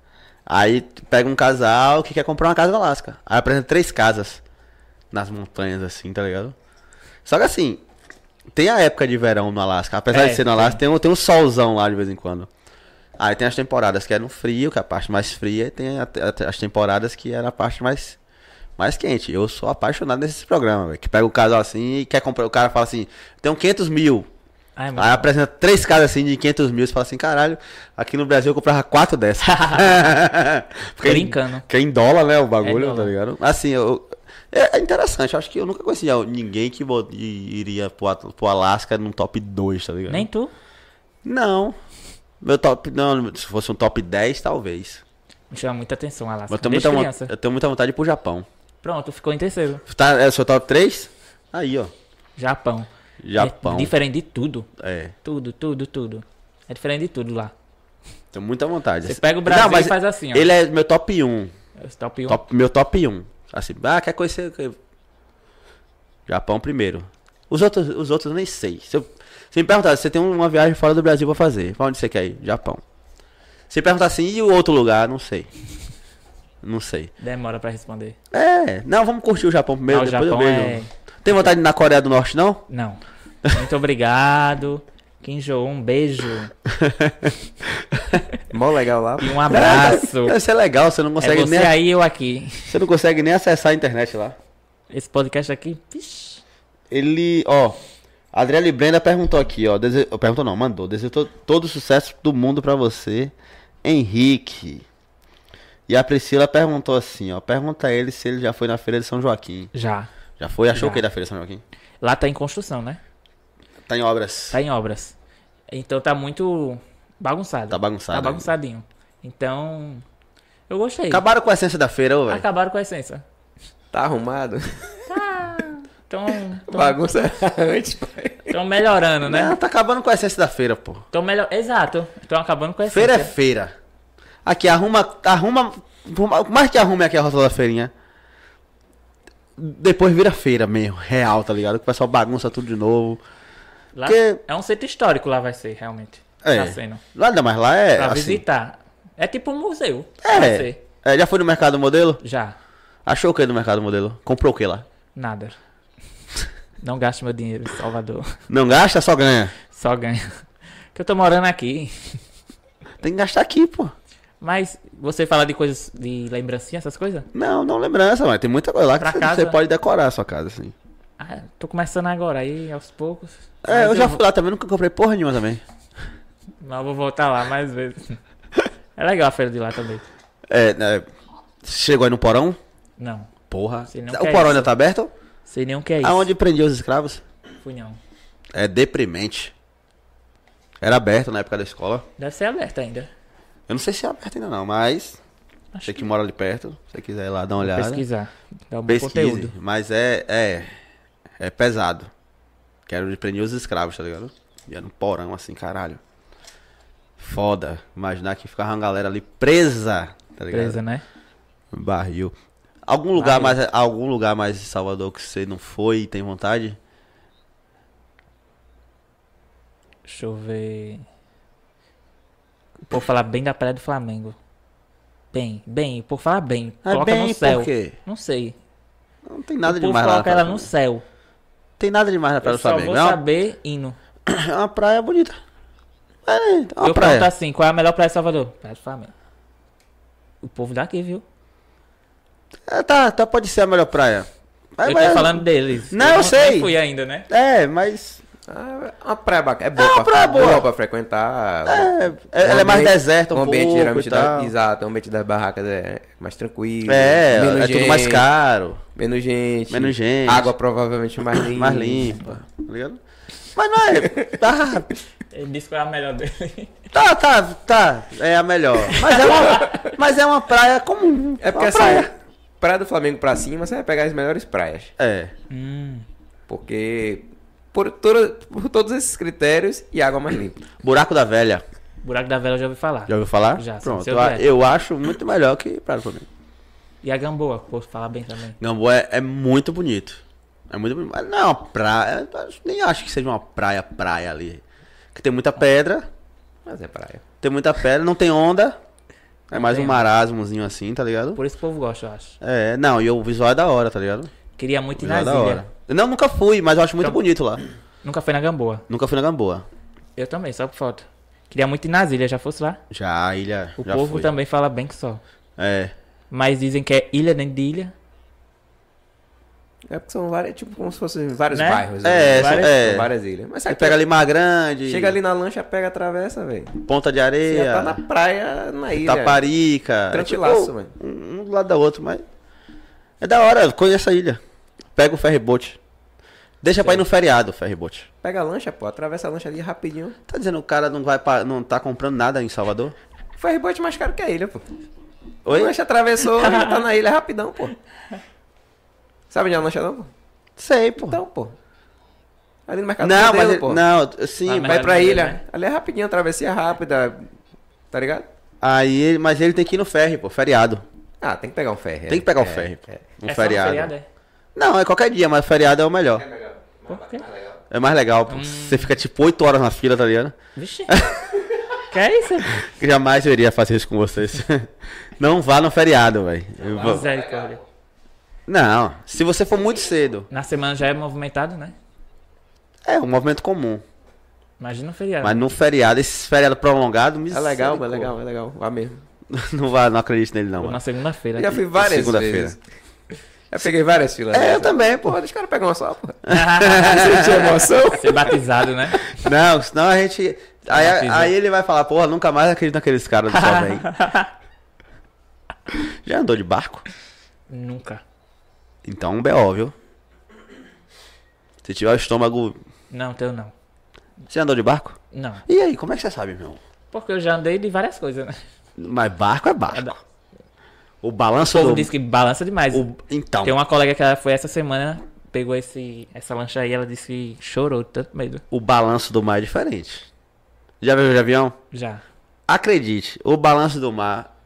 S4: Aí tu pega um casal que quer comprar uma casa no Alasca. Aí apresenta três casas nas montanhas, assim, tá ligado? Só que assim, tem a época de verão no Alasca. Apesar
S2: É,
S4: de ser no Alasca, tem, um- tem um solzão lá de vez em quando. Aí tem as temporadas que é no frio, que é a parte mais fria, e tem a- a- as temporadas que era a parte mais, mais quente. Eu sou apaixonado nesses programas, velho. Que pega o casal assim e quer comprar. O cara fala assim, tem um 500 mil.
S2: Ah, é muito
S4: Aí
S2: bom.
S4: apresenta três casas assim de 500 mil. Você fala assim, caralho, aqui no Brasil eu comprava quatro dessas. Porque em-
S2: Brincando.
S4: Porque é em dólar, né? O
S2: É em
S4: bagulho,
S2: dólar.
S4: tá ligado? Assim, eu- é, é interessante. Eu acho que eu nunca conheci ninguém que bo- i- iria pro, At- pro Alasca num top 2, tá ligado?
S2: Nem tu?
S4: Não. Meu top. Não, se fosse um top 10, talvez.
S2: Me chama muita atenção, Alasca.
S4: Mas tá eu tenho,
S2: Desde
S4: muita, von-
S2: criança.
S4: eu tenho muita vontade de ir pro Japão.
S2: Pronto, ficou em terceiro.
S4: Tá, é o seu top 3? Aí, ó.
S2: Japão.
S4: Japão.
S2: É diferente de tudo.
S4: É.
S2: Tudo, tudo, tudo. É diferente de tudo lá.
S4: Tenho muita vontade.
S2: Você pega o Brasil
S4: mas
S2: e faz assim, ó.
S4: Ele é meu top 1.
S2: É o top 1.
S4: Top- meu top 1. Assim, ah, quer conhecer. que- Japão primeiro. Os outros, os outros eu nem sei. Se, eu, se me perguntar, você tem uma viagem fora do Brasil pra fazer. Pra onde você quer ir? Japão. Se me perguntar assim, e o outro lugar? Não sei. Não sei.
S2: Demora pra responder.
S4: É, não, vamos curtir o Japão primeiro,
S2: Ah, o
S4: depois
S2: Japão
S4: eu vejo.
S2: é-
S4: Tem vontade de ir na Coreia do Norte, não?
S2: Não. Muito obrigado. Kim Jong, um beijo.
S3: Mó legal lá.
S2: E um abraço.
S4: Deve ser legal, você não
S2: É
S4: consegue, né?
S2: você
S4: nem,
S2: aí eu aqui.
S4: você não consegue nem acessar a internet lá.
S2: Esse podcast aqui, vixi,
S4: Ele, ó. Adriele Brenda perguntou aqui, ó. Dese... ó, Perguntou não, mandou. Desejo to- todo o sucesso do mundo pra você, Henrique. E a Priscila perguntou assim, ó. Pergunta a ele se ele já foi na feira de São Joaquim.
S2: já.
S4: Já foi? Achou
S2: Já.
S4: o que da feira de São Joaquim?
S2: Lá tá em construção, né?
S4: Tá em obras.
S2: Tá em obras. Então tá muito bagunçado.
S4: Tá bagunçado,
S2: Tá
S4: né?
S2: bagunçadinho. Então, eu gostei.
S4: Acabaram com a essência da feira, ô, velho.
S2: Acabaram com a essência.
S3: Tá arrumado.
S2: Então,
S3: Bagunça antes, pai.
S2: estão melhorando, né?
S4: Não, tá acabando com a essência da feira, pô.
S2: Estão melhor... Exato. Estão acabando com a essência.
S4: Feira é feira. Aqui, arruma. Arruma. arruma- Mais que arrume aqui é a rota da feirinha. Depois vira feira mesmo, real, tá ligado? Que o pessoal bagunça tudo de novo.
S2: Lá
S4: Porque-
S2: É um centro histórico lá vai ser, realmente.
S4: É.
S2: Tá sendo.
S4: Lá ainda mais lá é.
S2: Pra
S4: assim,
S2: visitar. É tipo um museu. Vai
S4: É,
S2: ser.
S4: é. Já foi no Mercado Modelo?
S2: Já.
S4: Achou o que no Mercado Modelo? Comprou o que lá?
S2: Nada. Não gasto meu dinheiro em Salvador.
S4: Não gasta, só ganha.
S2: Só ganho. Que eu tô morando aqui.
S4: Tem que gastar aqui, pô.
S2: Mas você fala de coisas de lembrancinha, essas coisas?
S4: Não, não lembrança, mas tem muita coisa lá que
S2: Pra
S4: você,
S2: casa.
S4: você pode decorar a sua casa, assim.
S2: Ah, tô começando agora, aí aos poucos.
S4: É,
S2: Mas
S4: eu já
S2: vou-
S4: fui lá também, nunca comprei porra nenhuma também.
S2: Mas eu vou voltar lá mais vezes. É legal a feira de lá também.
S4: É, é, chegou aí no porão?
S2: Não.
S4: Porra.
S2: Você não
S4: O
S2: quer
S4: porão
S2: isso.
S4: ainda tá aberto?
S2: Sei nem o que é isso.
S4: Aonde prendiam os escravos?
S2: Fui não.
S4: É deprimente. Era aberto na época da escola.
S2: Deve ser aberta ainda.
S4: Eu não sei se é aberto ainda não, mas...
S2: Acho
S4: Você que mora ali perto, se você quiser ir lá dar uma olhada.
S2: Pesquisar. Dá um bom
S4: Tá. Pesquise,
S2: conteúdo.
S4: mas é, é é pesado. Quero prender os escravos, tá ligado? E era um porão assim, caralho. Foda. Imaginar que ficava uma galera ali presa, tá ligado?
S2: Beleza, né?
S4: Barril. Algum lugar
S2: Barril.
S4: mais algum lugar mais em Salvador que você não foi e tem vontade?
S2: Deixa eu ver. Por falar bem da praia do Flamengo. Bem, bem, por falar bem. Coloca no céu.
S4: Ah, por quê?
S2: Não sei.
S4: Não tem nada
S2: o povo
S4: demais lá.
S2: coloca
S4: na Praia
S2: ela
S4: do
S2: no
S4: Flamengo.
S2: céu.
S4: Tem nada demais na
S2: Eu
S4: Praia do
S2: só vou
S4: Flamengo. É uma,
S2: saber indo.
S4: é uma praia bonita. É, é uma
S2: eu pergunto
S4: praia.
S2: assim, qual é a melhor praia de Salvador? Praia do Flamengo. O povo daqui, viu?
S4: É, tá, tá, pode ser a melhor praia. É, Mas-
S2: eu tô
S4: mas-
S2: falando deles.
S4: Não, eu
S2: nem
S4: sei.
S2: fui ainda, né?
S4: É, mas
S3: Ah, é uma praia bacana. É boa,
S4: uma praia boa.
S3: pra frequentar.
S2: Tá
S4: É,
S3: Um
S4: ela é mais
S3: ambiente-
S4: deserta um
S3: ambiente
S4: pouco e
S3: geralmente da-
S4: tal.
S3: Exato, o ambiente das barracas é mais tranquilo.
S4: É,
S3: menos
S4: é tudo mais
S3: gente,
S4: caro,
S3: Menos gente.
S4: Menos gente.
S3: Água provavelmente mais limpa.
S4: mais limpa, tá ligado? Mas não é, tá,
S2: Ele disse qual é a melhor dele.
S4: tá, tá, tá, é a melhor. Mas é uma, mas é uma praia comum.
S3: É porque
S4: uma
S3: assim,
S4: praia.
S3: praia do Flamengo pra cima, você vai pegar as melhores praias.
S4: É,
S2: Hum.
S3: Porque por, toda- por todos esses critérios e água mais limpa.
S4: Buraco da Velha.
S2: Buraco da Vela eu já ouvi falar.
S4: Já ouviu falar?
S2: Já, sim,
S4: Pronto,
S2: seu
S4: eu,
S2: Beto.
S4: eu acho muito melhor que Praia do Flamengo.
S2: E a Gamboa, posso falar bem também.
S4: Gamboa é, é muito bonito. É muito bonito. Mas não é uma praia. eu acho- nem acho que seja uma praia, praia ali. Que tem muita pedra,
S3: Mas é praia.
S4: tem muita pedra, não tem onda. É mais um
S2: tem
S4: marasmozinho assim, tá ligado?
S2: Por isso o povo gosta, eu acho.
S4: É, não, e o visual é da hora, tá ligado?
S2: Queria muito
S4: O
S2: ir nas
S4: visual é da
S2: ilhas.
S4: hora. Não, nunca fui, mas eu acho muito
S2: Então-
S4: bonito lá.
S2: Nunca fui na Gamboa.
S4: Nunca fui na Gamboa.
S2: Eu também, só por foto. Queria muito ir nas ilhas, já fosse lá.
S4: Já, a ilha.
S2: O
S4: já
S2: povo
S4: fui.
S2: também fala bem que só.
S4: É.
S2: Mas dizem que é ilha dentro de ilha.
S3: É porque são várias, tipo, como se fossem vários
S2: Né?
S3: bairros.
S4: É,
S3: né?
S4: são-
S3: várias,
S4: é.
S3: são várias ilhas. Mas
S4: Aí
S3: sabe,
S4: pega ali Mar Grande.
S3: Chega ali na lancha, pega a travessa, velho.
S4: Ponta de
S3: Você
S4: areia.
S3: já tá na praia, na ilha.
S4: Taparica.
S3: é Tranquilaço,
S4: Tipo,
S3: mano.
S4: Um um do lado da outro, mas. É da hora, conheço a ilha. Pega o ferryboat. Deixa pra ir no feriado o ferryboat.
S3: Pega a lancha, pô. Atravessa a lancha ali rapidinho.
S4: Tá dizendo que o cara não vai pra, não tá comprando nada em Salvador?
S3: Foi rebote mais caro que a ilha, pô.
S4: Oi?
S3: A lancha atravessou, já tá na ilha rapidão, pô. Sabe onde é a lancha não, pô?
S4: Sei, pô.
S3: Então, pô. Ali no mercado
S4: não,
S3: do
S4: mas
S3: modelo,
S4: ele,
S3: pô.
S4: não, sim,
S2: Mas-
S4: mas,
S3: Vai pra
S2: Mercado
S3: ilha.
S2: Modelo, né?
S3: Ali é rapidinho, travessia rápida. Tá ligado?
S4: aí, ele- mas ele tem que ir no ferry, pô, feriado.
S3: Ah, tem que pegar um ferry.
S4: Tem que pegar o
S3: É,
S4: ferry, pô. Um
S3: é.
S2: é só no
S4: feriado.
S2: feriado, é?
S4: Não, é qualquer dia, mas feriado é o melhor.
S2: Por quê?
S4: É mais legal, pô. Você fica tipo 8 horas na fila, tá ligado?
S2: Vixe. que é isso?
S4: Jamais eu iria fazer isso com vocês. não vá no feriado, velho. Eu vou-
S2: Misericórdia.
S4: Não, se você for muito cedo,
S2: Na semana já é movimentado, né?
S4: é um movimento comum.
S2: Imagina o feriado.
S4: Mas no feriado, esse feriado prolongado,
S3: É legal, é legal, é legal. Vá mesmo.
S4: misericórdia. Não, vai, não acredito nele, não.
S2: Ou
S4: mano.
S2: na segunda-feira.
S3: Eu já fui várias
S4: Segunda-feira.
S3: vezes. Já peguei várias filas.
S4: É, eu
S3: dessas.
S4: também, pô. É.
S3: Pô, deixa o cara pegar uma só, pô.
S2: Ser
S3: Sentir emoção.
S2: batizado, né?
S4: Não, senão a gente. Aí,
S2: Traumatiza.
S4: aí ele vai falar, porra, nunca mais acredito naqueles caras do Flamengo. Já andou de barco?
S2: Nunca.
S4: Então, um B.O., viu? Se tiver o estômago.
S2: Não, teu não.
S4: Você já andou de barco?
S2: Não.
S4: E aí, como é que você sabe, meu?
S2: Porque eu já andei de várias coisas, né?
S4: Mas barco é
S2: É da-
S4: barco.
S2: O
S4: O balanço
S2: povo
S4: do.
S2: diz que balança demais.
S4: o- Então.
S2: Tem uma colega que ela foi essa semana, pegou esse, essa lancha aí, ela disse que chorou de tanto medo.
S4: o balanço do mar é diferente. Já viu de avião?
S2: Já.
S4: Acredite, o balanço do mar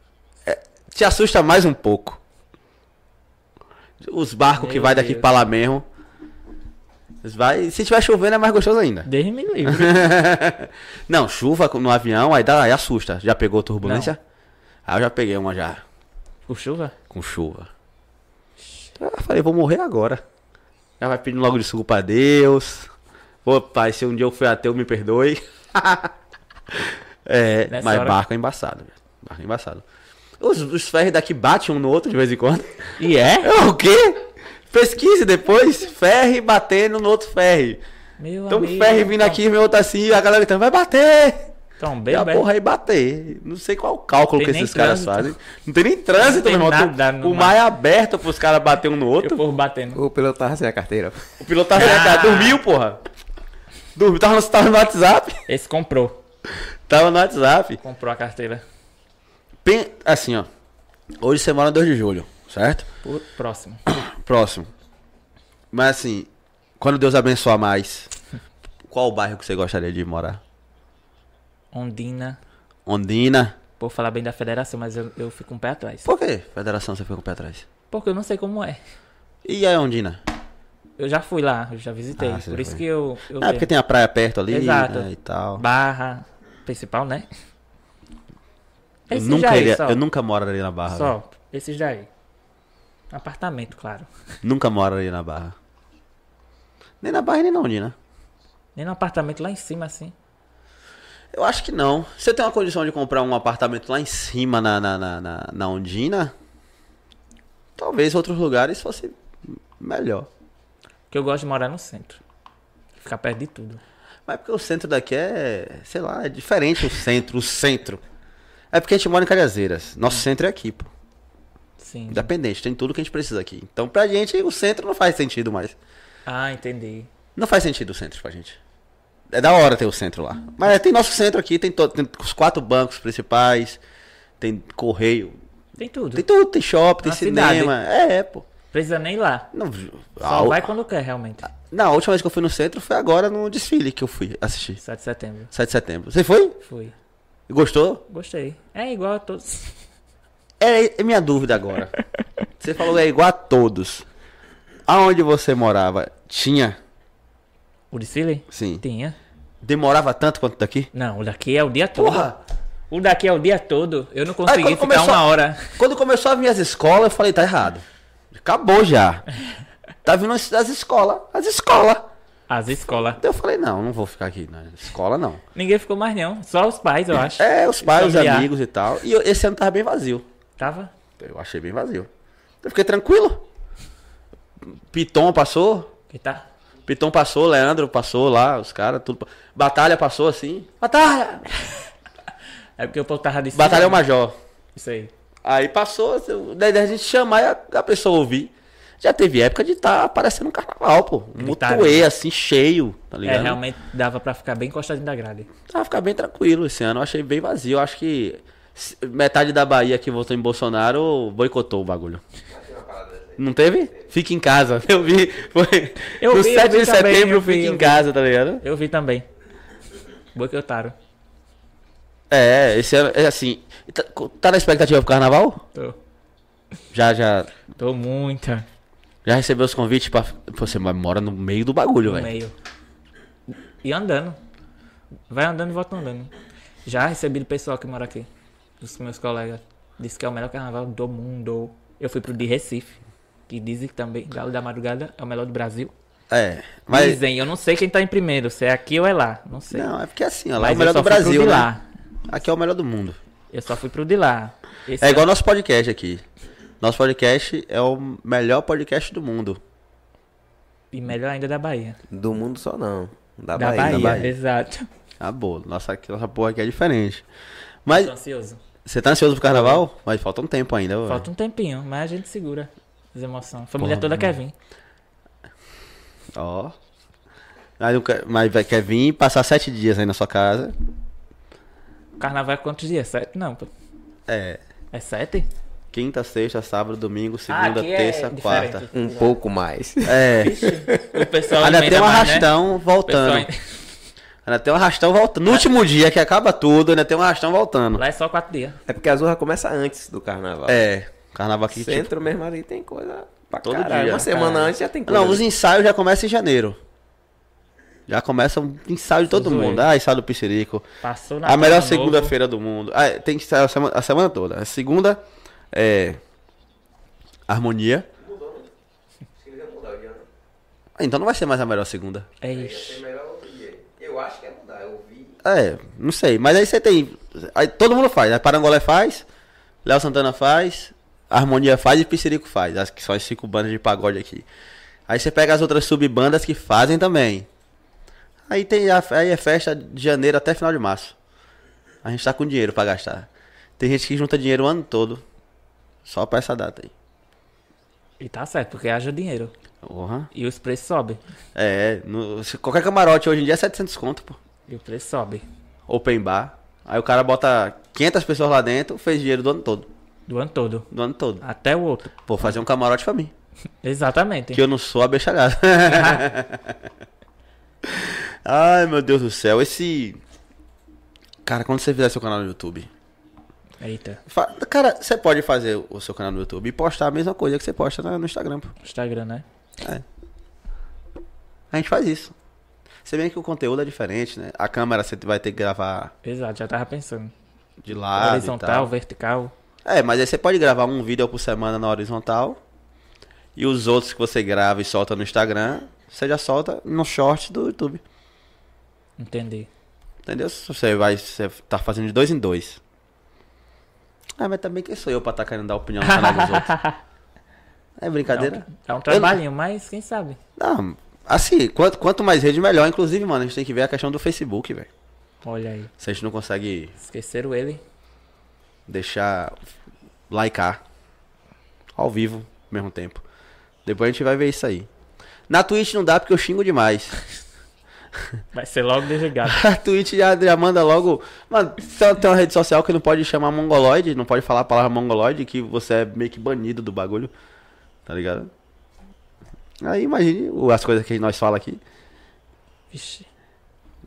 S4: é- te assusta mais um pouco. Os barcos que
S2: Meu
S4: vai daqui
S2: Deus.
S4: para lá mesmo. Vai, se tiver chovendo é mais gostoso ainda.
S2: Deus me livre.
S4: Não, chuva no avião aí dá, aí assusta. Já pegou turbulência? Ah, eu já peguei uma já
S2: Com chuva?
S4: com chuva. Ah, Eu falei, vou morrer agora. Já vai pedindo logo desculpa a Deus. Ô, pai, se um dia eu fui ateu, me perdoe. é,
S2: Nessa
S4: mas
S2: hora-
S4: barco é embaçado, velho. Barco é embaçado. Os, os ferros daqui batem um no outro de vez em quando. E é? O quê? Pesquise depois. Ferre batendo no outro ferre.
S2: Meu
S4: Então um
S2: amigo.
S4: ferre vindo
S2: tom-
S4: aqui, meu outro assim, a galera gritando, vai bater.
S2: Tom,
S4: E
S2: Tá um bem,
S4: a
S2: bem.
S4: porra aí bater. Não sei qual o cálculo
S2: Tem
S4: que
S2: nem
S4: esses caras
S2: trânsito.
S4: fazem. Não tem nem trânsito,
S2: Não tem
S4: meu irmão.
S2: nada no
S4: o mar é aberto pros caras bater um no
S2: E o
S4: outro.
S2: povo batendo.
S3: O piloto tava sem a carteira. pô.
S4: O piloto tava ah. cara, dormiu, porra. Dormiu, tava no, tava no WhatsApp.
S2: Esse comprou.
S4: Tava no WhatsApp.
S2: Comprou a carteira.
S4: Pen- Assim, ó. Hoje semana 2 de julho, certo?
S2: Pro próximo.
S4: Próximo. Mas assim, quando Deus abençoar mais, qual bairro que você gostaria de morar?
S2: Ondina.
S4: Ondina.
S2: Por falar bem da federação, mas eu, eu fico um pé atrás.
S4: Por quê? Federação, você foi com o pé atrás.
S2: Porque eu não sei como é.
S4: E aí, Ondina?
S2: Eu já fui lá, eu já visitei.
S4: Ah, você
S2: por
S4: já
S2: isso
S4: foi.
S2: que eu. eu
S4: Ah, porque
S2: lembro.
S4: tem a praia perto ali
S2: Exato.
S4: né, e tal.
S2: Barra principal, né?
S4: Eu
S2: Esses
S4: nunca,
S2: daí,
S4: iria,
S2: é só.
S4: eu nunca moraria na Barra. velho.
S2: Só, esses daí. Apartamento, claro.
S4: Nunca moraria na Barra. Nem na Barra, nem na Ondina.
S2: Nem no apartamento lá em cima, assim.
S4: Eu acho que não. Você tem uma condição de comprar um apartamento lá em cima na, na, na, na- na Ondina? Talvez outros lugares fosse melhor.
S2: Porque eu gosto de morar no centro. Ficar perto de tudo.
S4: Mas porque o centro daqui é, sei lá, é diferente o centro, o centro. É porque a gente mora em Cajazeiras. Nosso centro é aqui, pô.
S2: Sim.
S4: Independente, tem tudo que a gente precisa aqui. Então, pra gente, o centro não faz sentido mais.
S2: Ah, entendi.
S4: Não faz sentido o centro pra gente. É da hora ter o centro lá. Mas é, tem nosso centro aqui, tem, to- tem os quatro bancos principais, tem correio,
S2: Tem tudo.
S4: tem tudo, tem shopping, tem
S2: Na
S4: cinema.
S2: cidade.
S4: É, é, pô.
S2: Precisa nem ir lá.
S4: Não, a,
S2: Só vai quando quer, realmente.
S4: Não, a última vez que eu fui no centro foi agora no desfile que eu fui assistir.
S2: 7 de setembro.
S4: 7 de setembro. Você foi?
S2: Fui.
S4: Gostou?
S2: Gostei. É igual a todos.
S4: É, é minha dúvida agora. você falou é igual a todos. Aonde você morava? Tinha?
S2: O desfile?
S4: Sim.
S2: Tinha.
S4: Demorava tanto quanto daqui?
S2: Não, o daqui é o dia todo.
S4: Porra!
S2: O daqui é o dia todo. Eu não consegui
S4: quando
S2: ficar
S4: começou-
S2: uma hora.
S4: Quando começou a vir as escolas, eu falei, tá errado. Acabou já. Tá vindo as as escolas. As escolas.
S2: As escolas.
S4: Daí eu falei, não, não vou ficar aqui na escola, não.
S2: Ninguém ficou mais não. Só os pais, eu acho.
S4: É, os pais, os
S2: Familiar.
S4: amigos e tal. E eu- esse ano tava bem vazio.
S2: Tava?
S4: Eu achei bem vazio. Eu fiquei tranquilo. Piton passou.
S2: Que tá?
S4: Piton passou, Leandro passou lá, os caras, tudo. pa- Batalha passou assim. Batalha!
S2: É porque o povo tava de
S4: Batalha é o Major.
S2: Isso aí.
S4: Aí passou, assim, daí a gente chamar e a, a pessoa ouvir. Já teve época de estar tá parecendo um carnaval, pô. Um
S2: Gritaram.
S4: mutuê, assim, cheio, tá ligado?
S2: né? É, realmente dava pra ficar bem encostadinho da grade.
S4: Tava ficar bem tranquilo esse ano. Eu achei bem vazio. Eu acho que se- metade da Bahia que votou em Bolsonaro boicotou o bagulho. Não teve? Fica em casa. Eu vi. Foi
S2: Eu
S4: no
S2: vi, eu
S4: 7
S2: vi também,
S4: de setembro,
S2: eu vi,
S4: fica
S2: eu
S4: em
S2: vi.
S4: casa, tá ligado?
S2: Eu vi também. Boicotaram.
S4: É, esse ano, é assim. Tá, tá na expectativa pro carnaval?
S2: Tô.
S4: Já, já.
S2: Tô muita.
S4: Já recebeu os convites pra. Pô, Você mora no meio do bagulho,
S2: No
S4: velho.
S2: meio. E andando. Vai andando e volta andando. Já recebi do pessoal que mora aqui. Dos meus colegas. Disse que é o melhor carnaval do mundo. Eu fui pro de Recife. Que dizem que também Galo da Madrugada é o melhor do Brasil.
S4: É, mas.
S2: Dizem, eu não sei quem tá em primeiro, se é aqui ou é lá. Não sei.
S4: Não, é porque assim, ó, lá
S2: Mas
S4: é o melhor
S2: eu só
S4: do
S2: fui pro
S4: Brasil,
S2: de
S4: né?
S2: lá.
S4: Aqui é o melhor do mundo.
S2: Eu só fui pro de lá. Esse
S4: É igual nosso podcast aqui. Nosso podcast é o melhor podcast do mundo.
S2: E melhor ainda da Bahia.
S3: Do mundo só não. Da,
S2: Da,
S3: Bahia.
S2: Bahia,
S3: Da
S4: Bahia.
S2: exato.
S4: Ah, boa. Nossa, aqui- nossa porra aqui é diferente. Mas
S2: Tô ansioso.
S4: você tá ansioso pro carnaval? Mas falta um tempo ainda. ué.
S2: Falta um tempinho, mas a gente segura as emoções. Família
S4: Porra,
S2: toda quer vir. um
S4: Ó. Mas, não quer- mas vai- quer vir passar sete dias aí na sua casa.
S2: Carnaval é quantos dias? Sete? Não, pô.
S4: É.
S2: É sete?
S4: Quinta, sexta, sábado, domingo, segunda,
S2: aqui é
S4: terça,
S2: diferente.
S4: quarta.
S3: Um pouco mais.
S4: É.
S2: O pessoal
S4: Ainda
S2: emenda
S4: tem um
S2: mais, né?
S4: arrastão
S2: O pessoal
S4: voltando.
S2: ainda-
S4: Ainda tem um arrastão voltando. No último dia que acaba tudo, ainda tem um arrastão voltando.
S2: Lá é só quatro dias.
S3: É porque a Zorra começa antes do carnaval.
S4: É. Carnaval aqui, tipo,
S3: Centro mesmo ali tem coisa pra
S4: Todo
S3: caralho.
S4: dia.
S3: Uma semana
S2: Caralho.
S3: antes já tem coisa.
S4: Não, os ensaios já começam em janeiro. Já começa o ensaio de todo
S2: Zoeira.
S4: mundo. Ah, ensaio do Piscirico.
S2: Passou na
S4: A melhor segunda-feira do mundo. Ah, tem ensaio a semana, a semana toda. A segunda é. Harmonia. Ah, Então não vai ser mais a melhor segunda.
S3: É
S2: Ixi.
S3: Eu acho que é mudar, eu vi.
S4: É, não sei. Mas aí você tem. Aí todo mundo faz. Aí Parangolé faz, Léo Santana faz, Harmonia faz e Piscirico faz. Acho que são as cinco bandas de pagode aqui. Aí você pega as outras subbandas que fazem também. Aí tem a, aí é festa de janeiro até final de março. A gente tá com dinheiro pra gastar. Tem gente que junta dinheiro o ano todo. Só pra essa data aí.
S2: E tá certo, porque haja dinheiro.
S4: Porra.
S2: E os preços sobem.
S4: É, no- se- qualquer camarote hoje em dia é 700 conto, pô.
S2: E o preço sobe.
S4: Open bar. Aí o cara bota 500 pessoas lá dentro, fez dinheiro do ano todo.
S2: Do ano todo.
S4: Do ano todo.
S2: Até o outro.
S4: Vou fazer um camarote pra mim.
S2: Exatamente.
S4: Que eu não sou abexalhado. Ai, meu Deus do céu. Esse. Cara, quando você fizer seu canal no YouTube.
S2: Eita.
S4: fa- Cara, você pode fazer o seu canal no YouTube e postar a mesma coisa que você posta na- no Instagram. pô.
S2: Instagram, né?
S4: A gente faz isso. Se bem que o conteúdo é diferente, né? A câmera você vai ter que gravar
S2: Exato, já tava pensando.
S4: Ah, de lado. e
S2: Horizontal,
S4: tal.
S2: vertical.
S4: É, mas aí você pode gravar um vídeo por semana na horizontal. E os outros que você grava e solta no Instagram, você já solta no short do YouTube.
S2: Entendi. um
S4: Entendeu? Se Você vai você tá fazendo de dois em dois. Ah, mas também quem sou eu pra tá querendo dar opinião no canal dos outros? É brincadeira?
S2: É um
S4: Eu não-
S2: trabalhinho, mas quem sabe?
S4: Não, Assim, quanto, quanto mais rede, melhor. Inclusive, mano, a gente tem que ver a questão do Facebook, velho.
S2: Olha aí.
S4: Se a gente não consegue
S2: Esqueceram ele.
S4: deixar likear ao vivo ao mesmo tempo. Depois a gente vai ver isso aí. Na Twitch não dá porque eu xingo demais.
S2: Vai ser logo desligado.
S4: A Twitch já, já manda logo. Mano, tem, tem uma rede social que não pode chamar mongoloide, não pode falar a palavra mongoloide, que você é meio que banido do bagulho. Tá ligado? Aí imagine o- as coisas que nós falamos aqui.
S2: Vixe.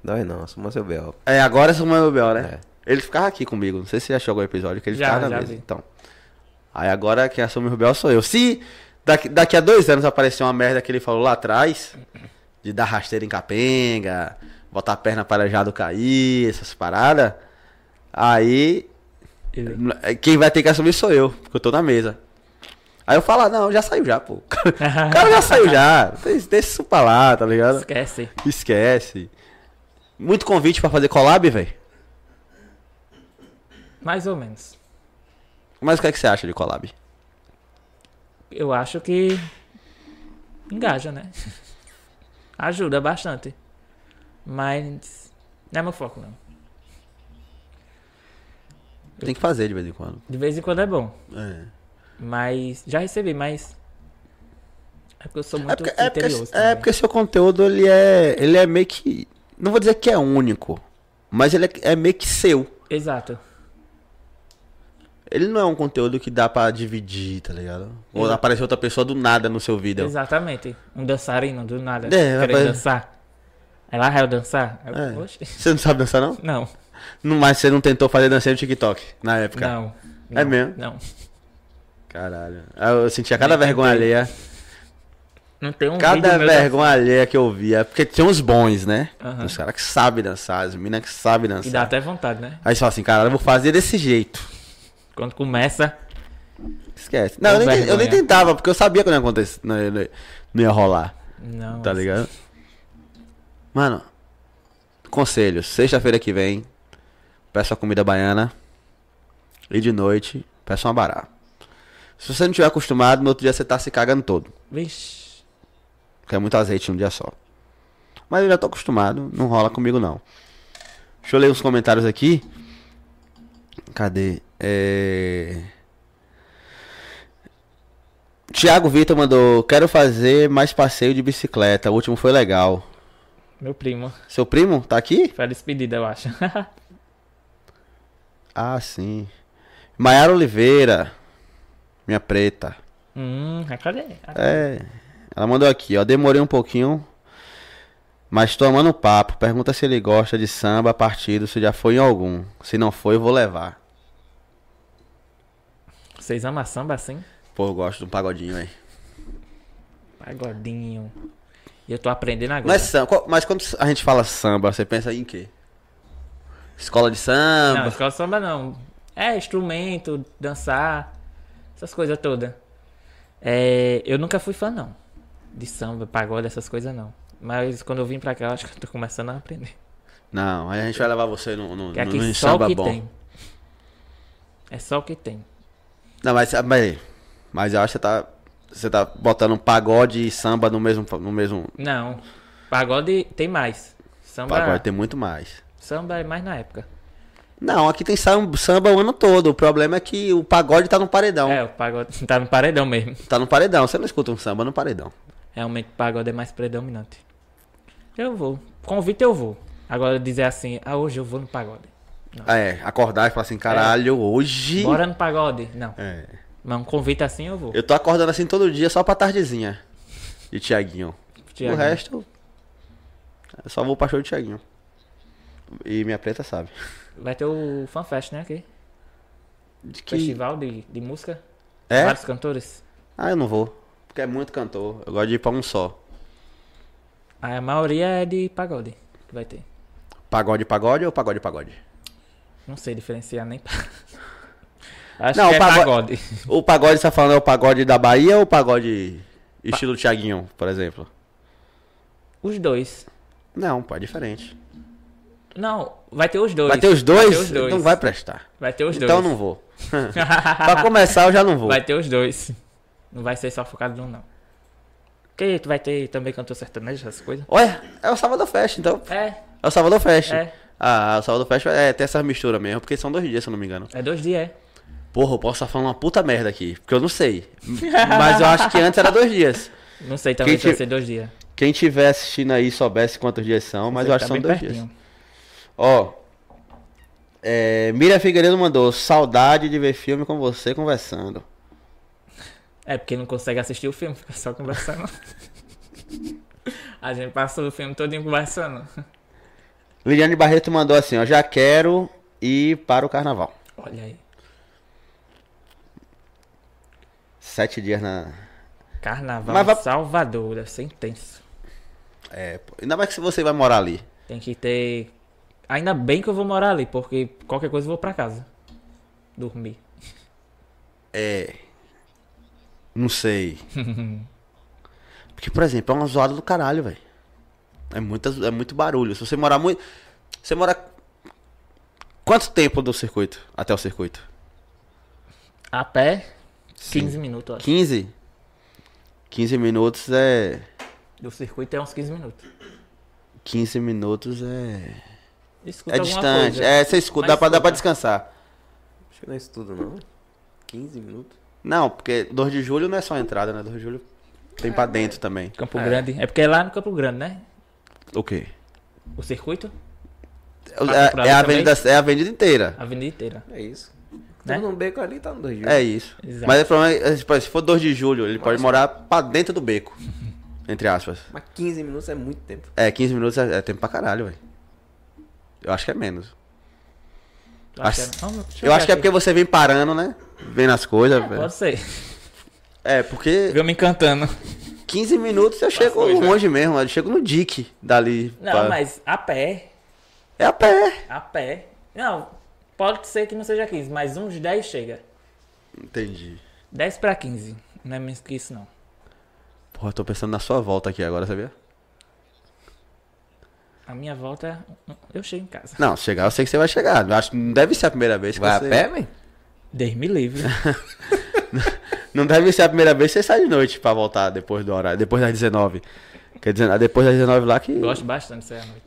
S3: Nós não, somos seu B.O.
S4: É, agora são o Bel,
S3: É.
S4: né? Ele ficava aqui comigo, não sei se você já chegou o episódio, que ele
S2: Já,
S4: ficava na
S2: já
S4: mesa.
S2: vi.
S4: Então. Aí agora quem assume o Bel sou eu. Se daqui, daqui a dois anos aparecer uma merda que ele falou lá atrás, de dar rasteira em capenga, botar a perna para jado cair, essas paradas, aí é,
S2: Ele-
S4: quem vai ter que assumir sou eu, porque eu tô na mesa. Aí eu falo, ah, não, já saiu já, pô. O cara, o cara já saiu já. Deixa isso pra lá, tá ligado?
S2: Esquece.
S4: Esquece. Muito convite pra fazer collab, velho.
S2: Mais ou menos.
S4: Mas o que, é que você acha de collab?
S2: Eu acho que engaja, né? Ajuda bastante. Mas não é meu foco, não.
S4: Tem que fazer de vez em quando.
S2: De vez em quando é bom. Mas já recebi, mas é porque eu sou
S4: É
S2: muito
S4: porque, é,
S2: criterioso.
S4: porque, é porque seu conteúdo ele é, ele é meio que. Não vou dizer que é único, mas ele é, é meio que seu.
S2: também. Exato.
S4: Ele não é um conteúdo que dá pra dividir, tá ligado? Ou
S2: Exato.
S4: aparecer outra pessoa do nada no seu vídeo.
S2: Exatamente. Um dançarino do nada.
S4: É,
S2: querendo
S4: rapaz.
S2: dançar. Aí lá vai eu dançar. Eu,
S4: É.
S2: Oxe.
S4: Você não sabe dançar, não?
S2: Não.
S4: não? Mas você não tentou fazer dancinha no TikTok na época?
S2: Não.
S4: É
S2: não,
S4: mesmo?
S2: Não.
S4: Caralho. Ah, Eu sentia cada vergonha alheia.
S2: Não tem um
S4: Cada
S2: vídeo meu dan-
S4: vergonha alheia que eu via. Porque tem uns bons, né?
S2: Aham.
S4: Os caras que sabem dançar, as meninas que sabem dançar.
S2: E dá até vontade, né?
S4: Aí você fala assim, cara, eu vou fazer desse jeito.
S2: Quando começa,
S4: Esquece. Não, eu
S2: Com
S4: nem, eu nem
S2: vergonha.
S4: tentava, porque eu sabia que não ia acontecer. Não, ia- não ia- não ia rolar,
S2: não.
S4: tá ligado? Mano, conselho. Sexta-feira que vem, peça uma comida baiana. E de noite, peça uma bará. Se você não tiver acostumado, no outro dia você tá se cagando todo.
S2: Vixe.
S4: Porque é muito azeite num dia só. Mas eu já tô acostumado, não rola comigo não. Deixa eu ler uns comentários aqui. Cadê? É... Tiago Vitor mandou: Quero fazer mais passeio de bicicleta. O último foi legal.
S2: Meu primo.
S4: Seu primo tá aqui?
S2: Foi a despedida, eu acho.
S4: Ah, sim. Maiara Oliveira, minha preta.
S2: hum, cadê?
S4: É. Ela mandou aqui, ó. Demorei um pouquinho, mas tô amando o papo. Pergunta se ele gosta de samba, partido, se já foi em algum. Se não foi, eu vou levar.
S2: Vocês amam samba assim?
S4: Pô, eu gosto de um pagodinho, hein?
S2: Pagodinho. E eu tô aprendendo agora.
S4: Mas, samba, é qual- mas quando a gente fala samba, você pensa em quê? Escola de
S2: Não,
S4: samba?
S2: escola de samba não. É, instrumento, dançar, essas coisas todas. É, eu nunca fui fã, não. De samba, pagode, essas coisas não. Mas quando eu vim pra cá, eu acho que eu tô começando a aprender.
S4: Não, aí a gente vai levar você num, num,
S2: Que aqui
S4: num
S2: só o
S4: Hum, samba
S2: que
S4: bom.
S2: tem. É só o que tem.
S4: Não, mas, ah, mas, mas eu acho que você tá, você tá botando pagode e samba no mesmo. No mesmo
S2: Não. Pagode tem mais. Samba,
S4: pagode, tem muito mais.
S2: samba é mais na época.
S4: Não, aqui tem sam- samba o ano todo. O problema é que o pagode tá no paredão.
S2: É, o pagode tá no paredão mesmo.
S4: Tá no paredão. Você não escuta um samba no paredão.
S2: Realmente o pagode é mais predominante. Eu vou. Convite eu vou. Agora dizer assim, ah, hoje eu vou no pagode.
S4: É, acordar e falar assim, caralho, hoje.
S2: É. Bora no pagode. Não.
S4: É.
S2: Mas um convite assim eu vou.
S4: Eu tô acordando assim todo dia só pra tardezinha. De Tiaguinho. O
S2: Thiago.
S4: resto. Eu só vou pra show de Tiaguinho. E minha preta sabe.
S2: Vai ter o FanFest, né, aqui?
S4: De
S2: Festival de, de música.
S4: É?
S2: Vários cantores.
S4: Ah, eu não vou. Porque é muito cantor. Eu gosto de ir pra um só.
S2: A maioria é de pagode que vai ter.
S4: Pagode, pagode ou pagode, pagode?
S2: Não sei diferenciar nem. Acho
S4: Não,
S2: que é
S4: o pago-
S2: pagode.
S4: O pagode que você tá falando é o pagode da Bahia ou o pagode estilo Tiaguinho, por exemplo?
S2: Os dois.
S4: Não, pô, é diferente.
S2: Não, vai ter os dois.
S4: Vai ter os dois?
S2: Vai ter os dois.
S4: Não vai prestar.
S2: Vai ter os dois. Ah.
S4: então eu não vou. pra começar, eu já não vou.
S2: Vai ter os dois. Não vai ser só focado num, não. Porque tu vai ter também cantor sertanejo, essas coisas.
S4: Olha, é o Salvador Fest, então.
S2: É,
S4: É o Salvador Fest.
S2: É.
S4: Ah, o Salvador Fest é, tem essa mistura mesmo, porque são dois dias, se eu não me engano.
S2: é dois dias, é.
S4: Porra, eu posso estar falando uma puta merda aqui, porque eu não sei. Mas eu acho que antes era dois dias.
S2: Não sei, talvez
S4: Que
S2: vai
S4: ti-
S2: ser dois dias. tá
S4: Quem tiver assistindo aí soubesse quantos dias são, mas eu acho que são
S2: bem
S4: dois dias.
S2: pertinho.
S4: Ó. É, Miriam Figueiredo mandou saudade de ver filme com você conversando.
S2: É, porque não consegue assistir o filme, fica só conversando. A gente passa o filme todo conversando.
S4: Liliane Barreto mandou assim, ó, já quero ir para o carnaval.
S2: Olha aí.
S4: Sete dias na.
S2: Carnaval
S4: Mas vai-
S2: em Salvador, deve ser intenso.
S4: É, pô, ainda mais que você vai morar ali.
S2: Tem que ter. Ainda bem que eu vou morar ali, porque qualquer coisa eu vou pra casa. Dormir.
S4: É. Não sei. Porque, por exemplo, é uma zoada do caralho, velho. É, muita, é muito barulho. Se você morar muito. Você mora. Quanto tempo do circuito? Até o circuito?
S2: A pé, 15 minutos, eu acho.
S4: 15? 15 minutos é.
S2: Do circuito é uns 15 minutos.
S4: 15 minutos é.
S2: Escuta
S4: É
S2: alguma
S4: distante.
S2: coisa.
S4: É, você escuta, dá
S2: Mas
S4: pra, dá pra
S2: escuta.
S4: descansar.
S3: Acho que não é isso tudo, não. 15 minutos.
S4: Não, porque 2 de julho não é só a entrada, né? 2 de julho tem
S2: É,
S4: pra dentro também.
S2: Campo Grande. É porque é lá no Campo Grande, né?
S4: O quê?
S2: O circuito, Passa por
S4: É,
S2: ali
S4: é a
S2: também?
S4: avenida, é a avenida inteira.
S2: a avenida inteira.
S3: É isso.
S2: Né?
S3: Tá num beco ali, tá no 2 dias.
S4: É isso.
S2: Exato.
S4: Mas o problema é, tipo, se for 2 de julho, ele pode morar pra dentro do beco. Entre aspas.
S3: Mas 15 minutos é muito tempo.
S4: É, 15 minutos é, é tempo pra caralho, velho. Eu acho que é menos.
S2: Eu acho,
S4: Acho-
S2: que é, Vamos- deixa
S4: Eu acho que é
S2: ver
S4: porque
S2: aqui.
S4: você vem parando, né? Vendo as coisas. velho.
S2: Pode ser.
S4: É, porque
S2: Viu me encantando.
S4: 15 minutos eu chego
S2: coisa.
S4: longe mesmo. Eu chego no dique dali.
S2: Tá né? Não,
S4: pra-
S2: mas a pé,
S4: É a pé.
S2: a pé. Não, pode ser que não seja 15, mas uns 10 chega.
S4: Entendi.
S2: 10 pra 15. Não é menos que isso, não.
S4: Porra, eu tô pensando na sua volta aqui agora, sabia?
S2: A minha volta, eu chego em casa.
S4: Não, chegar eu sei que você vai chegar. Eu Acho que não deve ser a primeira vez que
S3: Vai a
S4: você...
S3: pé, velho?
S2: Deus me livre.
S4: Não deve ser a primeira vez que você sai de noite pra voltar depois do horário, depois das 19. Quer dizer, depois das 19 lá que.
S2: Gosto bastante dessa noite.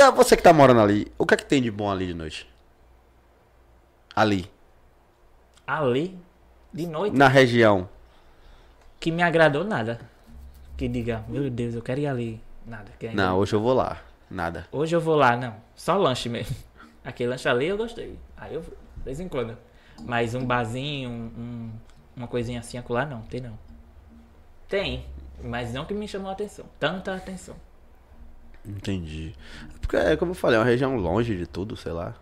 S4: Ah, você que tá morando ali, o que é que tem de bom ali de noite? Ali.
S2: Ali, de noite,
S4: Na região.
S2: que me agradou nada. Que diga, meu Deus, eu quero ir ali. Nada. Que é ainda-
S4: Não, hoje eu vou lá. Nada.
S2: Hoje eu vou lá, não. Só lanche mesmo. Aquele lanche ali eu gostei. Aí eu vou, de vez em quando. Mas um barzinho, um- um- uma coisinha assim acolá, não. Tem não. Tem, mas não que me chamou a atenção. Tanta atenção.
S4: Entendi. Porque, é, como eu falei, é uma região longe de tudo, sei lá.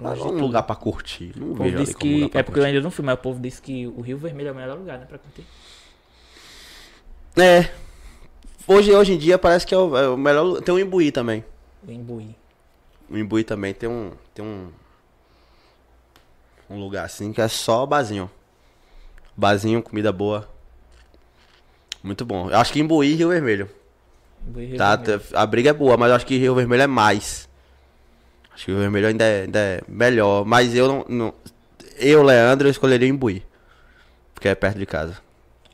S4: Não
S2: Longe
S4: é
S2: de
S4: um
S2: tudo.
S4: lugar pra curtir. Não
S2: O povo
S4: vejo ali
S2: disse
S4: como
S2: que.
S4: um lugar pra
S2: É porque eu ainda não fui, mas o povo disse que o Rio Vermelho é o melhor lugar, né? Pra curtir.
S4: curtir. É. Hoje, hoje em dia parece que é o, é o melhor. lu- Tem um imbuí também.
S2: O Imbuí.
S4: O Imbuí também tem um. Tem um. Um lugar assim que é só barzinho. Barzinho, comida boa. Muito bom. Eu acho que Imbuí e Rio Vermelho.
S2: Imbuí e Rio
S4: Tá,
S2: Vermelho.
S4: Tá, a briga é boa, mas eu acho que Rio Vermelho é mais. Acho que Rio Vermelho ainda é, ainda é melhor. Mas eu não, não- Eu, Leandro, eu escolheria Imbuí. Porque é perto de casa.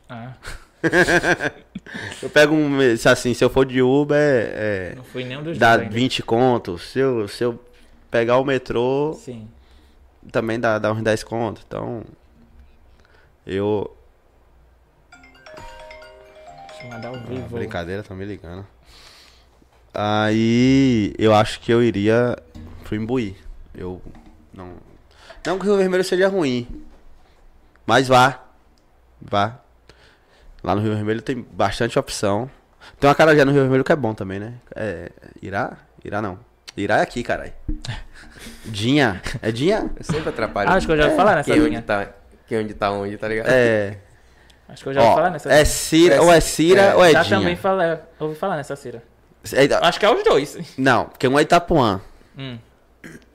S4: tá.
S2: Ah,
S4: Eu pego um. se Assim, se eu for de Uber, é.
S2: não fui nenhum
S4: é
S2: dos
S4: dá
S2: dois ainda.
S4: 20 contos. Se eu, se eu pegar o metrô.
S2: Sim.
S4: também dá, dá uns 10 conto. Então, eu.
S2: Chamada ao
S4: Ah,
S2: vivo.
S4: brincadeira, tá me ligando. Aí, eu acho que eu iria pro Imbuí. Eu não. Não que o Rio Vermelho seja ruim, mas vá. Vá. Lá no Rio Vermelho tem bastante opção. Tem uma cara no Rio Vermelho que é bom também, né? É, Irá? Irá não. Irá é aqui, caralho. Dinha. É Dinha?
S3: Eu sempre atrapalho.
S2: Acho que eu já ouvi falar nessa
S3: Quem
S2: linha.
S3: onde tá, quem onde tá onde, tá ligado?
S4: É.
S2: Acho que eu já ouvi
S4: Ó,
S2: falar nessa
S4: é Cira, ou é Cira
S3: É,
S4: ou é
S2: Já
S4: Dinha.
S2: também falei, ouvi falar nessa cira.
S4: É Ita-
S2: Acho que é os dois.
S4: Não, porque um é Itapuã.
S2: Hum.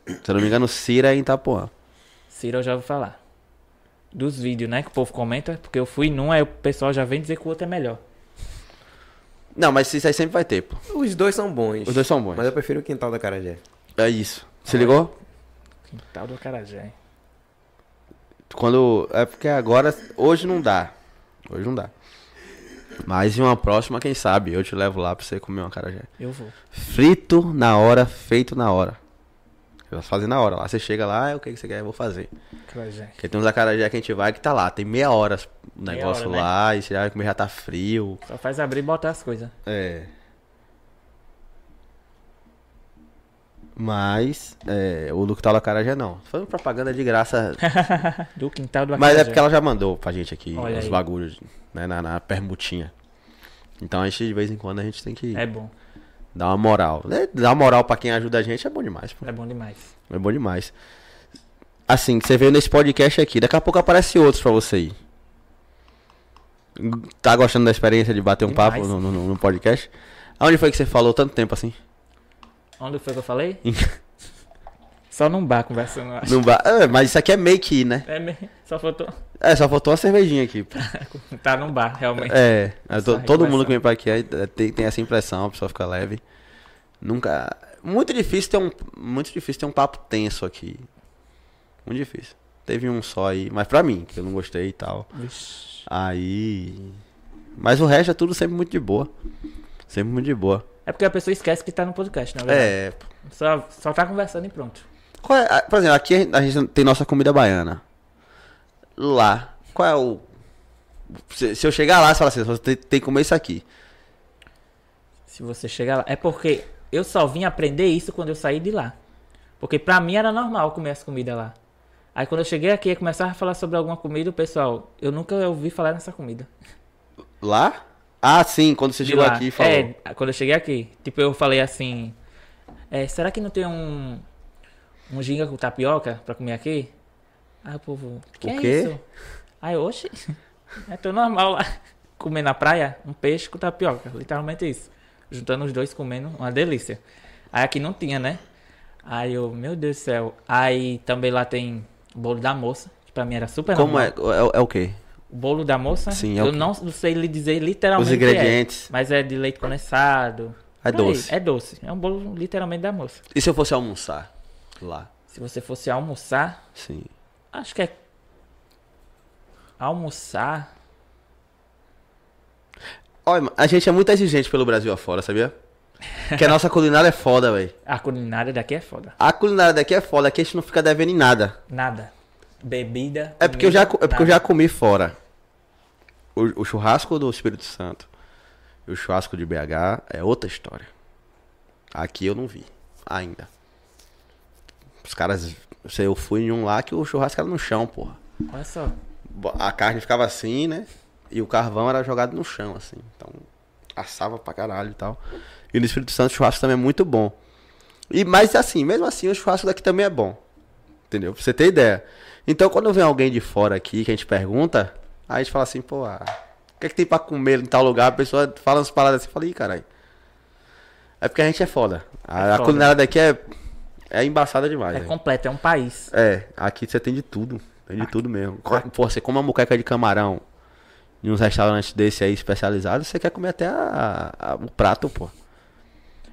S4: Se eu não me engano, Cira é em Itapuã.
S2: Cira eu já ouvi falar. Dos vídeos, né? Que o povo comenta. Porque eu fui num, aí o pessoal já vem dizer que o outro é melhor.
S4: Não, mas isso aí sempre vai ter, pô.
S3: Os dois são bons.
S4: Os dois são bons.
S3: Mas é eu prefiro o quintal da Carajé.
S4: É isso. Se ligou?
S2: Quintal do Acarajé. hein?
S4: Quando. É porque agora. Hoje não dá. Hoje não dá. Mas em uma próxima, quem sabe, eu te levo lá pra você comer uma acarajé.
S2: Eu vou.
S4: Frito na hora, feito na hora. Você vai fazer na hora lá. Você chega lá, é o que que você quer, eu vou fazer.
S2: Acarajé.
S4: Porque tem uns acarajé que a gente vai que tá lá, tem meia hora o
S2: Meia
S4: negócio
S2: hora, né?
S4: lá, e você já vai comer, já tá frio.
S2: Só faz abrir e botar as coisas.
S4: É. Mas, é, o do que tá lá acarajé não. Tô fazendo propaganda de graça.
S2: Do quintal do
S4: Mas
S2: acarajé.
S4: é porque ela já mandou pra gente aqui
S2: Olha
S4: os
S2: aí.
S4: bagulhos, né, na, na permutinha. Então a gente, de vez em quando, a gente tem que
S2: É bom.
S4: dar uma moral. né? Dar uma moral pra quem ajuda a gente é bom demais, pô.
S2: É bom demais.
S4: É bom demais. Assim, que você veio nesse podcast aqui, daqui a pouco aparece outros pra você ir. Tá gostando da experiência de bater um
S2: Demais.
S4: papo no, no- no podcast? Aonde foi que você falou tanto tempo assim?
S2: Onde foi que eu falei? Só num bar conversando, eu acho.
S4: Num bar. É, mas isso aqui é make, né?
S2: É mesmo. Só faltou.
S4: É, só faltou uma cervejinha aqui. pô.
S2: Tá num bar, realmente.
S4: É, eu tô-
S2: Essa
S4: todo mundo
S2: regressão.
S4: que vem pra aqui aí, é, tem, tem essa impressão, a pessoa fica leve. Nunca. Muito difícil ter um, muito difícil ter um papo tenso aqui. Muito difícil. Teve um só aí, mas pra mim, que eu não gostei e tal. É.
S2: Vixe.
S4: Aí. Mas o resto é tudo sempre muito de boa. Sempre muito de boa.
S2: É porque a pessoa esquece que tá no podcast, na verdade.
S4: É. pô.
S2: Só, só tá conversando e pronto.
S4: Qual é, a- por exemplo, aqui a gente- a gente tem nossa comida baiana. Lá. Qual é o. Se, se eu chegar lá e falar assim, você tem, tem que comer isso aqui.
S2: Se você chegar lá. É porque eu só vim aprender isso quando eu saí de lá. Porque pra mim era normal comer as comidas lá. Aí quando eu cheguei aqui e começava a falar sobre alguma comida, o pessoal, eu nunca ouvi falar nessa comida.
S4: Lá? Ah, sim, quando você
S2: De
S4: chegou
S2: lá.
S4: aqui e falou.
S2: É, quando eu cheguei aqui, tipo, eu falei assim, é, será que não tem um um ginga com tapioca pra comer aqui? Aí o povo, que
S4: O
S2: é
S4: quê?
S2: isso? Aí, oxe, é tão normal lá. Comer na praia, um peixe com tapioca, literalmente isso. Juntando os dois, comendo, uma delícia. Aí aqui não tinha, né? Aí eu, meu Deus do céu. Aí também lá tem bolo da moça, que pra mim era super
S4: Como
S2: normal.
S4: é? É, é o quê?
S2: O bolo da moça,
S4: Sim, é o
S2: eu
S4: que-
S2: não sei lhe dizer literalmente.
S4: Os
S2: o que é,
S4: ingredientes.
S2: mas é de leite condensado.
S4: É
S2: Por aí,
S4: doce.
S2: É doce. É um bolo literalmente da moça.
S4: E se eu fosse almoçar? Lá.
S2: Se você fosse almoçar,
S4: Sim.
S2: acho que é. Almoçar.
S4: Olha, a gente é muito exigente pelo Brasil afora, sabia? Porque a nossa culinária é foda, velho.
S2: A culinária daqui é foda.
S4: A culinária daqui é foda, aqui a gente não fica devendo em nada.
S2: Nada. Bebida.
S4: É porque, eu já,
S2: comida,
S4: co- é porque eu
S2: nada.
S4: já comi fora. O, o churrasco do Espírito Santo e o churrasco de BH é outra história. Aqui eu não vi, ainda. Os caras. sei, Eu fui em um lá que o churrasco era no chão, porra.
S2: Olha só.
S4: Bo- A carne ficava assim, né? E o carvão era jogado no chão, assim. Então, assava pra caralho e tal. E no Espírito Santo o churrasco também é muito bom. E mais assim, mesmo assim, o churrasco daqui também é bom. Entendeu? Pra você ter ideia. Então, quando vem alguém de fora aqui que a gente pergunta, aí a gente fala assim, pô, ah, o que é que tem pra comer em tal lugar? A pessoa fala umas paradas assim, fala, ih, caralho. É porque a gente é foda. A,
S2: É
S4: a
S2: foda.
S4: culinária daqui é, é embaçada demais.
S2: É
S4: né?
S2: completo, é um país.
S4: É, aqui você tem de tudo. Tem de tudo mesmo. Co- é? Pô, você come uma muqueca de camarão em uns restaurantes desse aí especializados, você quer comer até a- a- o prato, pô.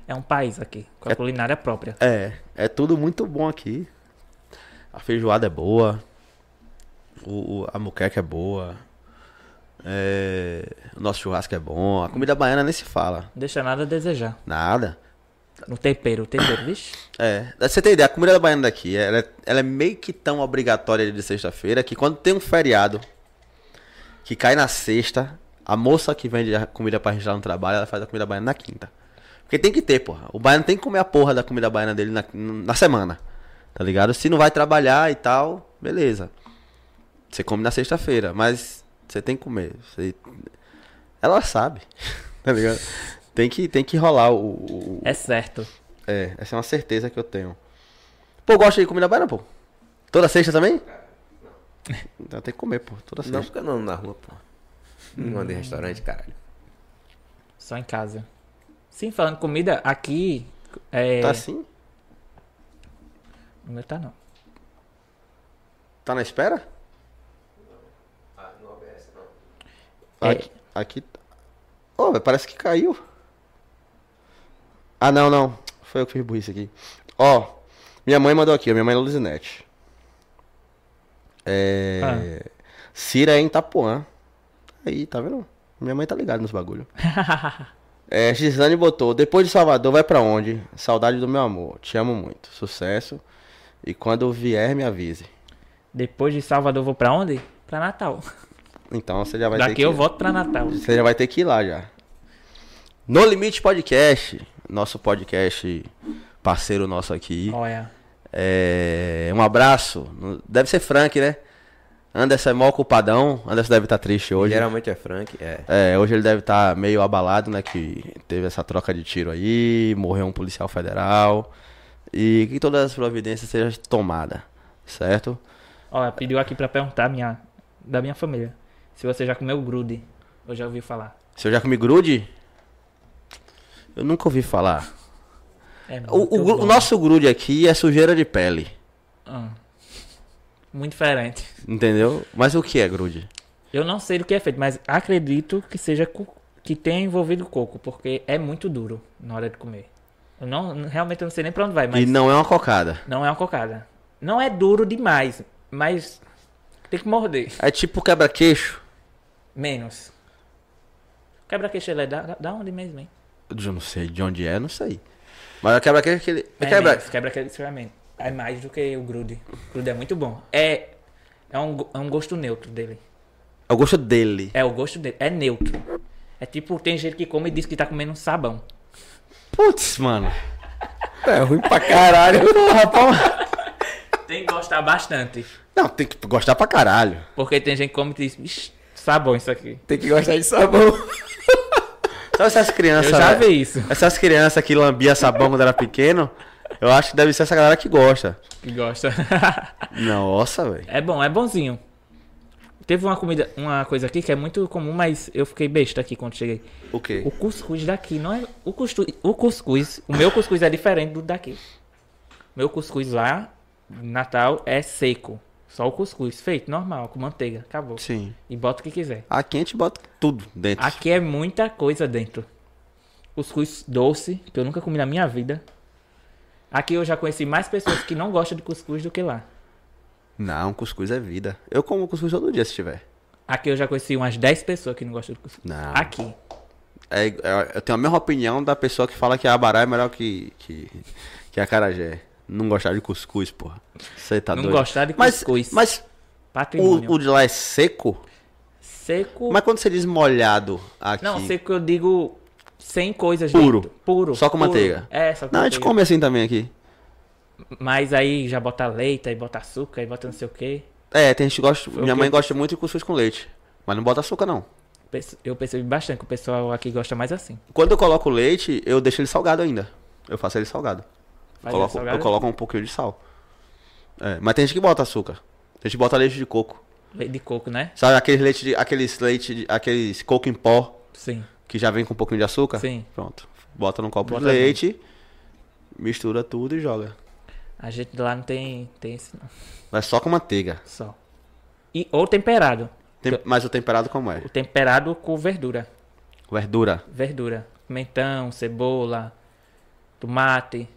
S2: É um país aqui. Com a
S4: É-
S2: culinária própria.
S4: É, é tudo muito bom aqui. A feijoada é boa. O, o- a muqueca é boa. é, o nosso churrasco é bom. A comida baiana nem se fala.
S2: Não deixa nada a desejar.
S4: Nada.
S2: No tempero, o tempero, vixe.
S4: É, você tem ideia, a comida baiana daqui, ela, é- ela é meio que tão obrigatória de sexta-feira que quando tem um feriado que cai na sexta, a moça que vende a comida pra gente lá no trabalho, ela faz a comida baiana na quinta. Porque tem que ter, porra. O baiano tem que comer a porra da comida baiana dele na, na semana, tá ligado? Se não vai trabalhar e tal, beleza. Você come na sexta-feira, mas você tem que comer. Você- Ela sabe, tá ligado? Tem que, tem que rolar o- o,
S2: É certo.
S4: é, essa é uma certeza que eu tenho. Pô, gosta de comida baiana, pô? Toda sexta também? Então tem que comer, pô, toda
S3: Não
S4: sexta.
S3: fica andando na rua, pô. Não anda em restaurante, caralho.
S2: Só em casa. Sim, falando comida, aqui. É...
S4: Tá assim?
S2: O meu tá não.
S4: Tá na espera?
S2: É.
S4: Aqui, aqui... Ô, mas parece que caiu. Ah, não, não. Foi eu que fiz burrice aqui. Ó, minha mãe mandou aqui, ó, minha mãe é Luzinete. É... Cira é em Itapuã. Aí, tá vendo? Minha mãe tá ligada nos bagulho. É, Gislane botou, depois de Salvador vai pra onde? Saudade do meu amor, te amo muito, sucesso. E quando vier, me avise.
S2: Depois de Salvador, vou pra onde? Pra Natal.
S4: Então você já vai ter
S2: Daqui
S4: que...
S2: eu volto pra Natal.
S4: Você já vai ter que ir lá já. No Limite Podcast, nosso podcast parceiro nosso aqui.
S2: Olha.
S4: É, um abraço. Deve ser Frank, né? Anderson é mó culpadão. Anderson deve estar triste hoje.
S3: Geralmente é Frank, é.
S4: É, hoje ele deve estar meio abalado, né? Que teve essa troca de tiro aí, morreu um policial federal. E que todas as providências sejam tomadas, certo?
S2: Olha, pediu aqui pra perguntar minha, da minha família. Se você já comeu grude. Eu já ouvi falar.
S4: Se eu já comi grude, eu nunca ouvi falar.
S2: É muito
S4: O, o gru-
S2: bom.
S4: o nosso grude aqui é sujeira de pele,
S2: Ah. Muito diferente.
S4: entendeu? Mas o que é grude?
S2: Eu não sei do que é feito, mas acredito que seja co- que tenha envolvido coco, porque é muito duro na hora de comer. Eu não, realmente eu não sei nem pra onde vai, mas
S4: E não é uma cocada.
S2: não é uma cocada. Não é duro demais, mas tem que morder.
S4: É tipo quebra-queixo.
S2: Menos. Quebra-queixo ele é da, da onde mesmo, hein?
S4: Eu não sei de onde é, não sei. Mas o quebra-queixo que ele.
S2: É
S4: quebra...
S2: menos, quebra-queixo é menos. É mais do que o grude. O grude é muito bom. É, é, um, go- é um gosto neutro dele.
S4: É o gosto dele.
S2: É o gosto dele. É neutro. É tipo, tem gente que come e diz que tá comendo um sabão.
S4: Putz, mano.
S3: É ruim pra caralho.
S2: Tem que gostar bastante.
S4: Não, tem que gostar pra caralho.
S2: Porque tem gente que come e diz, "Ixi, sabão isso aqui.
S3: Tem que gostar de sabão.
S4: Então essas
S2: Eu
S4: crianças.
S2: já
S4: né?
S2: vi isso.
S4: Essas crianças que lambia sabão quando era pequeno, eu acho que deve ser essa galera que gosta.
S2: Que gosta.
S4: Nossa, velho.
S2: é bom, é bonzinho. Teve uma comida, uma coisa aqui que é muito comum, mas eu fiquei besta aqui quando cheguei.
S4: O quê?
S2: O cuscuz daqui não é. O cuscuz, o cuscuz, o meu cuscuz é diferente do daqui. Meu cuscuz lá, Natal, é seco. Só o cuscuz, feito, normal, com manteiga, acabou.
S4: Sim.
S2: E bota o que quiser.
S4: Aqui a gente bota tudo dentro.
S2: Aqui é muita coisa dentro. Cuscuz doce, que eu nunca comi na minha vida. Aqui eu já conheci mais pessoas que não gostam de cuscuz do que lá.
S4: Não, cuscuz é vida. Eu como cuscuz todo dia se tiver.
S2: Aqui eu já conheci umas 10 pessoas que não gostam de cuscuz.
S4: Não.
S2: Aqui.
S4: É, é, eu tenho a mesma opinião da pessoa que fala que a abará é melhor que, que, que a carajé. Não gostar de cuscuz, porra. Você tá
S2: Não
S4: doido.
S2: gostar de
S4: Mas-
S2: cuscuz.
S4: Mas,
S2: Patrimônio.
S4: o, o de lá é seco?
S2: Seco.
S4: Mas quando você diz molhado aqui.
S2: Não, seco eu digo sem coisas
S4: Puro.
S2: dentro. Puro.
S4: Só com
S2: puro.
S4: manteiga.
S2: É, só com
S4: Não, a gente
S2: manteiga.
S4: come assim também aqui.
S2: Mas aí já bota leite, aí bota açúcar, aí bota não sei o quê.
S4: É, tem gente que gosta.
S2: o
S4: minha
S2: que
S4: mãe
S2: eu-
S4: gosta muito de cuscuz com leite. Mas não bota açúcar, não.
S2: Perce- Eu percebi bastante que o pessoal aqui gosta mais assim.
S4: Quando eu coloco o leite, eu deixo ele salgado ainda. Eu faço ele salgado.
S2: Faz
S4: Coloco-
S2: salgado?
S4: eu coloco um pouquinho de sal. É, mas tem gente que bota açúcar. Tem gente que bota leite de coco.
S2: Leite de coco, né?
S4: Sabe aqueles leite de, aqueles leite de, aqueles coco em pó
S2: Sim.
S4: que já vem com um pouquinho de açúcar?
S2: Sim.
S4: Pronto. Bota num copo de
S2: Bota
S4: leite, mistura tudo e joga.
S2: A gente lá não tem, tem esse não.
S4: Mas só com manteiga.
S2: Só. E, ou temperado.
S4: Tem-
S2: Tá.
S4: mas o temperado como é?
S2: O temperado com verdura.
S4: Verdura.
S2: Verdura. Pimentão, cebola, tomate.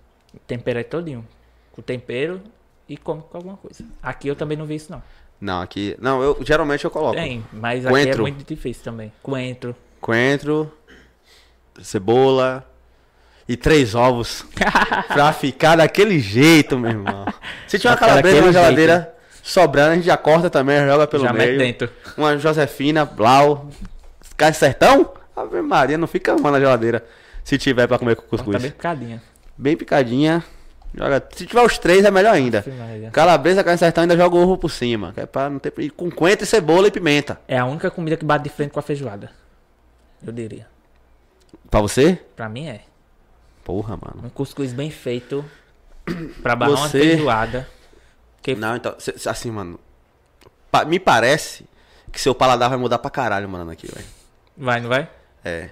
S2: Tempera aí todinho. Com tempero e come com alguma coisa. Aqui eu também não vi isso não.
S4: Não, aqui. Não, eu geralmente eu coloco.
S2: Tem, mas aqui é
S4: Coentro.
S2: muito difícil também. Coentro.
S4: coentro, cebola e três ovos. pra ficar daquele jeito, meu irmão. Se tiver uma
S2: Pra ficar
S4: calabresa na
S2: daquele
S4: geladeira sobrando, a gente já corta também, joga pelo
S2: já mete
S4: meio.
S2: dentro.
S4: Uma Josefina, Blau, Cai Sertão, Ave Maria, não fica uma na geladeira. Se tiver pra comer com
S2: Tá
S4: cuscuz.
S2: bem picadinha.
S4: Bem picadinha. Joga. Se tiver os três, é melhor ainda.
S2: Ave Maria.
S4: Calabresa, carne sertão, ainda joga o ovo por cima. Que é pra não ter... e Com coentro, e cebola e pimenta.
S2: É a única comida que bate de frente com a feijoada. Eu diria.
S4: Pra você?
S2: Pra mim é.
S4: Porra, mano.
S2: Um cuscuz bem feito. Pra barrar uma
S4: Você-
S2: feijoada. Que
S4: Não, então, cê- cê- assim, mano. pa- me parece que seu paladar vai mudar pra caralho, mano, aqui, velho.
S2: Vai, não vai?
S4: É.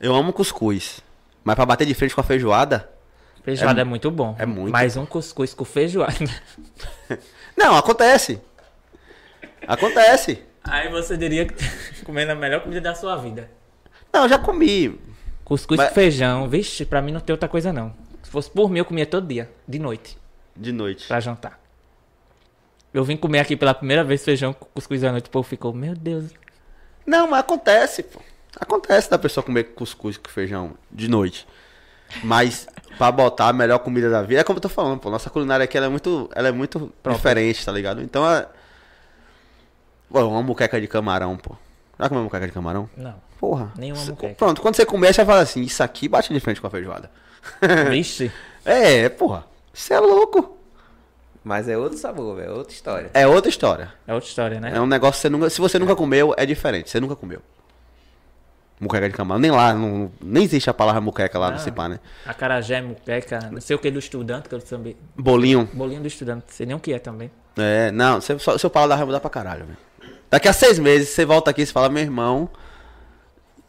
S4: Eu amo cuscuz. Mas pra bater de frente com a feijoada.
S2: Feijoada é, muito bom.
S4: é muito
S2: Mas um cuscuz com feijoada.
S4: Não, acontece. Acontece.
S2: Aí você diria que tá comendo a melhor comida da sua vida.
S4: Não, eu já comi.
S2: Cuscuz
S4: Mas-
S2: com feijão. Vixe, pra mim não tem outra coisa não. Se fosse por mim, eu comia todo dia, de noite,
S4: De noite.
S2: pra jantar. Eu vim comer aqui pela primeira vez feijão com cuscuz à noite. O povo ficou, meu Deus.
S4: Não, mas acontece, pô. Acontece da pessoa comer cuscuz com feijão de noite. Mas pra botar a melhor comida da vida, é como eu tô falando, pô. Nossa culinária aqui ela é muito, ela é muito diferente, tá ligado? Então é. Pô, eu amo muqueca de camarão, pô. Já comeu muqueca de camarão?
S2: Não.
S4: Porra.
S2: Nenhuma
S4: Cê-
S2: muqueca.
S4: Pronto, quando você comer, você fala assim: Isso aqui bate de frente com a feijoada.
S2: Vixe.
S4: é, porra. Você é louco.
S3: Mas é outro sabor, velho. É outra história.
S4: É outra história.
S2: É outra história, né?
S4: É um negócio que você nunca. Se você nunca comeu, é diferente. Você nunca comeu. Muqueca de camarão. Nem lá, não- nem existe a palavra muqueca lá no
S2: Ah.
S4: Cipá, né?
S2: Acarajé, muqueca, não sei o que do estudante, que eu também.
S4: Bolinho.
S2: Bolinho do estudante, não sei nem o que é também.
S4: É, não, você, só- seu paladar vai mudar pra caralho, velho. Daqui a seis meses, você volta aqui e você fala, meu irmão,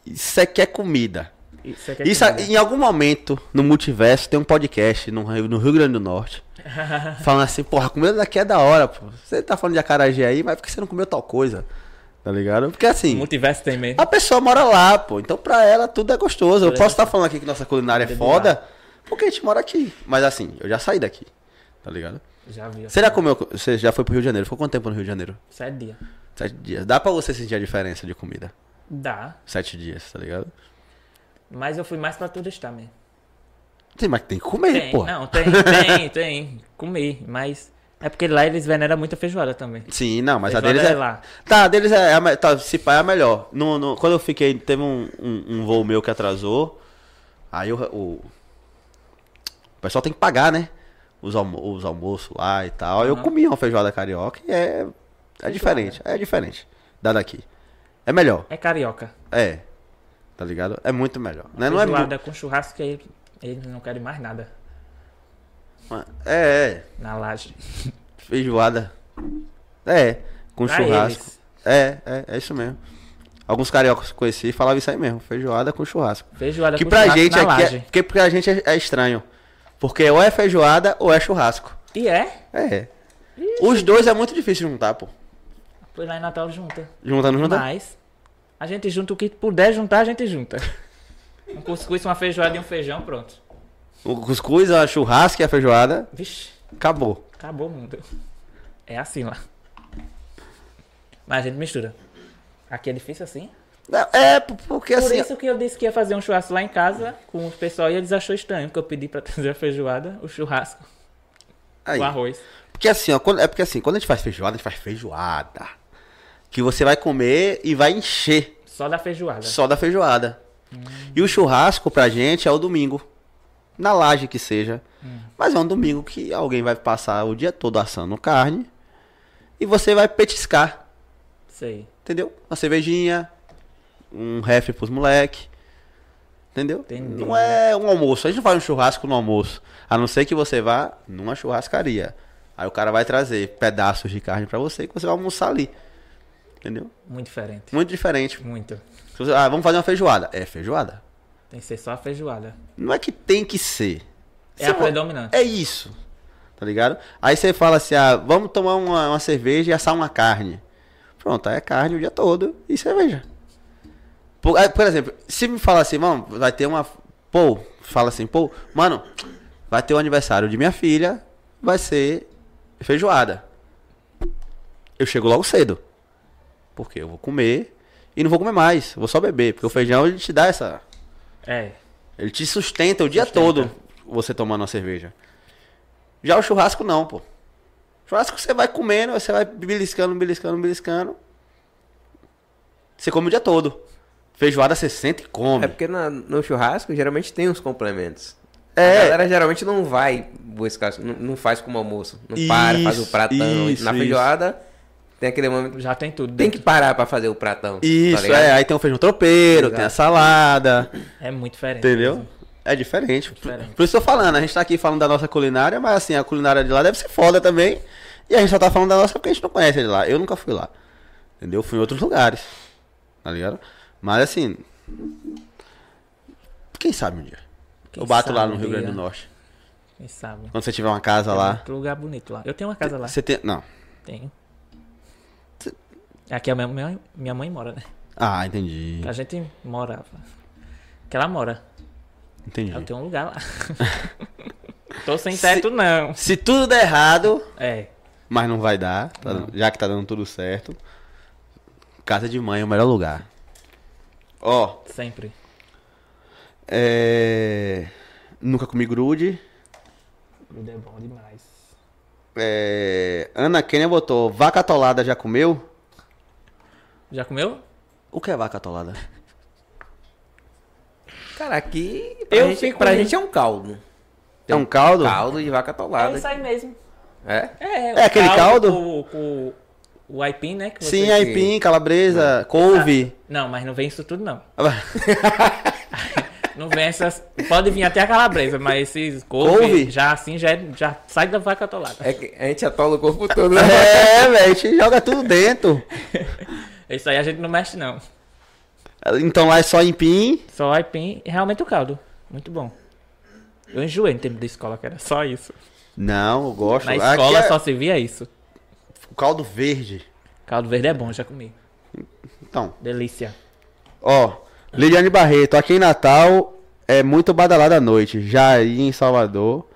S4: isso aqui é comida.
S2: Isso aqui é
S4: Isso,
S2: comida.
S4: em algum momento, no multiverso, tem um podcast no, Rio- no Rio Grande do Norte. falando assim, porra, a comida daqui é da hora, pô. Você tá falando de acarajé aí, mas por que você não comeu tal coisa? Tá ligado? Porque assim.
S2: Multiverso tem mesmo.
S4: A pessoa mora lá, pô. Então pra ela tudo é gostoso. Eu posso estar falando aqui que nossa culinária é
S2: Tudo
S4: foda, porque a gente mora aqui. Mas assim, eu já saí daqui. Tá ligado?
S2: Já vi.
S4: Você já comeu. Você já foi pro Rio de Janeiro? Ficou quanto tempo no Rio de Janeiro?
S2: Sete dias.
S4: Sete dias. Dá pra você sentir a diferença de comida?
S2: Dá.
S4: Sete dias, tá ligado?
S2: Mas eu fui mais pra turistar mesmo.
S4: Sim, mas tem que comer,
S2: Tem,
S4: pô.
S2: não, tem, tem, tem. Comi, mas. É porque lá eles veneram muita feijoada também.
S4: Sim, não, mas
S2: Feijoada
S4: a deles é.
S2: é lá.
S4: Tá, a deles é. a me- tá, se pá é a melhor. No, no- quando eu fiquei, teve um, um, um voo meu que atrasou. Aí o, o. o pessoal tem que pagar, né? Os, almo, os almoços lá e tal. Eu
S2: Aham.
S4: comi uma feijoada carioca e é. É diferente, é diferente. Da daqui. É melhor,
S2: É carioca.
S4: é. Tá ligado? É muito melhor. Né? Não é,
S2: Feijoada
S4: mu-
S2: com churrasco que ele- eles não querem mais nada
S4: é, é.
S2: na laje.
S4: Feijoada. É, com
S2: Pra
S4: churrasco.
S2: eles.
S4: É, é, é isso mesmo. Alguns cariocas que eu conheci falavam isso aí mesmo, feijoada com churrasco.
S2: Feijoada
S4: Que
S2: com
S4: pra
S2: churrasco
S4: gente
S2: na
S4: aqui, é,
S2: laje.
S4: porque pra gente é, é estranho. Porque ou é feijoada ou é churrasco.
S2: E é?
S4: É. Os dois é muito difícil juntar, pô.
S2: Foi lá em Natal junta.
S4: Juntar não junta?
S2: Mas a gente junta o que puder juntar, a gente junta. Um cuscuz, uma feijoada e um feijão, pronto.
S4: O cuscuz, a churrasco e a feijoada,
S2: Vixe,
S4: acabou.
S2: acabou o mundo. É assim lá. Mas a gente mistura. Aqui é difícil assim.
S4: Não, É, p- porque
S2: Por
S4: assim.
S2: isso que eu disse que ia fazer um churrasco lá em casa com o pessoal e eles achou estranho, porque eu pedi pra trazer a feijoada, o churrasco,
S4: Aí,
S2: o arroz.
S4: porque assim, ó, quando- é porque assim, quando a gente faz feijoada, a gente faz feijoada. Que você vai comer e vai encher.
S2: Só da feijoada.
S4: É. Só da feijoada. E o churrasco pra gente é o domingo. Na laje que seja. Mas é um domingo que alguém vai passar o dia todo assando carne. E você vai petiscar,
S2: Sei.
S4: entendeu? Uma cervejinha, um refri pros moleque. Entendeu?
S2: Entendi.
S4: Não é um almoço. A gente não faz um churrasco no almoço. A não ser que você vá numa churrascaria. Aí o cara vai trazer pedaços de carne pra você e você vai almoçar ali. Entendeu?
S2: Muito diferente.
S4: Muito diferente.
S2: Muito.
S4: Se você- Ah, vamos fazer uma feijoada. É feijoada.
S2: Tem que ser só a feijoada.
S4: Não é que tem que ser.
S2: É
S4: Você
S2: a
S4: vo-
S2: predominante.
S4: É isso. Tá ligado? Aí você fala assim: ah, vamos tomar uma, uma cerveja e assar uma carne. Pronto, aí é carne o dia todo e cerveja. Por, aí, por exemplo, se me falar assim, mano, vai ter uma. Pô, fala assim, pô, mano, vai ter o aniversário de minha filha, vai ser feijoada. Eu chego logo cedo. Porque eu vou comer e não vou comer mais, vou só beber. Porque o feijão ele te dá essa.
S2: É.
S4: Ele te sustenta o dia
S2: Sustenta.
S4: todo você tomando uma cerveja. Já o churrasco não, pô. Churrasco você vai comendo, você vai beliscando, beliscando, beliscando. Você come o dia todo. Feijoada você senta e come.
S3: É porque na- no churrasco geralmente tem uns complementos.
S4: É.
S3: A galera geralmente não vai buscar, não, não faz como almoço. Não para, faz o
S4: Isso,
S3: pratão.
S4: isso,
S3: na
S4: isso.
S3: feijoada tem aquele momento.
S2: Já tem tudo.
S3: Tem que parar pra fazer o pratão. tá
S4: Isso,
S3: ligado?
S4: é. Aí tem o feijão tropeiro,
S3: Tá
S4: tem a
S3: ligado?
S4: salada,
S2: É muito diferente.
S4: entendeu?
S2: mesmo.
S4: É diferente.
S2: Diferente.
S4: Por isso eu tô falando, a gente tá aqui falando da nossa culinária, mas assim, a culinária de lá deve ser foda também. E a gente só tá falando da nossa porque a gente não conhece de lá. Eu nunca fui lá. Entendeu? Fui em outros lugares. Tá ligado? Mas assim. Quem sabe um dia?
S2: Quem
S4: eu bato lá
S2: sabe
S4: no
S2: um
S4: Rio Grande do
S2: dia.
S4: Norte.
S2: Quem sabe?
S4: Quando você tiver uma casa
S2: Tem
S4: lá.
S2: muito lugar bonito lá. Eu tenho uma casa lá.
S4: Você tem. Não.
S2: Tenho. Aqui é a minha, minha, minha mãe mora, né?
S4: Ah, entendi.
S2: A gente morava. Que ela mora. Eu
S4: Entendi.
S2: tenho um lugar lá. Tô sem teto, não.
S4: Se tudo der errado,
S2: É.
S4: mas não vai dar, tá- já que tá dando tudo certo. Casa de mãe é o melhor lugar. Ó,
S2: Sempre.
S4: é... Nunca comi grude.
S2: Gruda é bom demais.
S4: É... Ana Kenia botou, vaca atolada já comeu?
S2: Já comeu?
S4: O que é vaca atolada?
S3: Cara, aqui pra,
S2: Eu
S3: gente,
S2: fico
S3: pra
S2: com-
S3: gente é um caldo.
S4: É um caldo?
S3: Caldo de vaca
S2: É
S3: atolada.
S2: isso aí mesmo.
S3: É?
S2: É,
S4: É aquele caldo?
S2: O, o, o aipim, né? que
S4: Sim,
S2: você-
S4: aipim, calabresa, couve.
S2: Não, mas não vem isso tudo, não. Não vem essas. Pode vir até a calabresa, mas esses couve,
S4: Couve?
S2: já assim, já, é- já sai da vaca atolada.
S3: É que a gente atola o corpo todo, né?
S4: É, velho, a gente joga tudo dentro. É.
S2: Isso aí a gente não mexe, não.
S4: Então lá é só empim.
S2: Só aipim e realmente o caldo. Muito bom. Eu enjoei no tempo da escola, que era só isso.
S4: Não, eu gosto.
S2: Na
S4: Aqui
S2: escola
S4: é
S2: só se via isso.
S4: caldo verde.
S2: Caldo verde é bom, já comi.
S4: Então,
S2: Delícia.
S4: ó, Liliane Barreto, aqui em Natal é muito badalada à noite. Já aí em Salvador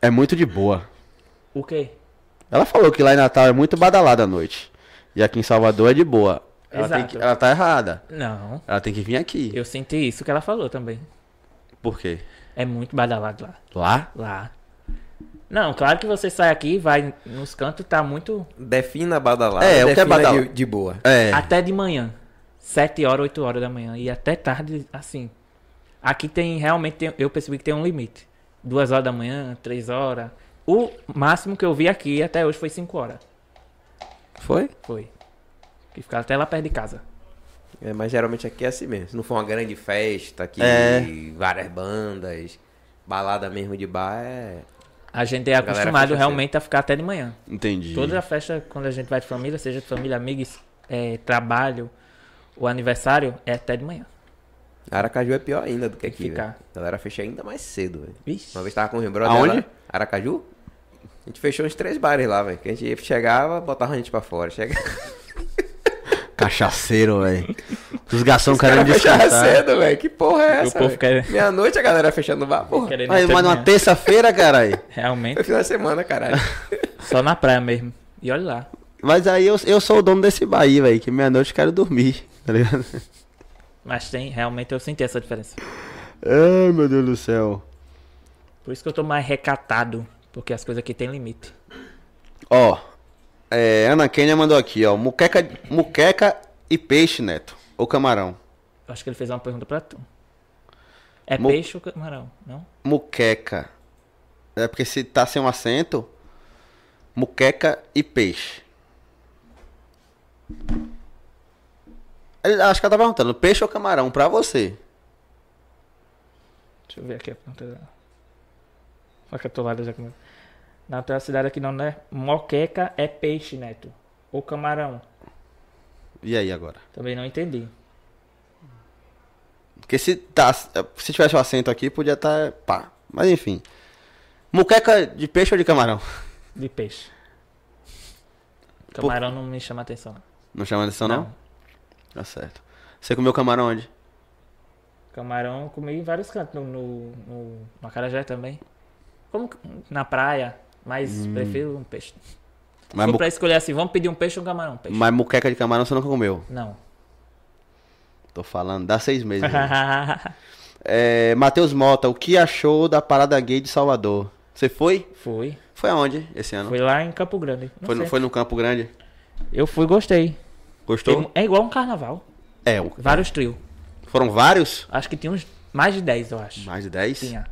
S4: é muito de boa.
S2: O quê?
S4: Ela falou que lá em Natal é muito badalada à noite. E aqui em Salvador é de boa. Ela, tem
S2: Exato.
S4: que- ela tá errada.
S2: Não.
S4: Ela tem que vir aqui.
S2: Eu senti isso que ela falou também.
S4: Por quê?
S2: É muito badalado lá.
S4: Lá?
S2: Lá. Não, claro que você sai aqui, vai nos cantos, tá muito.
S3: Defina a badalada.
S4: É, o que é
S3: defina
S4: badala-
S3: de, de boa.
S4: É.
S2: Até de manhã. 7 horas, 8 horas da manhã. E até tarde, assim. Aqui tem realmente. tem- eu percebi que tem um limite. 2 horas da manhã, 3 horas. O máximo que eu vi aqui até hoje foi 5 horas.
S4: Foi?
S2: Foi. Que ficava até lá perto de casa.
S3: É, mas geralmente aqui é assim mesmo. Se não for uma grande festa, aqui
S4: É.
S3: várias bandas, balada mesmo de bar, é...
S2: A gente é
S3: galera
S2: acostumado
S3: fecha
S2: realmente a ficar até de manhã.
S4: Entendi.
S2: Toda a festa, quando a gente vai de família, seja de família, amigos, eh, trabalho ou aniversário, é até de manhã.
S3: Aracaju é pior ainda do que
S2: Tem que
S3: aqui,
S2: ficar.
S3: velho. A galera fecha ainda mais cedo, velho.
S2: Vixe.
S3: Uma vez tava com o Lembrou
S4: Aonde?
S3: dela, Aracaju? A gente fechou uns três bares lá, velho. Que a gente chegava, botava a gente pra fora. Chega...
S4: Cachaceiro, velho. Os garçom querendo
S3: Fechava
S4: descansar.
S3: cedo, velho. Que porra é
S2: o
S3: essa?
S2: povo
S3: velho?
S2: quer-
S3: Meia-noite a galera fechando o bar, porra.
S2: Querendo
S4: Aí,
S2: até
S4: mas
S2: de
S4: numa
S2: manhã.
S4: terça-feira, caralho.
S3: Foi
S2: Realmente,
S3: final de semana, caralho.
S2: só na praia mesmo. E olha lá.
S4: Mas aí eu, eu sou o dono desse Bahia, velho, que meia-noite eu quero dormir, tá ligado?
S2: Mas tem, realmente eu senti essa diferença.
S4: Ai, meu Deus do céu.
S2: Por isso que eu tô mais recatado, porque as coisas aqui tem limite.
S4: Ó, é, Ana Kenia mandou aqui, ó, muqueca, muqueca e peixe, Neto, ou camarão.
S2: Eu acho que ele fez uma pergunta pra tu. É
S4: Mo-
S2: peixe ou camarão? Não?
S4: Muqueca. É porque se tá sem um acento, muqueca e peixe. Ele- Acho que ela tá perguntando, peixe ou camarão, pra você?
S2: Deixa eu ver aqui a pergunta dela. Olha que eu tô lá, já comeu. Na tua cidade aqui não, né? Moqueca é peixe, Neto. Ou camarão.
S4: E aí agora?
S2: Também não entendi.
S4: Porque se, tá, se tivesse o acento aqui, podia estar. Tá, pá. Mas enfim. Muqueca de peixe ou de camarão?
S2: De peixe. Camarão não me chama atenção. não.
S4: Não chama atenção, não? Tá certo. Você comeu camarão onde?
S2: Camarão eu comi em vários cantos. No, no, no, no acarajé também. Como que- na praia. Mas prefiro um peixe.
S4: Mas,
S2: Se
S4: mu-
S2: for pra escolher assim, vamos pedir um peixe ou um camarão? Peixe.
S4: mas muqueca de camarão você nunca comeu.
S2: Não.
S4: Tô falando, dá seis meses. né? é, Matheus Mota, o que achou da parada gay de Salvador? Você foi?
S2: fui.
S4: Foi aonde esse ano?
S2: Fui lá em Campo Grande. Não
S4: Foi, no,
S2: sei.
S4: foi no Campo Grande?
S2: Eu fui, gostei.
S4: Gostou?
S2: Tem- É igual um carnaval.
S4: É, o-
S2: Vários trios.
S4: foram vários?
S2: Acho que tinha uns mais de 10, eu acho.
S4: Mais de dez?
S2: Tinha.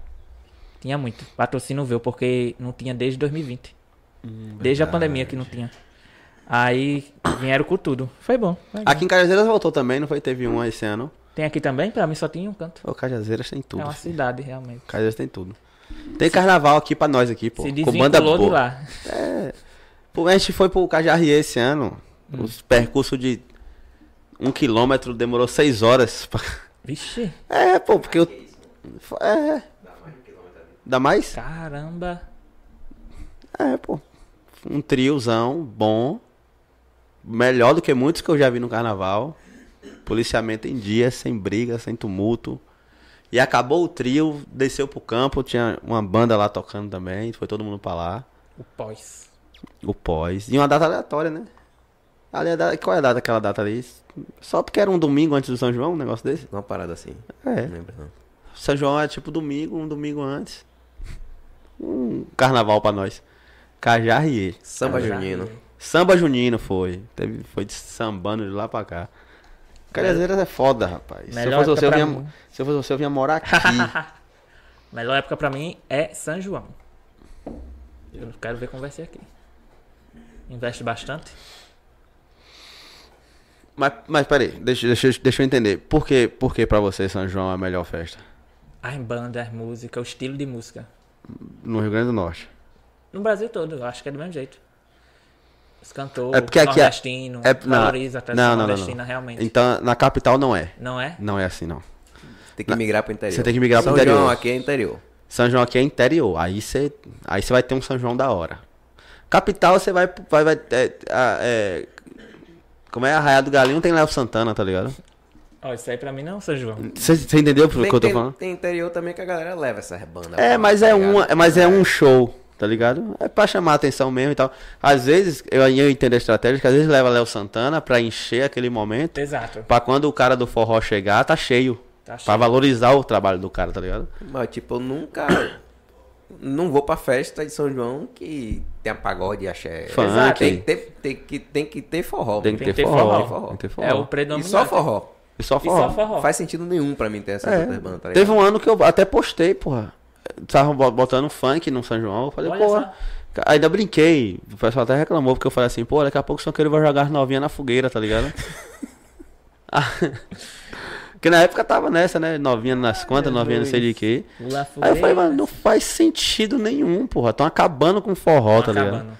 S2: Tinha muito. Patrocínio veio, porque não tinha desde 2020.
S4: Hum,
S2: desde a pandemia que não tinha. Aí vieram com tudo. Foi bom. foi bom.
S4: Aqui em Cajazeiras voltou também, não foi? Teve um esse ano.
S2: Tem aqui também? Pra mim só tinha um canto.
S4: Ô, Cajazeiras tem tudo.
S2: É uma cidade, realmente.
S4: Cajazeiras tem tudo. Tem carnaval aqui pra nós aqui, pô.
S2: Se
S4: Com banda
S2: desvinculou de
S4: boa.
S2: lá.
S4: Pô, a gente foi pro Cajarri esse ano.
S2: Hum.
S4: Os percursos de um quilômetro demorou seis horas. pra-
S2: Vixe,
S4: É, pô, porque eu... É. Dá mais?
S2: caramba.
S4: É, pô. Um triozão bom. Melhor do que muitos que eu já vi no carnaval. Policiamento em dia, sem briga, sem tumulto. E acabou o trio, desceu pro campo, tinha uma banda lá tocando também, foi todo mundo pra lá.
S2: O pós.
S4: O pós. E uma data aleatória, né? Ali é a data- qual é a data, aquela data ali? Só porque era um domingo antes do São João, um negócio desse?
S3: Uma parada assim.
S4: É.
S3: Não lembro, não.
S4: São João é tipo domingo, um domingo antes. Um carnaval pra nós. Cajarriê.
S3: Samba
S2: Já-
S3: Junino.
S4: Samba junino foi. Teve, foi de sambando de lá pra cá. Cajazeiras é foda, rapaz. Se eu,
S2: Melhor
S4: fosse você, eu
S2: época pra
S4: vinha,
S2: mim.
S4: se eu fosse você, eu vinha morar aqui.
S2: Melhor época pra mim é São João. Eu quero ver como vai ser aqui. Investe bastante?
S4: mas, mas peraí, deixa, deixa, deixa eu entender. Por que, por que pra você São João é a melhor festa?
S2: As bandas, as músicas, o estilo de música.
S4: No Rio Grande do Norte.
S2: No Brasil todo, eu acho que é do mesmo jeito. Os cantores,
S4: É porque aqui é-
S2: nordestino,
S4: é- não,
S2: valoriza a tradição
S4: não, não, não,
S2: nordestina
S4: não.
S2: realmente.
S4: Então, na capital não é.
S2: Não é?
S4: Não é assim, não.
S3: Tem que migrar pro interior.
S4: Você tem que migrar pro
S3: São
S4: interior.
S3: João aqui é interior.
S4: São João aqui é interior. Aí você aí você vai ter um São João da hora. Capital você vai vai, vai é, a- é, como é Arraial do Galinho tem Léo Santana, tá ligado?
S2: Ó, isso aí pra mim não é um São João.
S4: Você você entendeu o
S3: Tem,
S4: que eu tô
S3: tem-
S4: falando?
S3: tem interior também que a galera leva essas bandas.
S4: É,
S3: pra-
S4: mas
S3: tá
S4: é
S3: ligado?
S4: uma, é- mas é um show, tá ligado? É pra chamar a atenção mesmo e tal. Às vezes eu, eu entendo a estratégia que às vezes leva Léo Santana pra encher aquele momento,
S2: Exato.
S4: pra quando o cara do forró chegar, tá cheio.
S2: Tá
S4: Pra
S2: cheio.
S4: valorizar o trabalho do cara, tá ligado?
S3: Mas, tipo, eu nunca. Não vou pra festa de São João que tem a pagode e axé.
S4: Funk.
S3: Exato. Tem que ter, tem que, tem que ter forró.
S4: Tem
S3: mano.
S4: que
S2: Tem
S4: ter forró. Tem que ter forró.
S2: É o
S3: E
S2: predominante.
S3: só forró.
S4: E só
S2: E só forró.
S3: Faz sentido nenhum pra mim ter essas
S4: É.
S3: outras bandas, tá
S4: Teve
S3: ligado?
S4: um ano que eu até postei, porra. Tava bo- botando funk no São João. Eu falei,
S2: Olha
S4: porra. Ainda brinquei. O pessoal até reclamou, porque eu falei assim, pô, daqui a pouco o Sanqueiro vai jogar as novinhas na fogueira, tá ligado? Ah, Porque na época tava nessa, né? Novinha nas quantas, novinha não sei de quê.
S2: Lá
S4: Aí eu falei,
S2: Ah, fogueira,
S4: mano, não faz sentido nenhum, porra. Tão acabando com forró, tá ligado?
S2: acabando.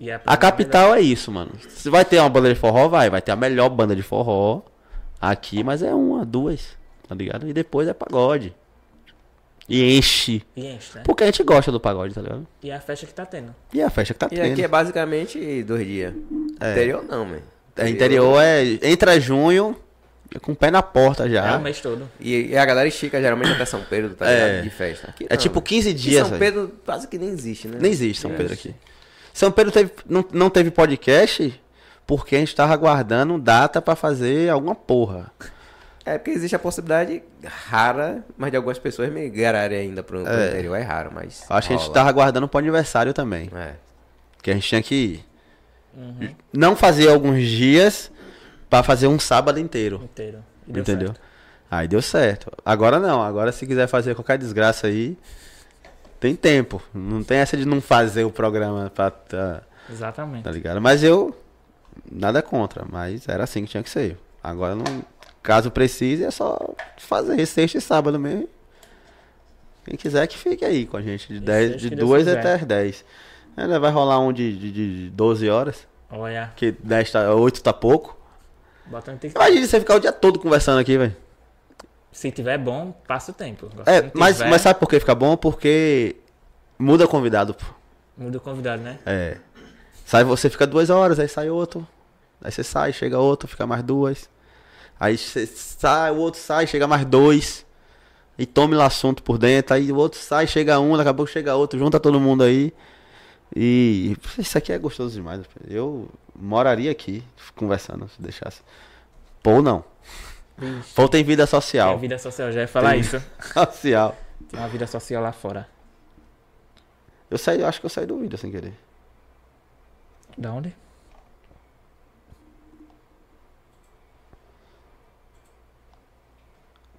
S2: E é pra
S4: A
S2: mim
S4: capital é isso, mano. Se vai ter uma banda de forró, vai. Vai ter a melhor banda de forró aqui, mas é uma, duas, tá ligado? E depois é pagode. E enche.
S2: melhor. E enche, né?
S4: Porque a gente gosta do pagode, tá ligado?
S2: E é a festa que tá tendo.
S4: E é a festa que tá
S3: E aqui
S4: tendo.
S3: é basicamente dois dias. Interior não, man.
S4: É, interior é. Entra junho, é com o pé na porta já.
S2: É
S4: É,
S2: o mês todo.
S3: E, e a galera estica geralmente até São Pedro, tá
S4: É.
S3: ligado? De festa. Aqui não,
S4: tipo
S3: mano.
S4: 15
S3: E
S4: dias.
S3: São
S4: velho.
S3: Pedro quase que nem existe, né?
S4: Nem existe São Pedro aqui. São Pedro teve- não, não teve podcast porque a gente tava aguardando data pra fazer alguma porra.
S3: É porque existe a possibilidade rara, mas de algumas pessoas migrarem ainda pro, pro
S4: É.
S3: interior. É raro, mas.
S4: Acho que a gente tá-
S3: rola.
S4: tava aguardando pro aniversário também.
S3: É.
S4: Que a gente tinha que ir.
S2: Uhum.
S4: Não fazer alguns dias pra fazer um sábado inteiro.
S2: Inteiro. E deu
S4: entendeu?
S2: certo.
S4: Aí deu certo. Agora não. Agora se quiser fazer qualquer desgraça aí, tem tempo. Não tem essa de não fazer o programa pra. Tá,
S2: Exatamente.
S4: tá ligado? Mas eu. Nada contra. Mas era assim que tinha que ser. Agora não. Caso precise, é só fazer sexta e sábado mesmo. Quem quiser que fique aí com a gente. De, dez-
S2: seja
S4: de
S2: que Deus
S4: 2
S2: quiser.
S4: até as 10. Ainda vai rolar um de, de, de 12 horas.
S2: Olha,
S4: Que 10 tá, 8 tá pouco.
S2: bota no TikTok.
S4: Imagina você ficar o dia todo conversando aqui, velho.
S2: Se tiver bom, passa o tempo. Agora, se
S4: É,
S2: não
S4: mas,
S2: tiver,
S4: mas sabe por que fica bom? Porque muda convidado, pô.
S2: Muda o convidado, né?
S4: É. Sai você fica duas horas, aí sai outro. Aí você sai, chega outro, fica mais duas. Aí você sai, o outro sai, chega mais dois. E tome o assunto por dentro. Aí o outro sai, chega um, daqui a pouco chega outro, junta todo mundo aí. E isso aqui é gostoso demais. Eu moraria aqui, conversando, se deixasse. Pô, não.
S2: Vixe.
S4: Pô, tem vida
S2: Tem a
S4: social.
S2: vida social, já ia falar
S4: Tem.
S2: isso.
S4: Social.
S2: Tem uma vida social lá fora.
S4: Eu saí, eu acho que eu saí do vídeo sem querer.
S2: Da onde?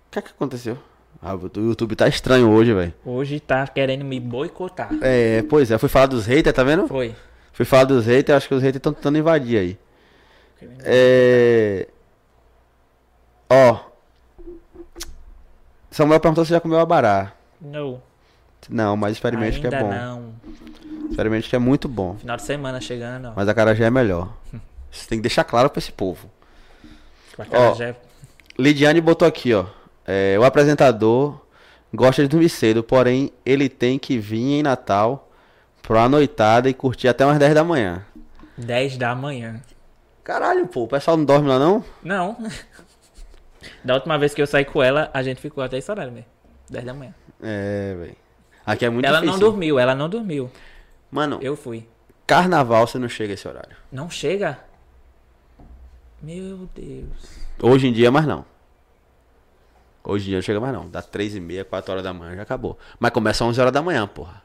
S4: O que é que aconteceu? Ah, o YouTube tá estranho hoje, velho.
S2: Hoje tá querendo me boicotar.
S4: É, pois é, fui falar dos haters, tá vendo?
S2: Foi.
S4: Fui falar dos haters, acho que os haters estão tentando invadir aí. É. Ó. Samuel perguntou se já comeu abará.
S2: Não.
S4: Não, mas experimente
S2: Ainda
S4: que é bom.
S2: não.
S4: Experimente que é muito bom.
S2: Final de semana chegando, ó.
S4: Mas a cara já é melhor. Isso tem que deixar claro pra esse povo.
S2: Com aquela Tipo, já- é
S4: Lidiane botou aqui, ó. É, o apresentador gosta de dormir cedo, porém ele tem que vir em Natal pra noitada e curtir até umas 10 da manhã.
S2: 10 da manhã.
S4: Caralho, pô, o pessoal não dorme lá não?
S2: Não. da última vez que eu saí com ela, a gente ficou até esse horário mesmo. 10 da manhã.
S4: É, velho. Aqui é muito
S2: ela
S4: difícil.
S2: não dormiu, ela não dormiu.
S4: Mano,
S2: Eu fui.
S4: carnaval você não chega a esse horário.
S2: Não chega? Meu Deus.
S4: Hoje em dia, mais não. Hoje em dia não chega mais não. Dá 3 e meia, 4 horas da manhã, já acabou. Mas começa 11 horas da manhã, porra.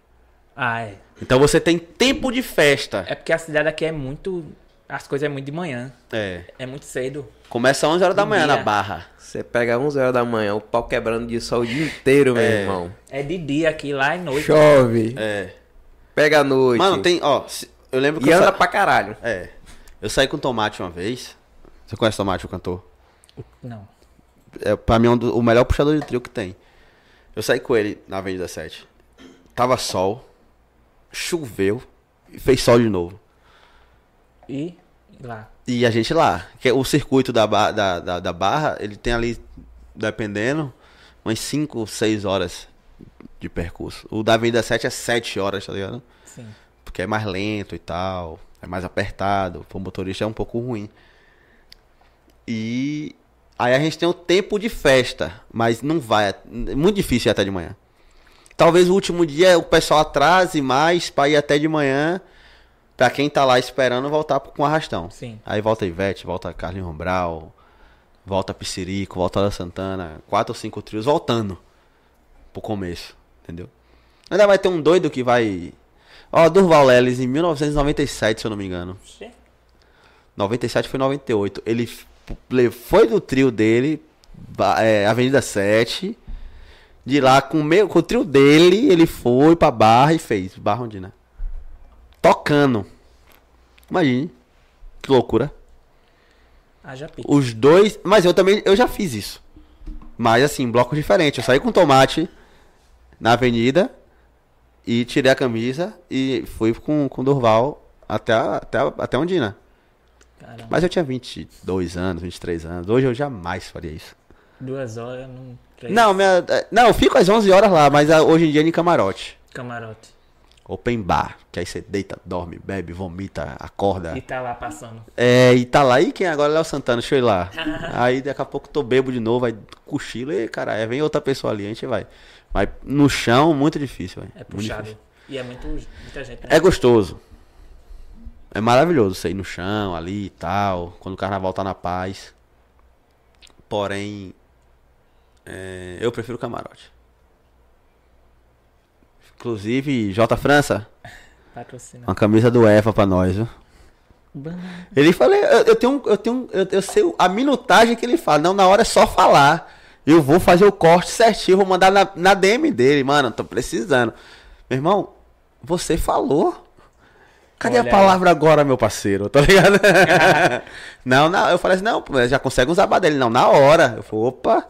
S2: Ah, é.
S4: Então você tem tempo de festa.
S2: É porque a cidade aqui é muito. As coisas é muito de manhã.
S4: É.
S2: É muito cedo.
S4: Começa 11 horas da
S2: Um
S4: manhã na
S2: dia.
S4: barra.
S3: Você pega 11 horas da manhã, o pau quebrando de sol o dia inteiro, meu
S4: É.
S3: irmão.
S2: É de dia aqui, lá é noite.
S3: Chove,
S4: É.
S3: pega a noite.
S4: Mano, tem, ó, se- eu lembro que
S3: E
S4: eu
S3: anda
S4: sa-
S3: pra caralho.
S4: É. Eu saí com o Tomate uma vez. Você conhece o Tomate, o cantor?
S2: Não.
S4: é, pra mim é um do- o melhor puxador de trio que tem. Eu saí com ele na Avenida 7. Tava sol, choveu e fez sol de novo.
S2: E lá.
S4: E a gente lá, que é o circuito da, ba- da, da, da barra, ele tem ali, dependendo, umas 5, 6 horas de percurso. O da Avenida 7 é 7 horas, tá ligado?
S2: Sim.
S4: Porque é mais lento e tal, é mais apertado, pro motorista é um pouco ruim. E aí a gente tem o tempo de festa, mas não vai, é muito difícil ir até de manhã. Talvez o último dia o pessoal atrase mais pra ir até de manhã, pra quem tá lá esperando voltar com arrastão.
S2: Sim.
S4: Aí volta Ivete, volta Carlinhos Rombral, volta Piscirico, volta Ana Santana, quatro ou cinco trios voltando pro começo, entendeu? Ainda vai ter um doido que vai. Ó, Durval Lelis, em 1997, se eu não me engano.
S2: Oxê.
S4: 97 foi 98. Ele f- le- foi do trio dele, ba- é, Avenida 7. De lá, com, o meu, com o trio dele, ele foi pra Barra e fez. Barra onde, né? Tocando. Imagine. Que loucura.
S2: Haja pique.
S4: Os dois. Mas eu também. Eu já fiz isso. Mas assim, bloco diferente. Eu saí com tomate na avenida e tirei a camisa e fui com com o Durval até, a- até, a- até Ondina.
S2: Caramba.
S4: Mas eu tinha 22 anos, 23 anos. Hoje eu jamais faria isso.
S2: Duas horas num três
S4: Não, minha, eh, não, eu fico às 11 horas lá, mas ah, hoje em dia é em camarote.
S2: camarote.
S4: Open bar. Que aí você deita, dorme, bebe, vomita, acorda.
S2: E tá lá passando.
S4: É, e tá lá, e quem agora é o Santana, deixa eu ir lá. aí daqui a pouco tô bebo de novo, aí cochilo, e caralho, vem outra pessoa ali, a gente vai. Mas no chão, muito difícil, velho.
S2: É
S4: Muito
S2: puxado.
S4: difícil.
S2: E é muito, muita gente. né?
S4: É gostoso. É maravilhoso você ir no chão, ali e tal, quando o carnaval tá na paz. Porém, é, eu prefiro camarote. Inclusive, J França,
S2: Patrocina.
S4: uma camisa do Eva pra nós, viu?
S2: Banana.
S4: Ele fala, eu, eu tenho, um- eu tenho, um- eu, eu sei o- a minutagem que ele fala. Não, na hora é só falar. Eu vou fazer o corte certinho, vou mandar na, na DM dele, mano. Tô precisando. Meu irmão, você falou. Cadê
S2: Olha
S4: a
S2: aí.
S4: palavra agora, meu parceiro? Tá ligado? não, não, eu falei assim, não, pô, já consegue uns abadá dele. Não, na hora. Eu falei, opa,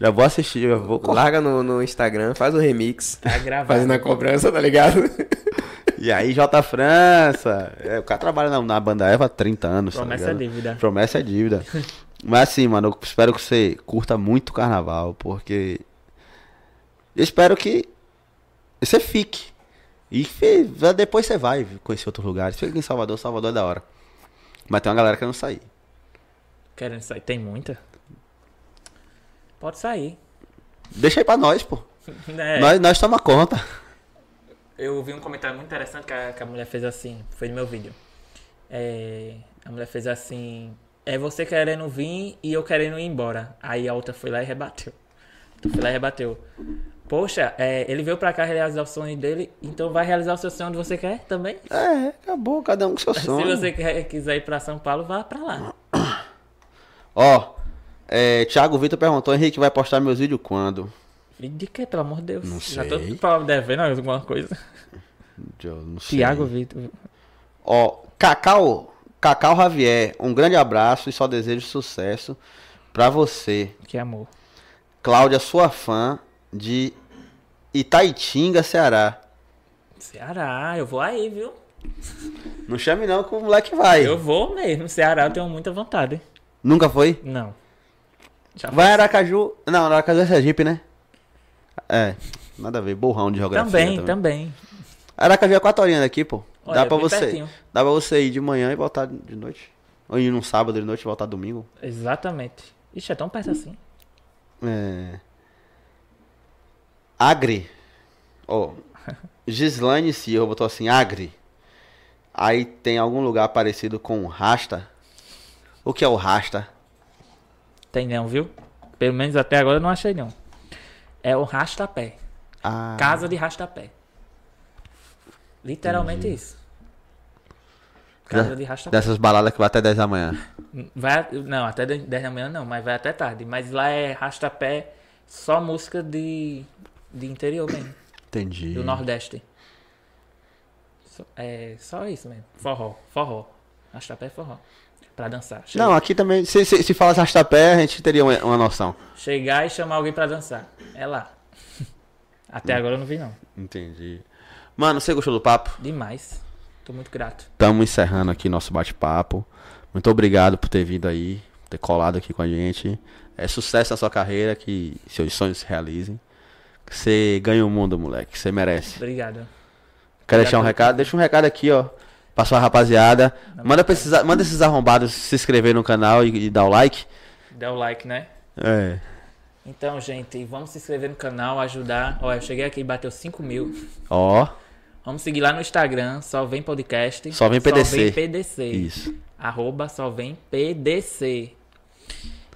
S4: já vou assistir, eu vou cortar.
S3: Larga no, no Instagram, faz o remix.
S2: Tá gravado.
S3: Fazendo a cobrança, tá ligado?
S4: E aí, J França. É, o cara trabalha na, na banda Eva há 30 anos. tá
S2: Promessa
S4: ligado?
S2: é dívida.
S4: Promessa é dívida. Mas assim, mano, eu espero que você curta muito o carnaval, porque. Eu espero que você fique. E fe- depois você vai conhecer outros lugares. Fica aqui em Salvador, Salvador é da hora. Mas tem uma galera que não sair.
S2: Querendo sair. Tem muita? Pode sair.
S4: Deixa aí pra nós, pô.
S2: É,
S4: Nós, nós toma conta.
S2: Eu vi um comentário muito interessante que a, que a mulher fez assim. Foi no meu vídeo. É, a mulher fez assim. É você querendo vir e eu querendo ir embora. Aí a outra foi lá e rebateu. Tu foi lá e rebateu. Poxa, é, ele veio pra cá realizar o sonho dele, então vai realizar o seu sonho onde você quer também?
S4: É, acabou, cada um com seu sonho.
S2: Se você quer- quiser ir pra São Paulo, vá pra lá.
S4: Ó, é, Thiago Vitor perguntou: Henrique, vai postar meus vídeos quando?
S2: E de que, pelo amor de Deus?
S4: Não
S2: Já tô
S4: sei.
S2: pra- devendo alguma coisa.
S4: Eu não sei.
S2: Tiago Vitor.
S4: Ó, Cacau, Cacau Javier, um grande abraço e só desejo sucesso pra você.
S2: Que é amor.
S4: Cláudia, sua fã de Itaitinga, Ceará.
S2: Ceará, eu vou aí, viu?
S4: Não chame não que o moleque vai.
S2: Eu vou mesmo. Ceará eu tenho muita vontade.
S4: Nunca foi?
S2: Não. Já
S4: Vai Aracaju. Não, Aracaju é Sergipe, né? É, nada a ver, borrão de geografia
S2: Também,
S4: também.
S2: também,
S4: Aracaju é quatro horinhas daqui, pô.
S2: Olha,
S4: dá pra
S2: bem
S4: você.
S2: pertinho.
S4: Dá pra você ir de manhã e voltar de noite. Ou ir num sábado de noite e voltar domingo.
S2: Exatamente. Ixi, é tão perto assim.
S4: É... Agri. Ó. Gislaine Silva botou assim, Agri. Aí tem algum lugar parecido com Rasta? O que é o rasta?
S2: Tem não, viu? Pelo menos até agora eu não achei não. É o rastapé.
S4: Ah,
S2: Casa de rastapé. Literalmente isso. Casa de rastapé.
S4: Dessas baladas que vai até 10 da manhã.
S2: Vai, não, até 10 da manhã não, mas vai até tarde. Mas lá é rastapé, só música de, de interior mesmo,
S4: Entendi.
S2: do Nordeste. Só- É só isso mesmo. Forró, forró. Rastapé é forró. Pra dançar. Che-
S4: Não, aqui também, se, se, se falasse rastapé, a gente teria uma, uma noção.
S2: Chegar e chamar alguém pra dançar. É lá. Até agora eu não vi não.
S4: Entendi. Mano, você gostou do papo?
S2: Demais. Tô muito grato.
S4: Estamos encerrando aqui nosso bate-papo. Muito obrigado por ter vindo aí, por ter colado aqui com a gente. É sucesso na sua carreira, que seus sonhos se realizem. Que Você ganha o mundo, moleque. Você merece.
S2: Obrigado.
S4: Quer deixar um recado? Deixa um recado aqui, ó. Pra sua rapaziada. Manda, pra esses, manda esses arrombados se inscrever no canal e, e dar o like.
S2: Dá o like, né?
S4: É.
S2: Então, gente, vamos se inscrever no canal, ajudar. Olha, eu cheguei aqui e bateu 5 mil.
S4: Ó,
S2: Vamos seguir lá no Instagram, só vem podcast.
S4: Só Vem PDC.
S2: Só vem PDC.
S4: isso.
S2: Arroba só vem PDC.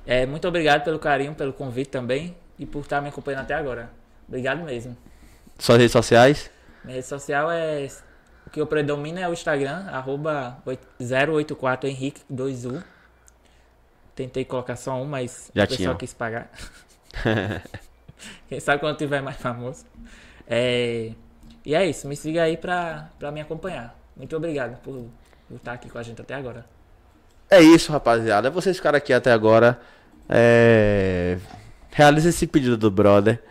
S2: É, muito obrigado pelo carinho, pelo convite também e por estar me acompanhando até agora. Obrigado mesmo.
S4: Suas redes sociais?
S2: Minha rede social é. O que eu predomino é o Instagram, arroba 084 Henrique 2U. Tentei colocar só um, mas
S4: Já
S2: o pessoal
S4: tinham.
S2: quis pagar. Quem sabe quando tiver mais famoso. É, E é isso, me siga aí pra, pra me acompanhar. Muito obrigado por, por estar aqui com a gente até agora.
S4: É isso, rapaziada. Vocês ficaram aqui até agora. É... Realiza esse pedido do brother,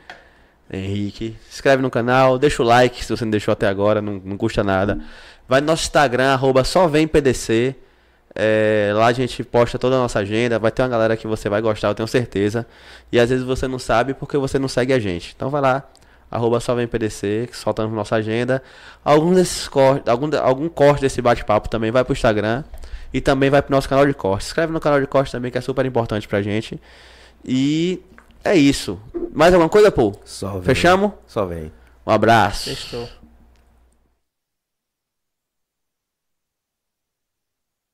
S4: Henrique. Se inscreve no canal, deixa o like se você não deixou até agora, não, não custa nada. Vai no nosso Instagram, arroba só vem PDC. É, lá a gente posta toda a nossa agenda. Vai ter uma galera que você vai gostar, eu tenho certeza. E às vezes você não sabe porque você não segue a gente. Então vai lá, arroba só vem PDC, que soltamos nossa agenda. Alguns desses cortes, algum, algum corte desse bate-papo também vai pro Instagram e também vai pro nosso canal de corte. Se inscreve no canal de corte também, que é super importante pra gente. E é isso. Mais alguma coisa, Paul?
S3: Só vem.
S4: Fechamos?
S3: Só vem.
S4: Um abraço.
S2: Fechou.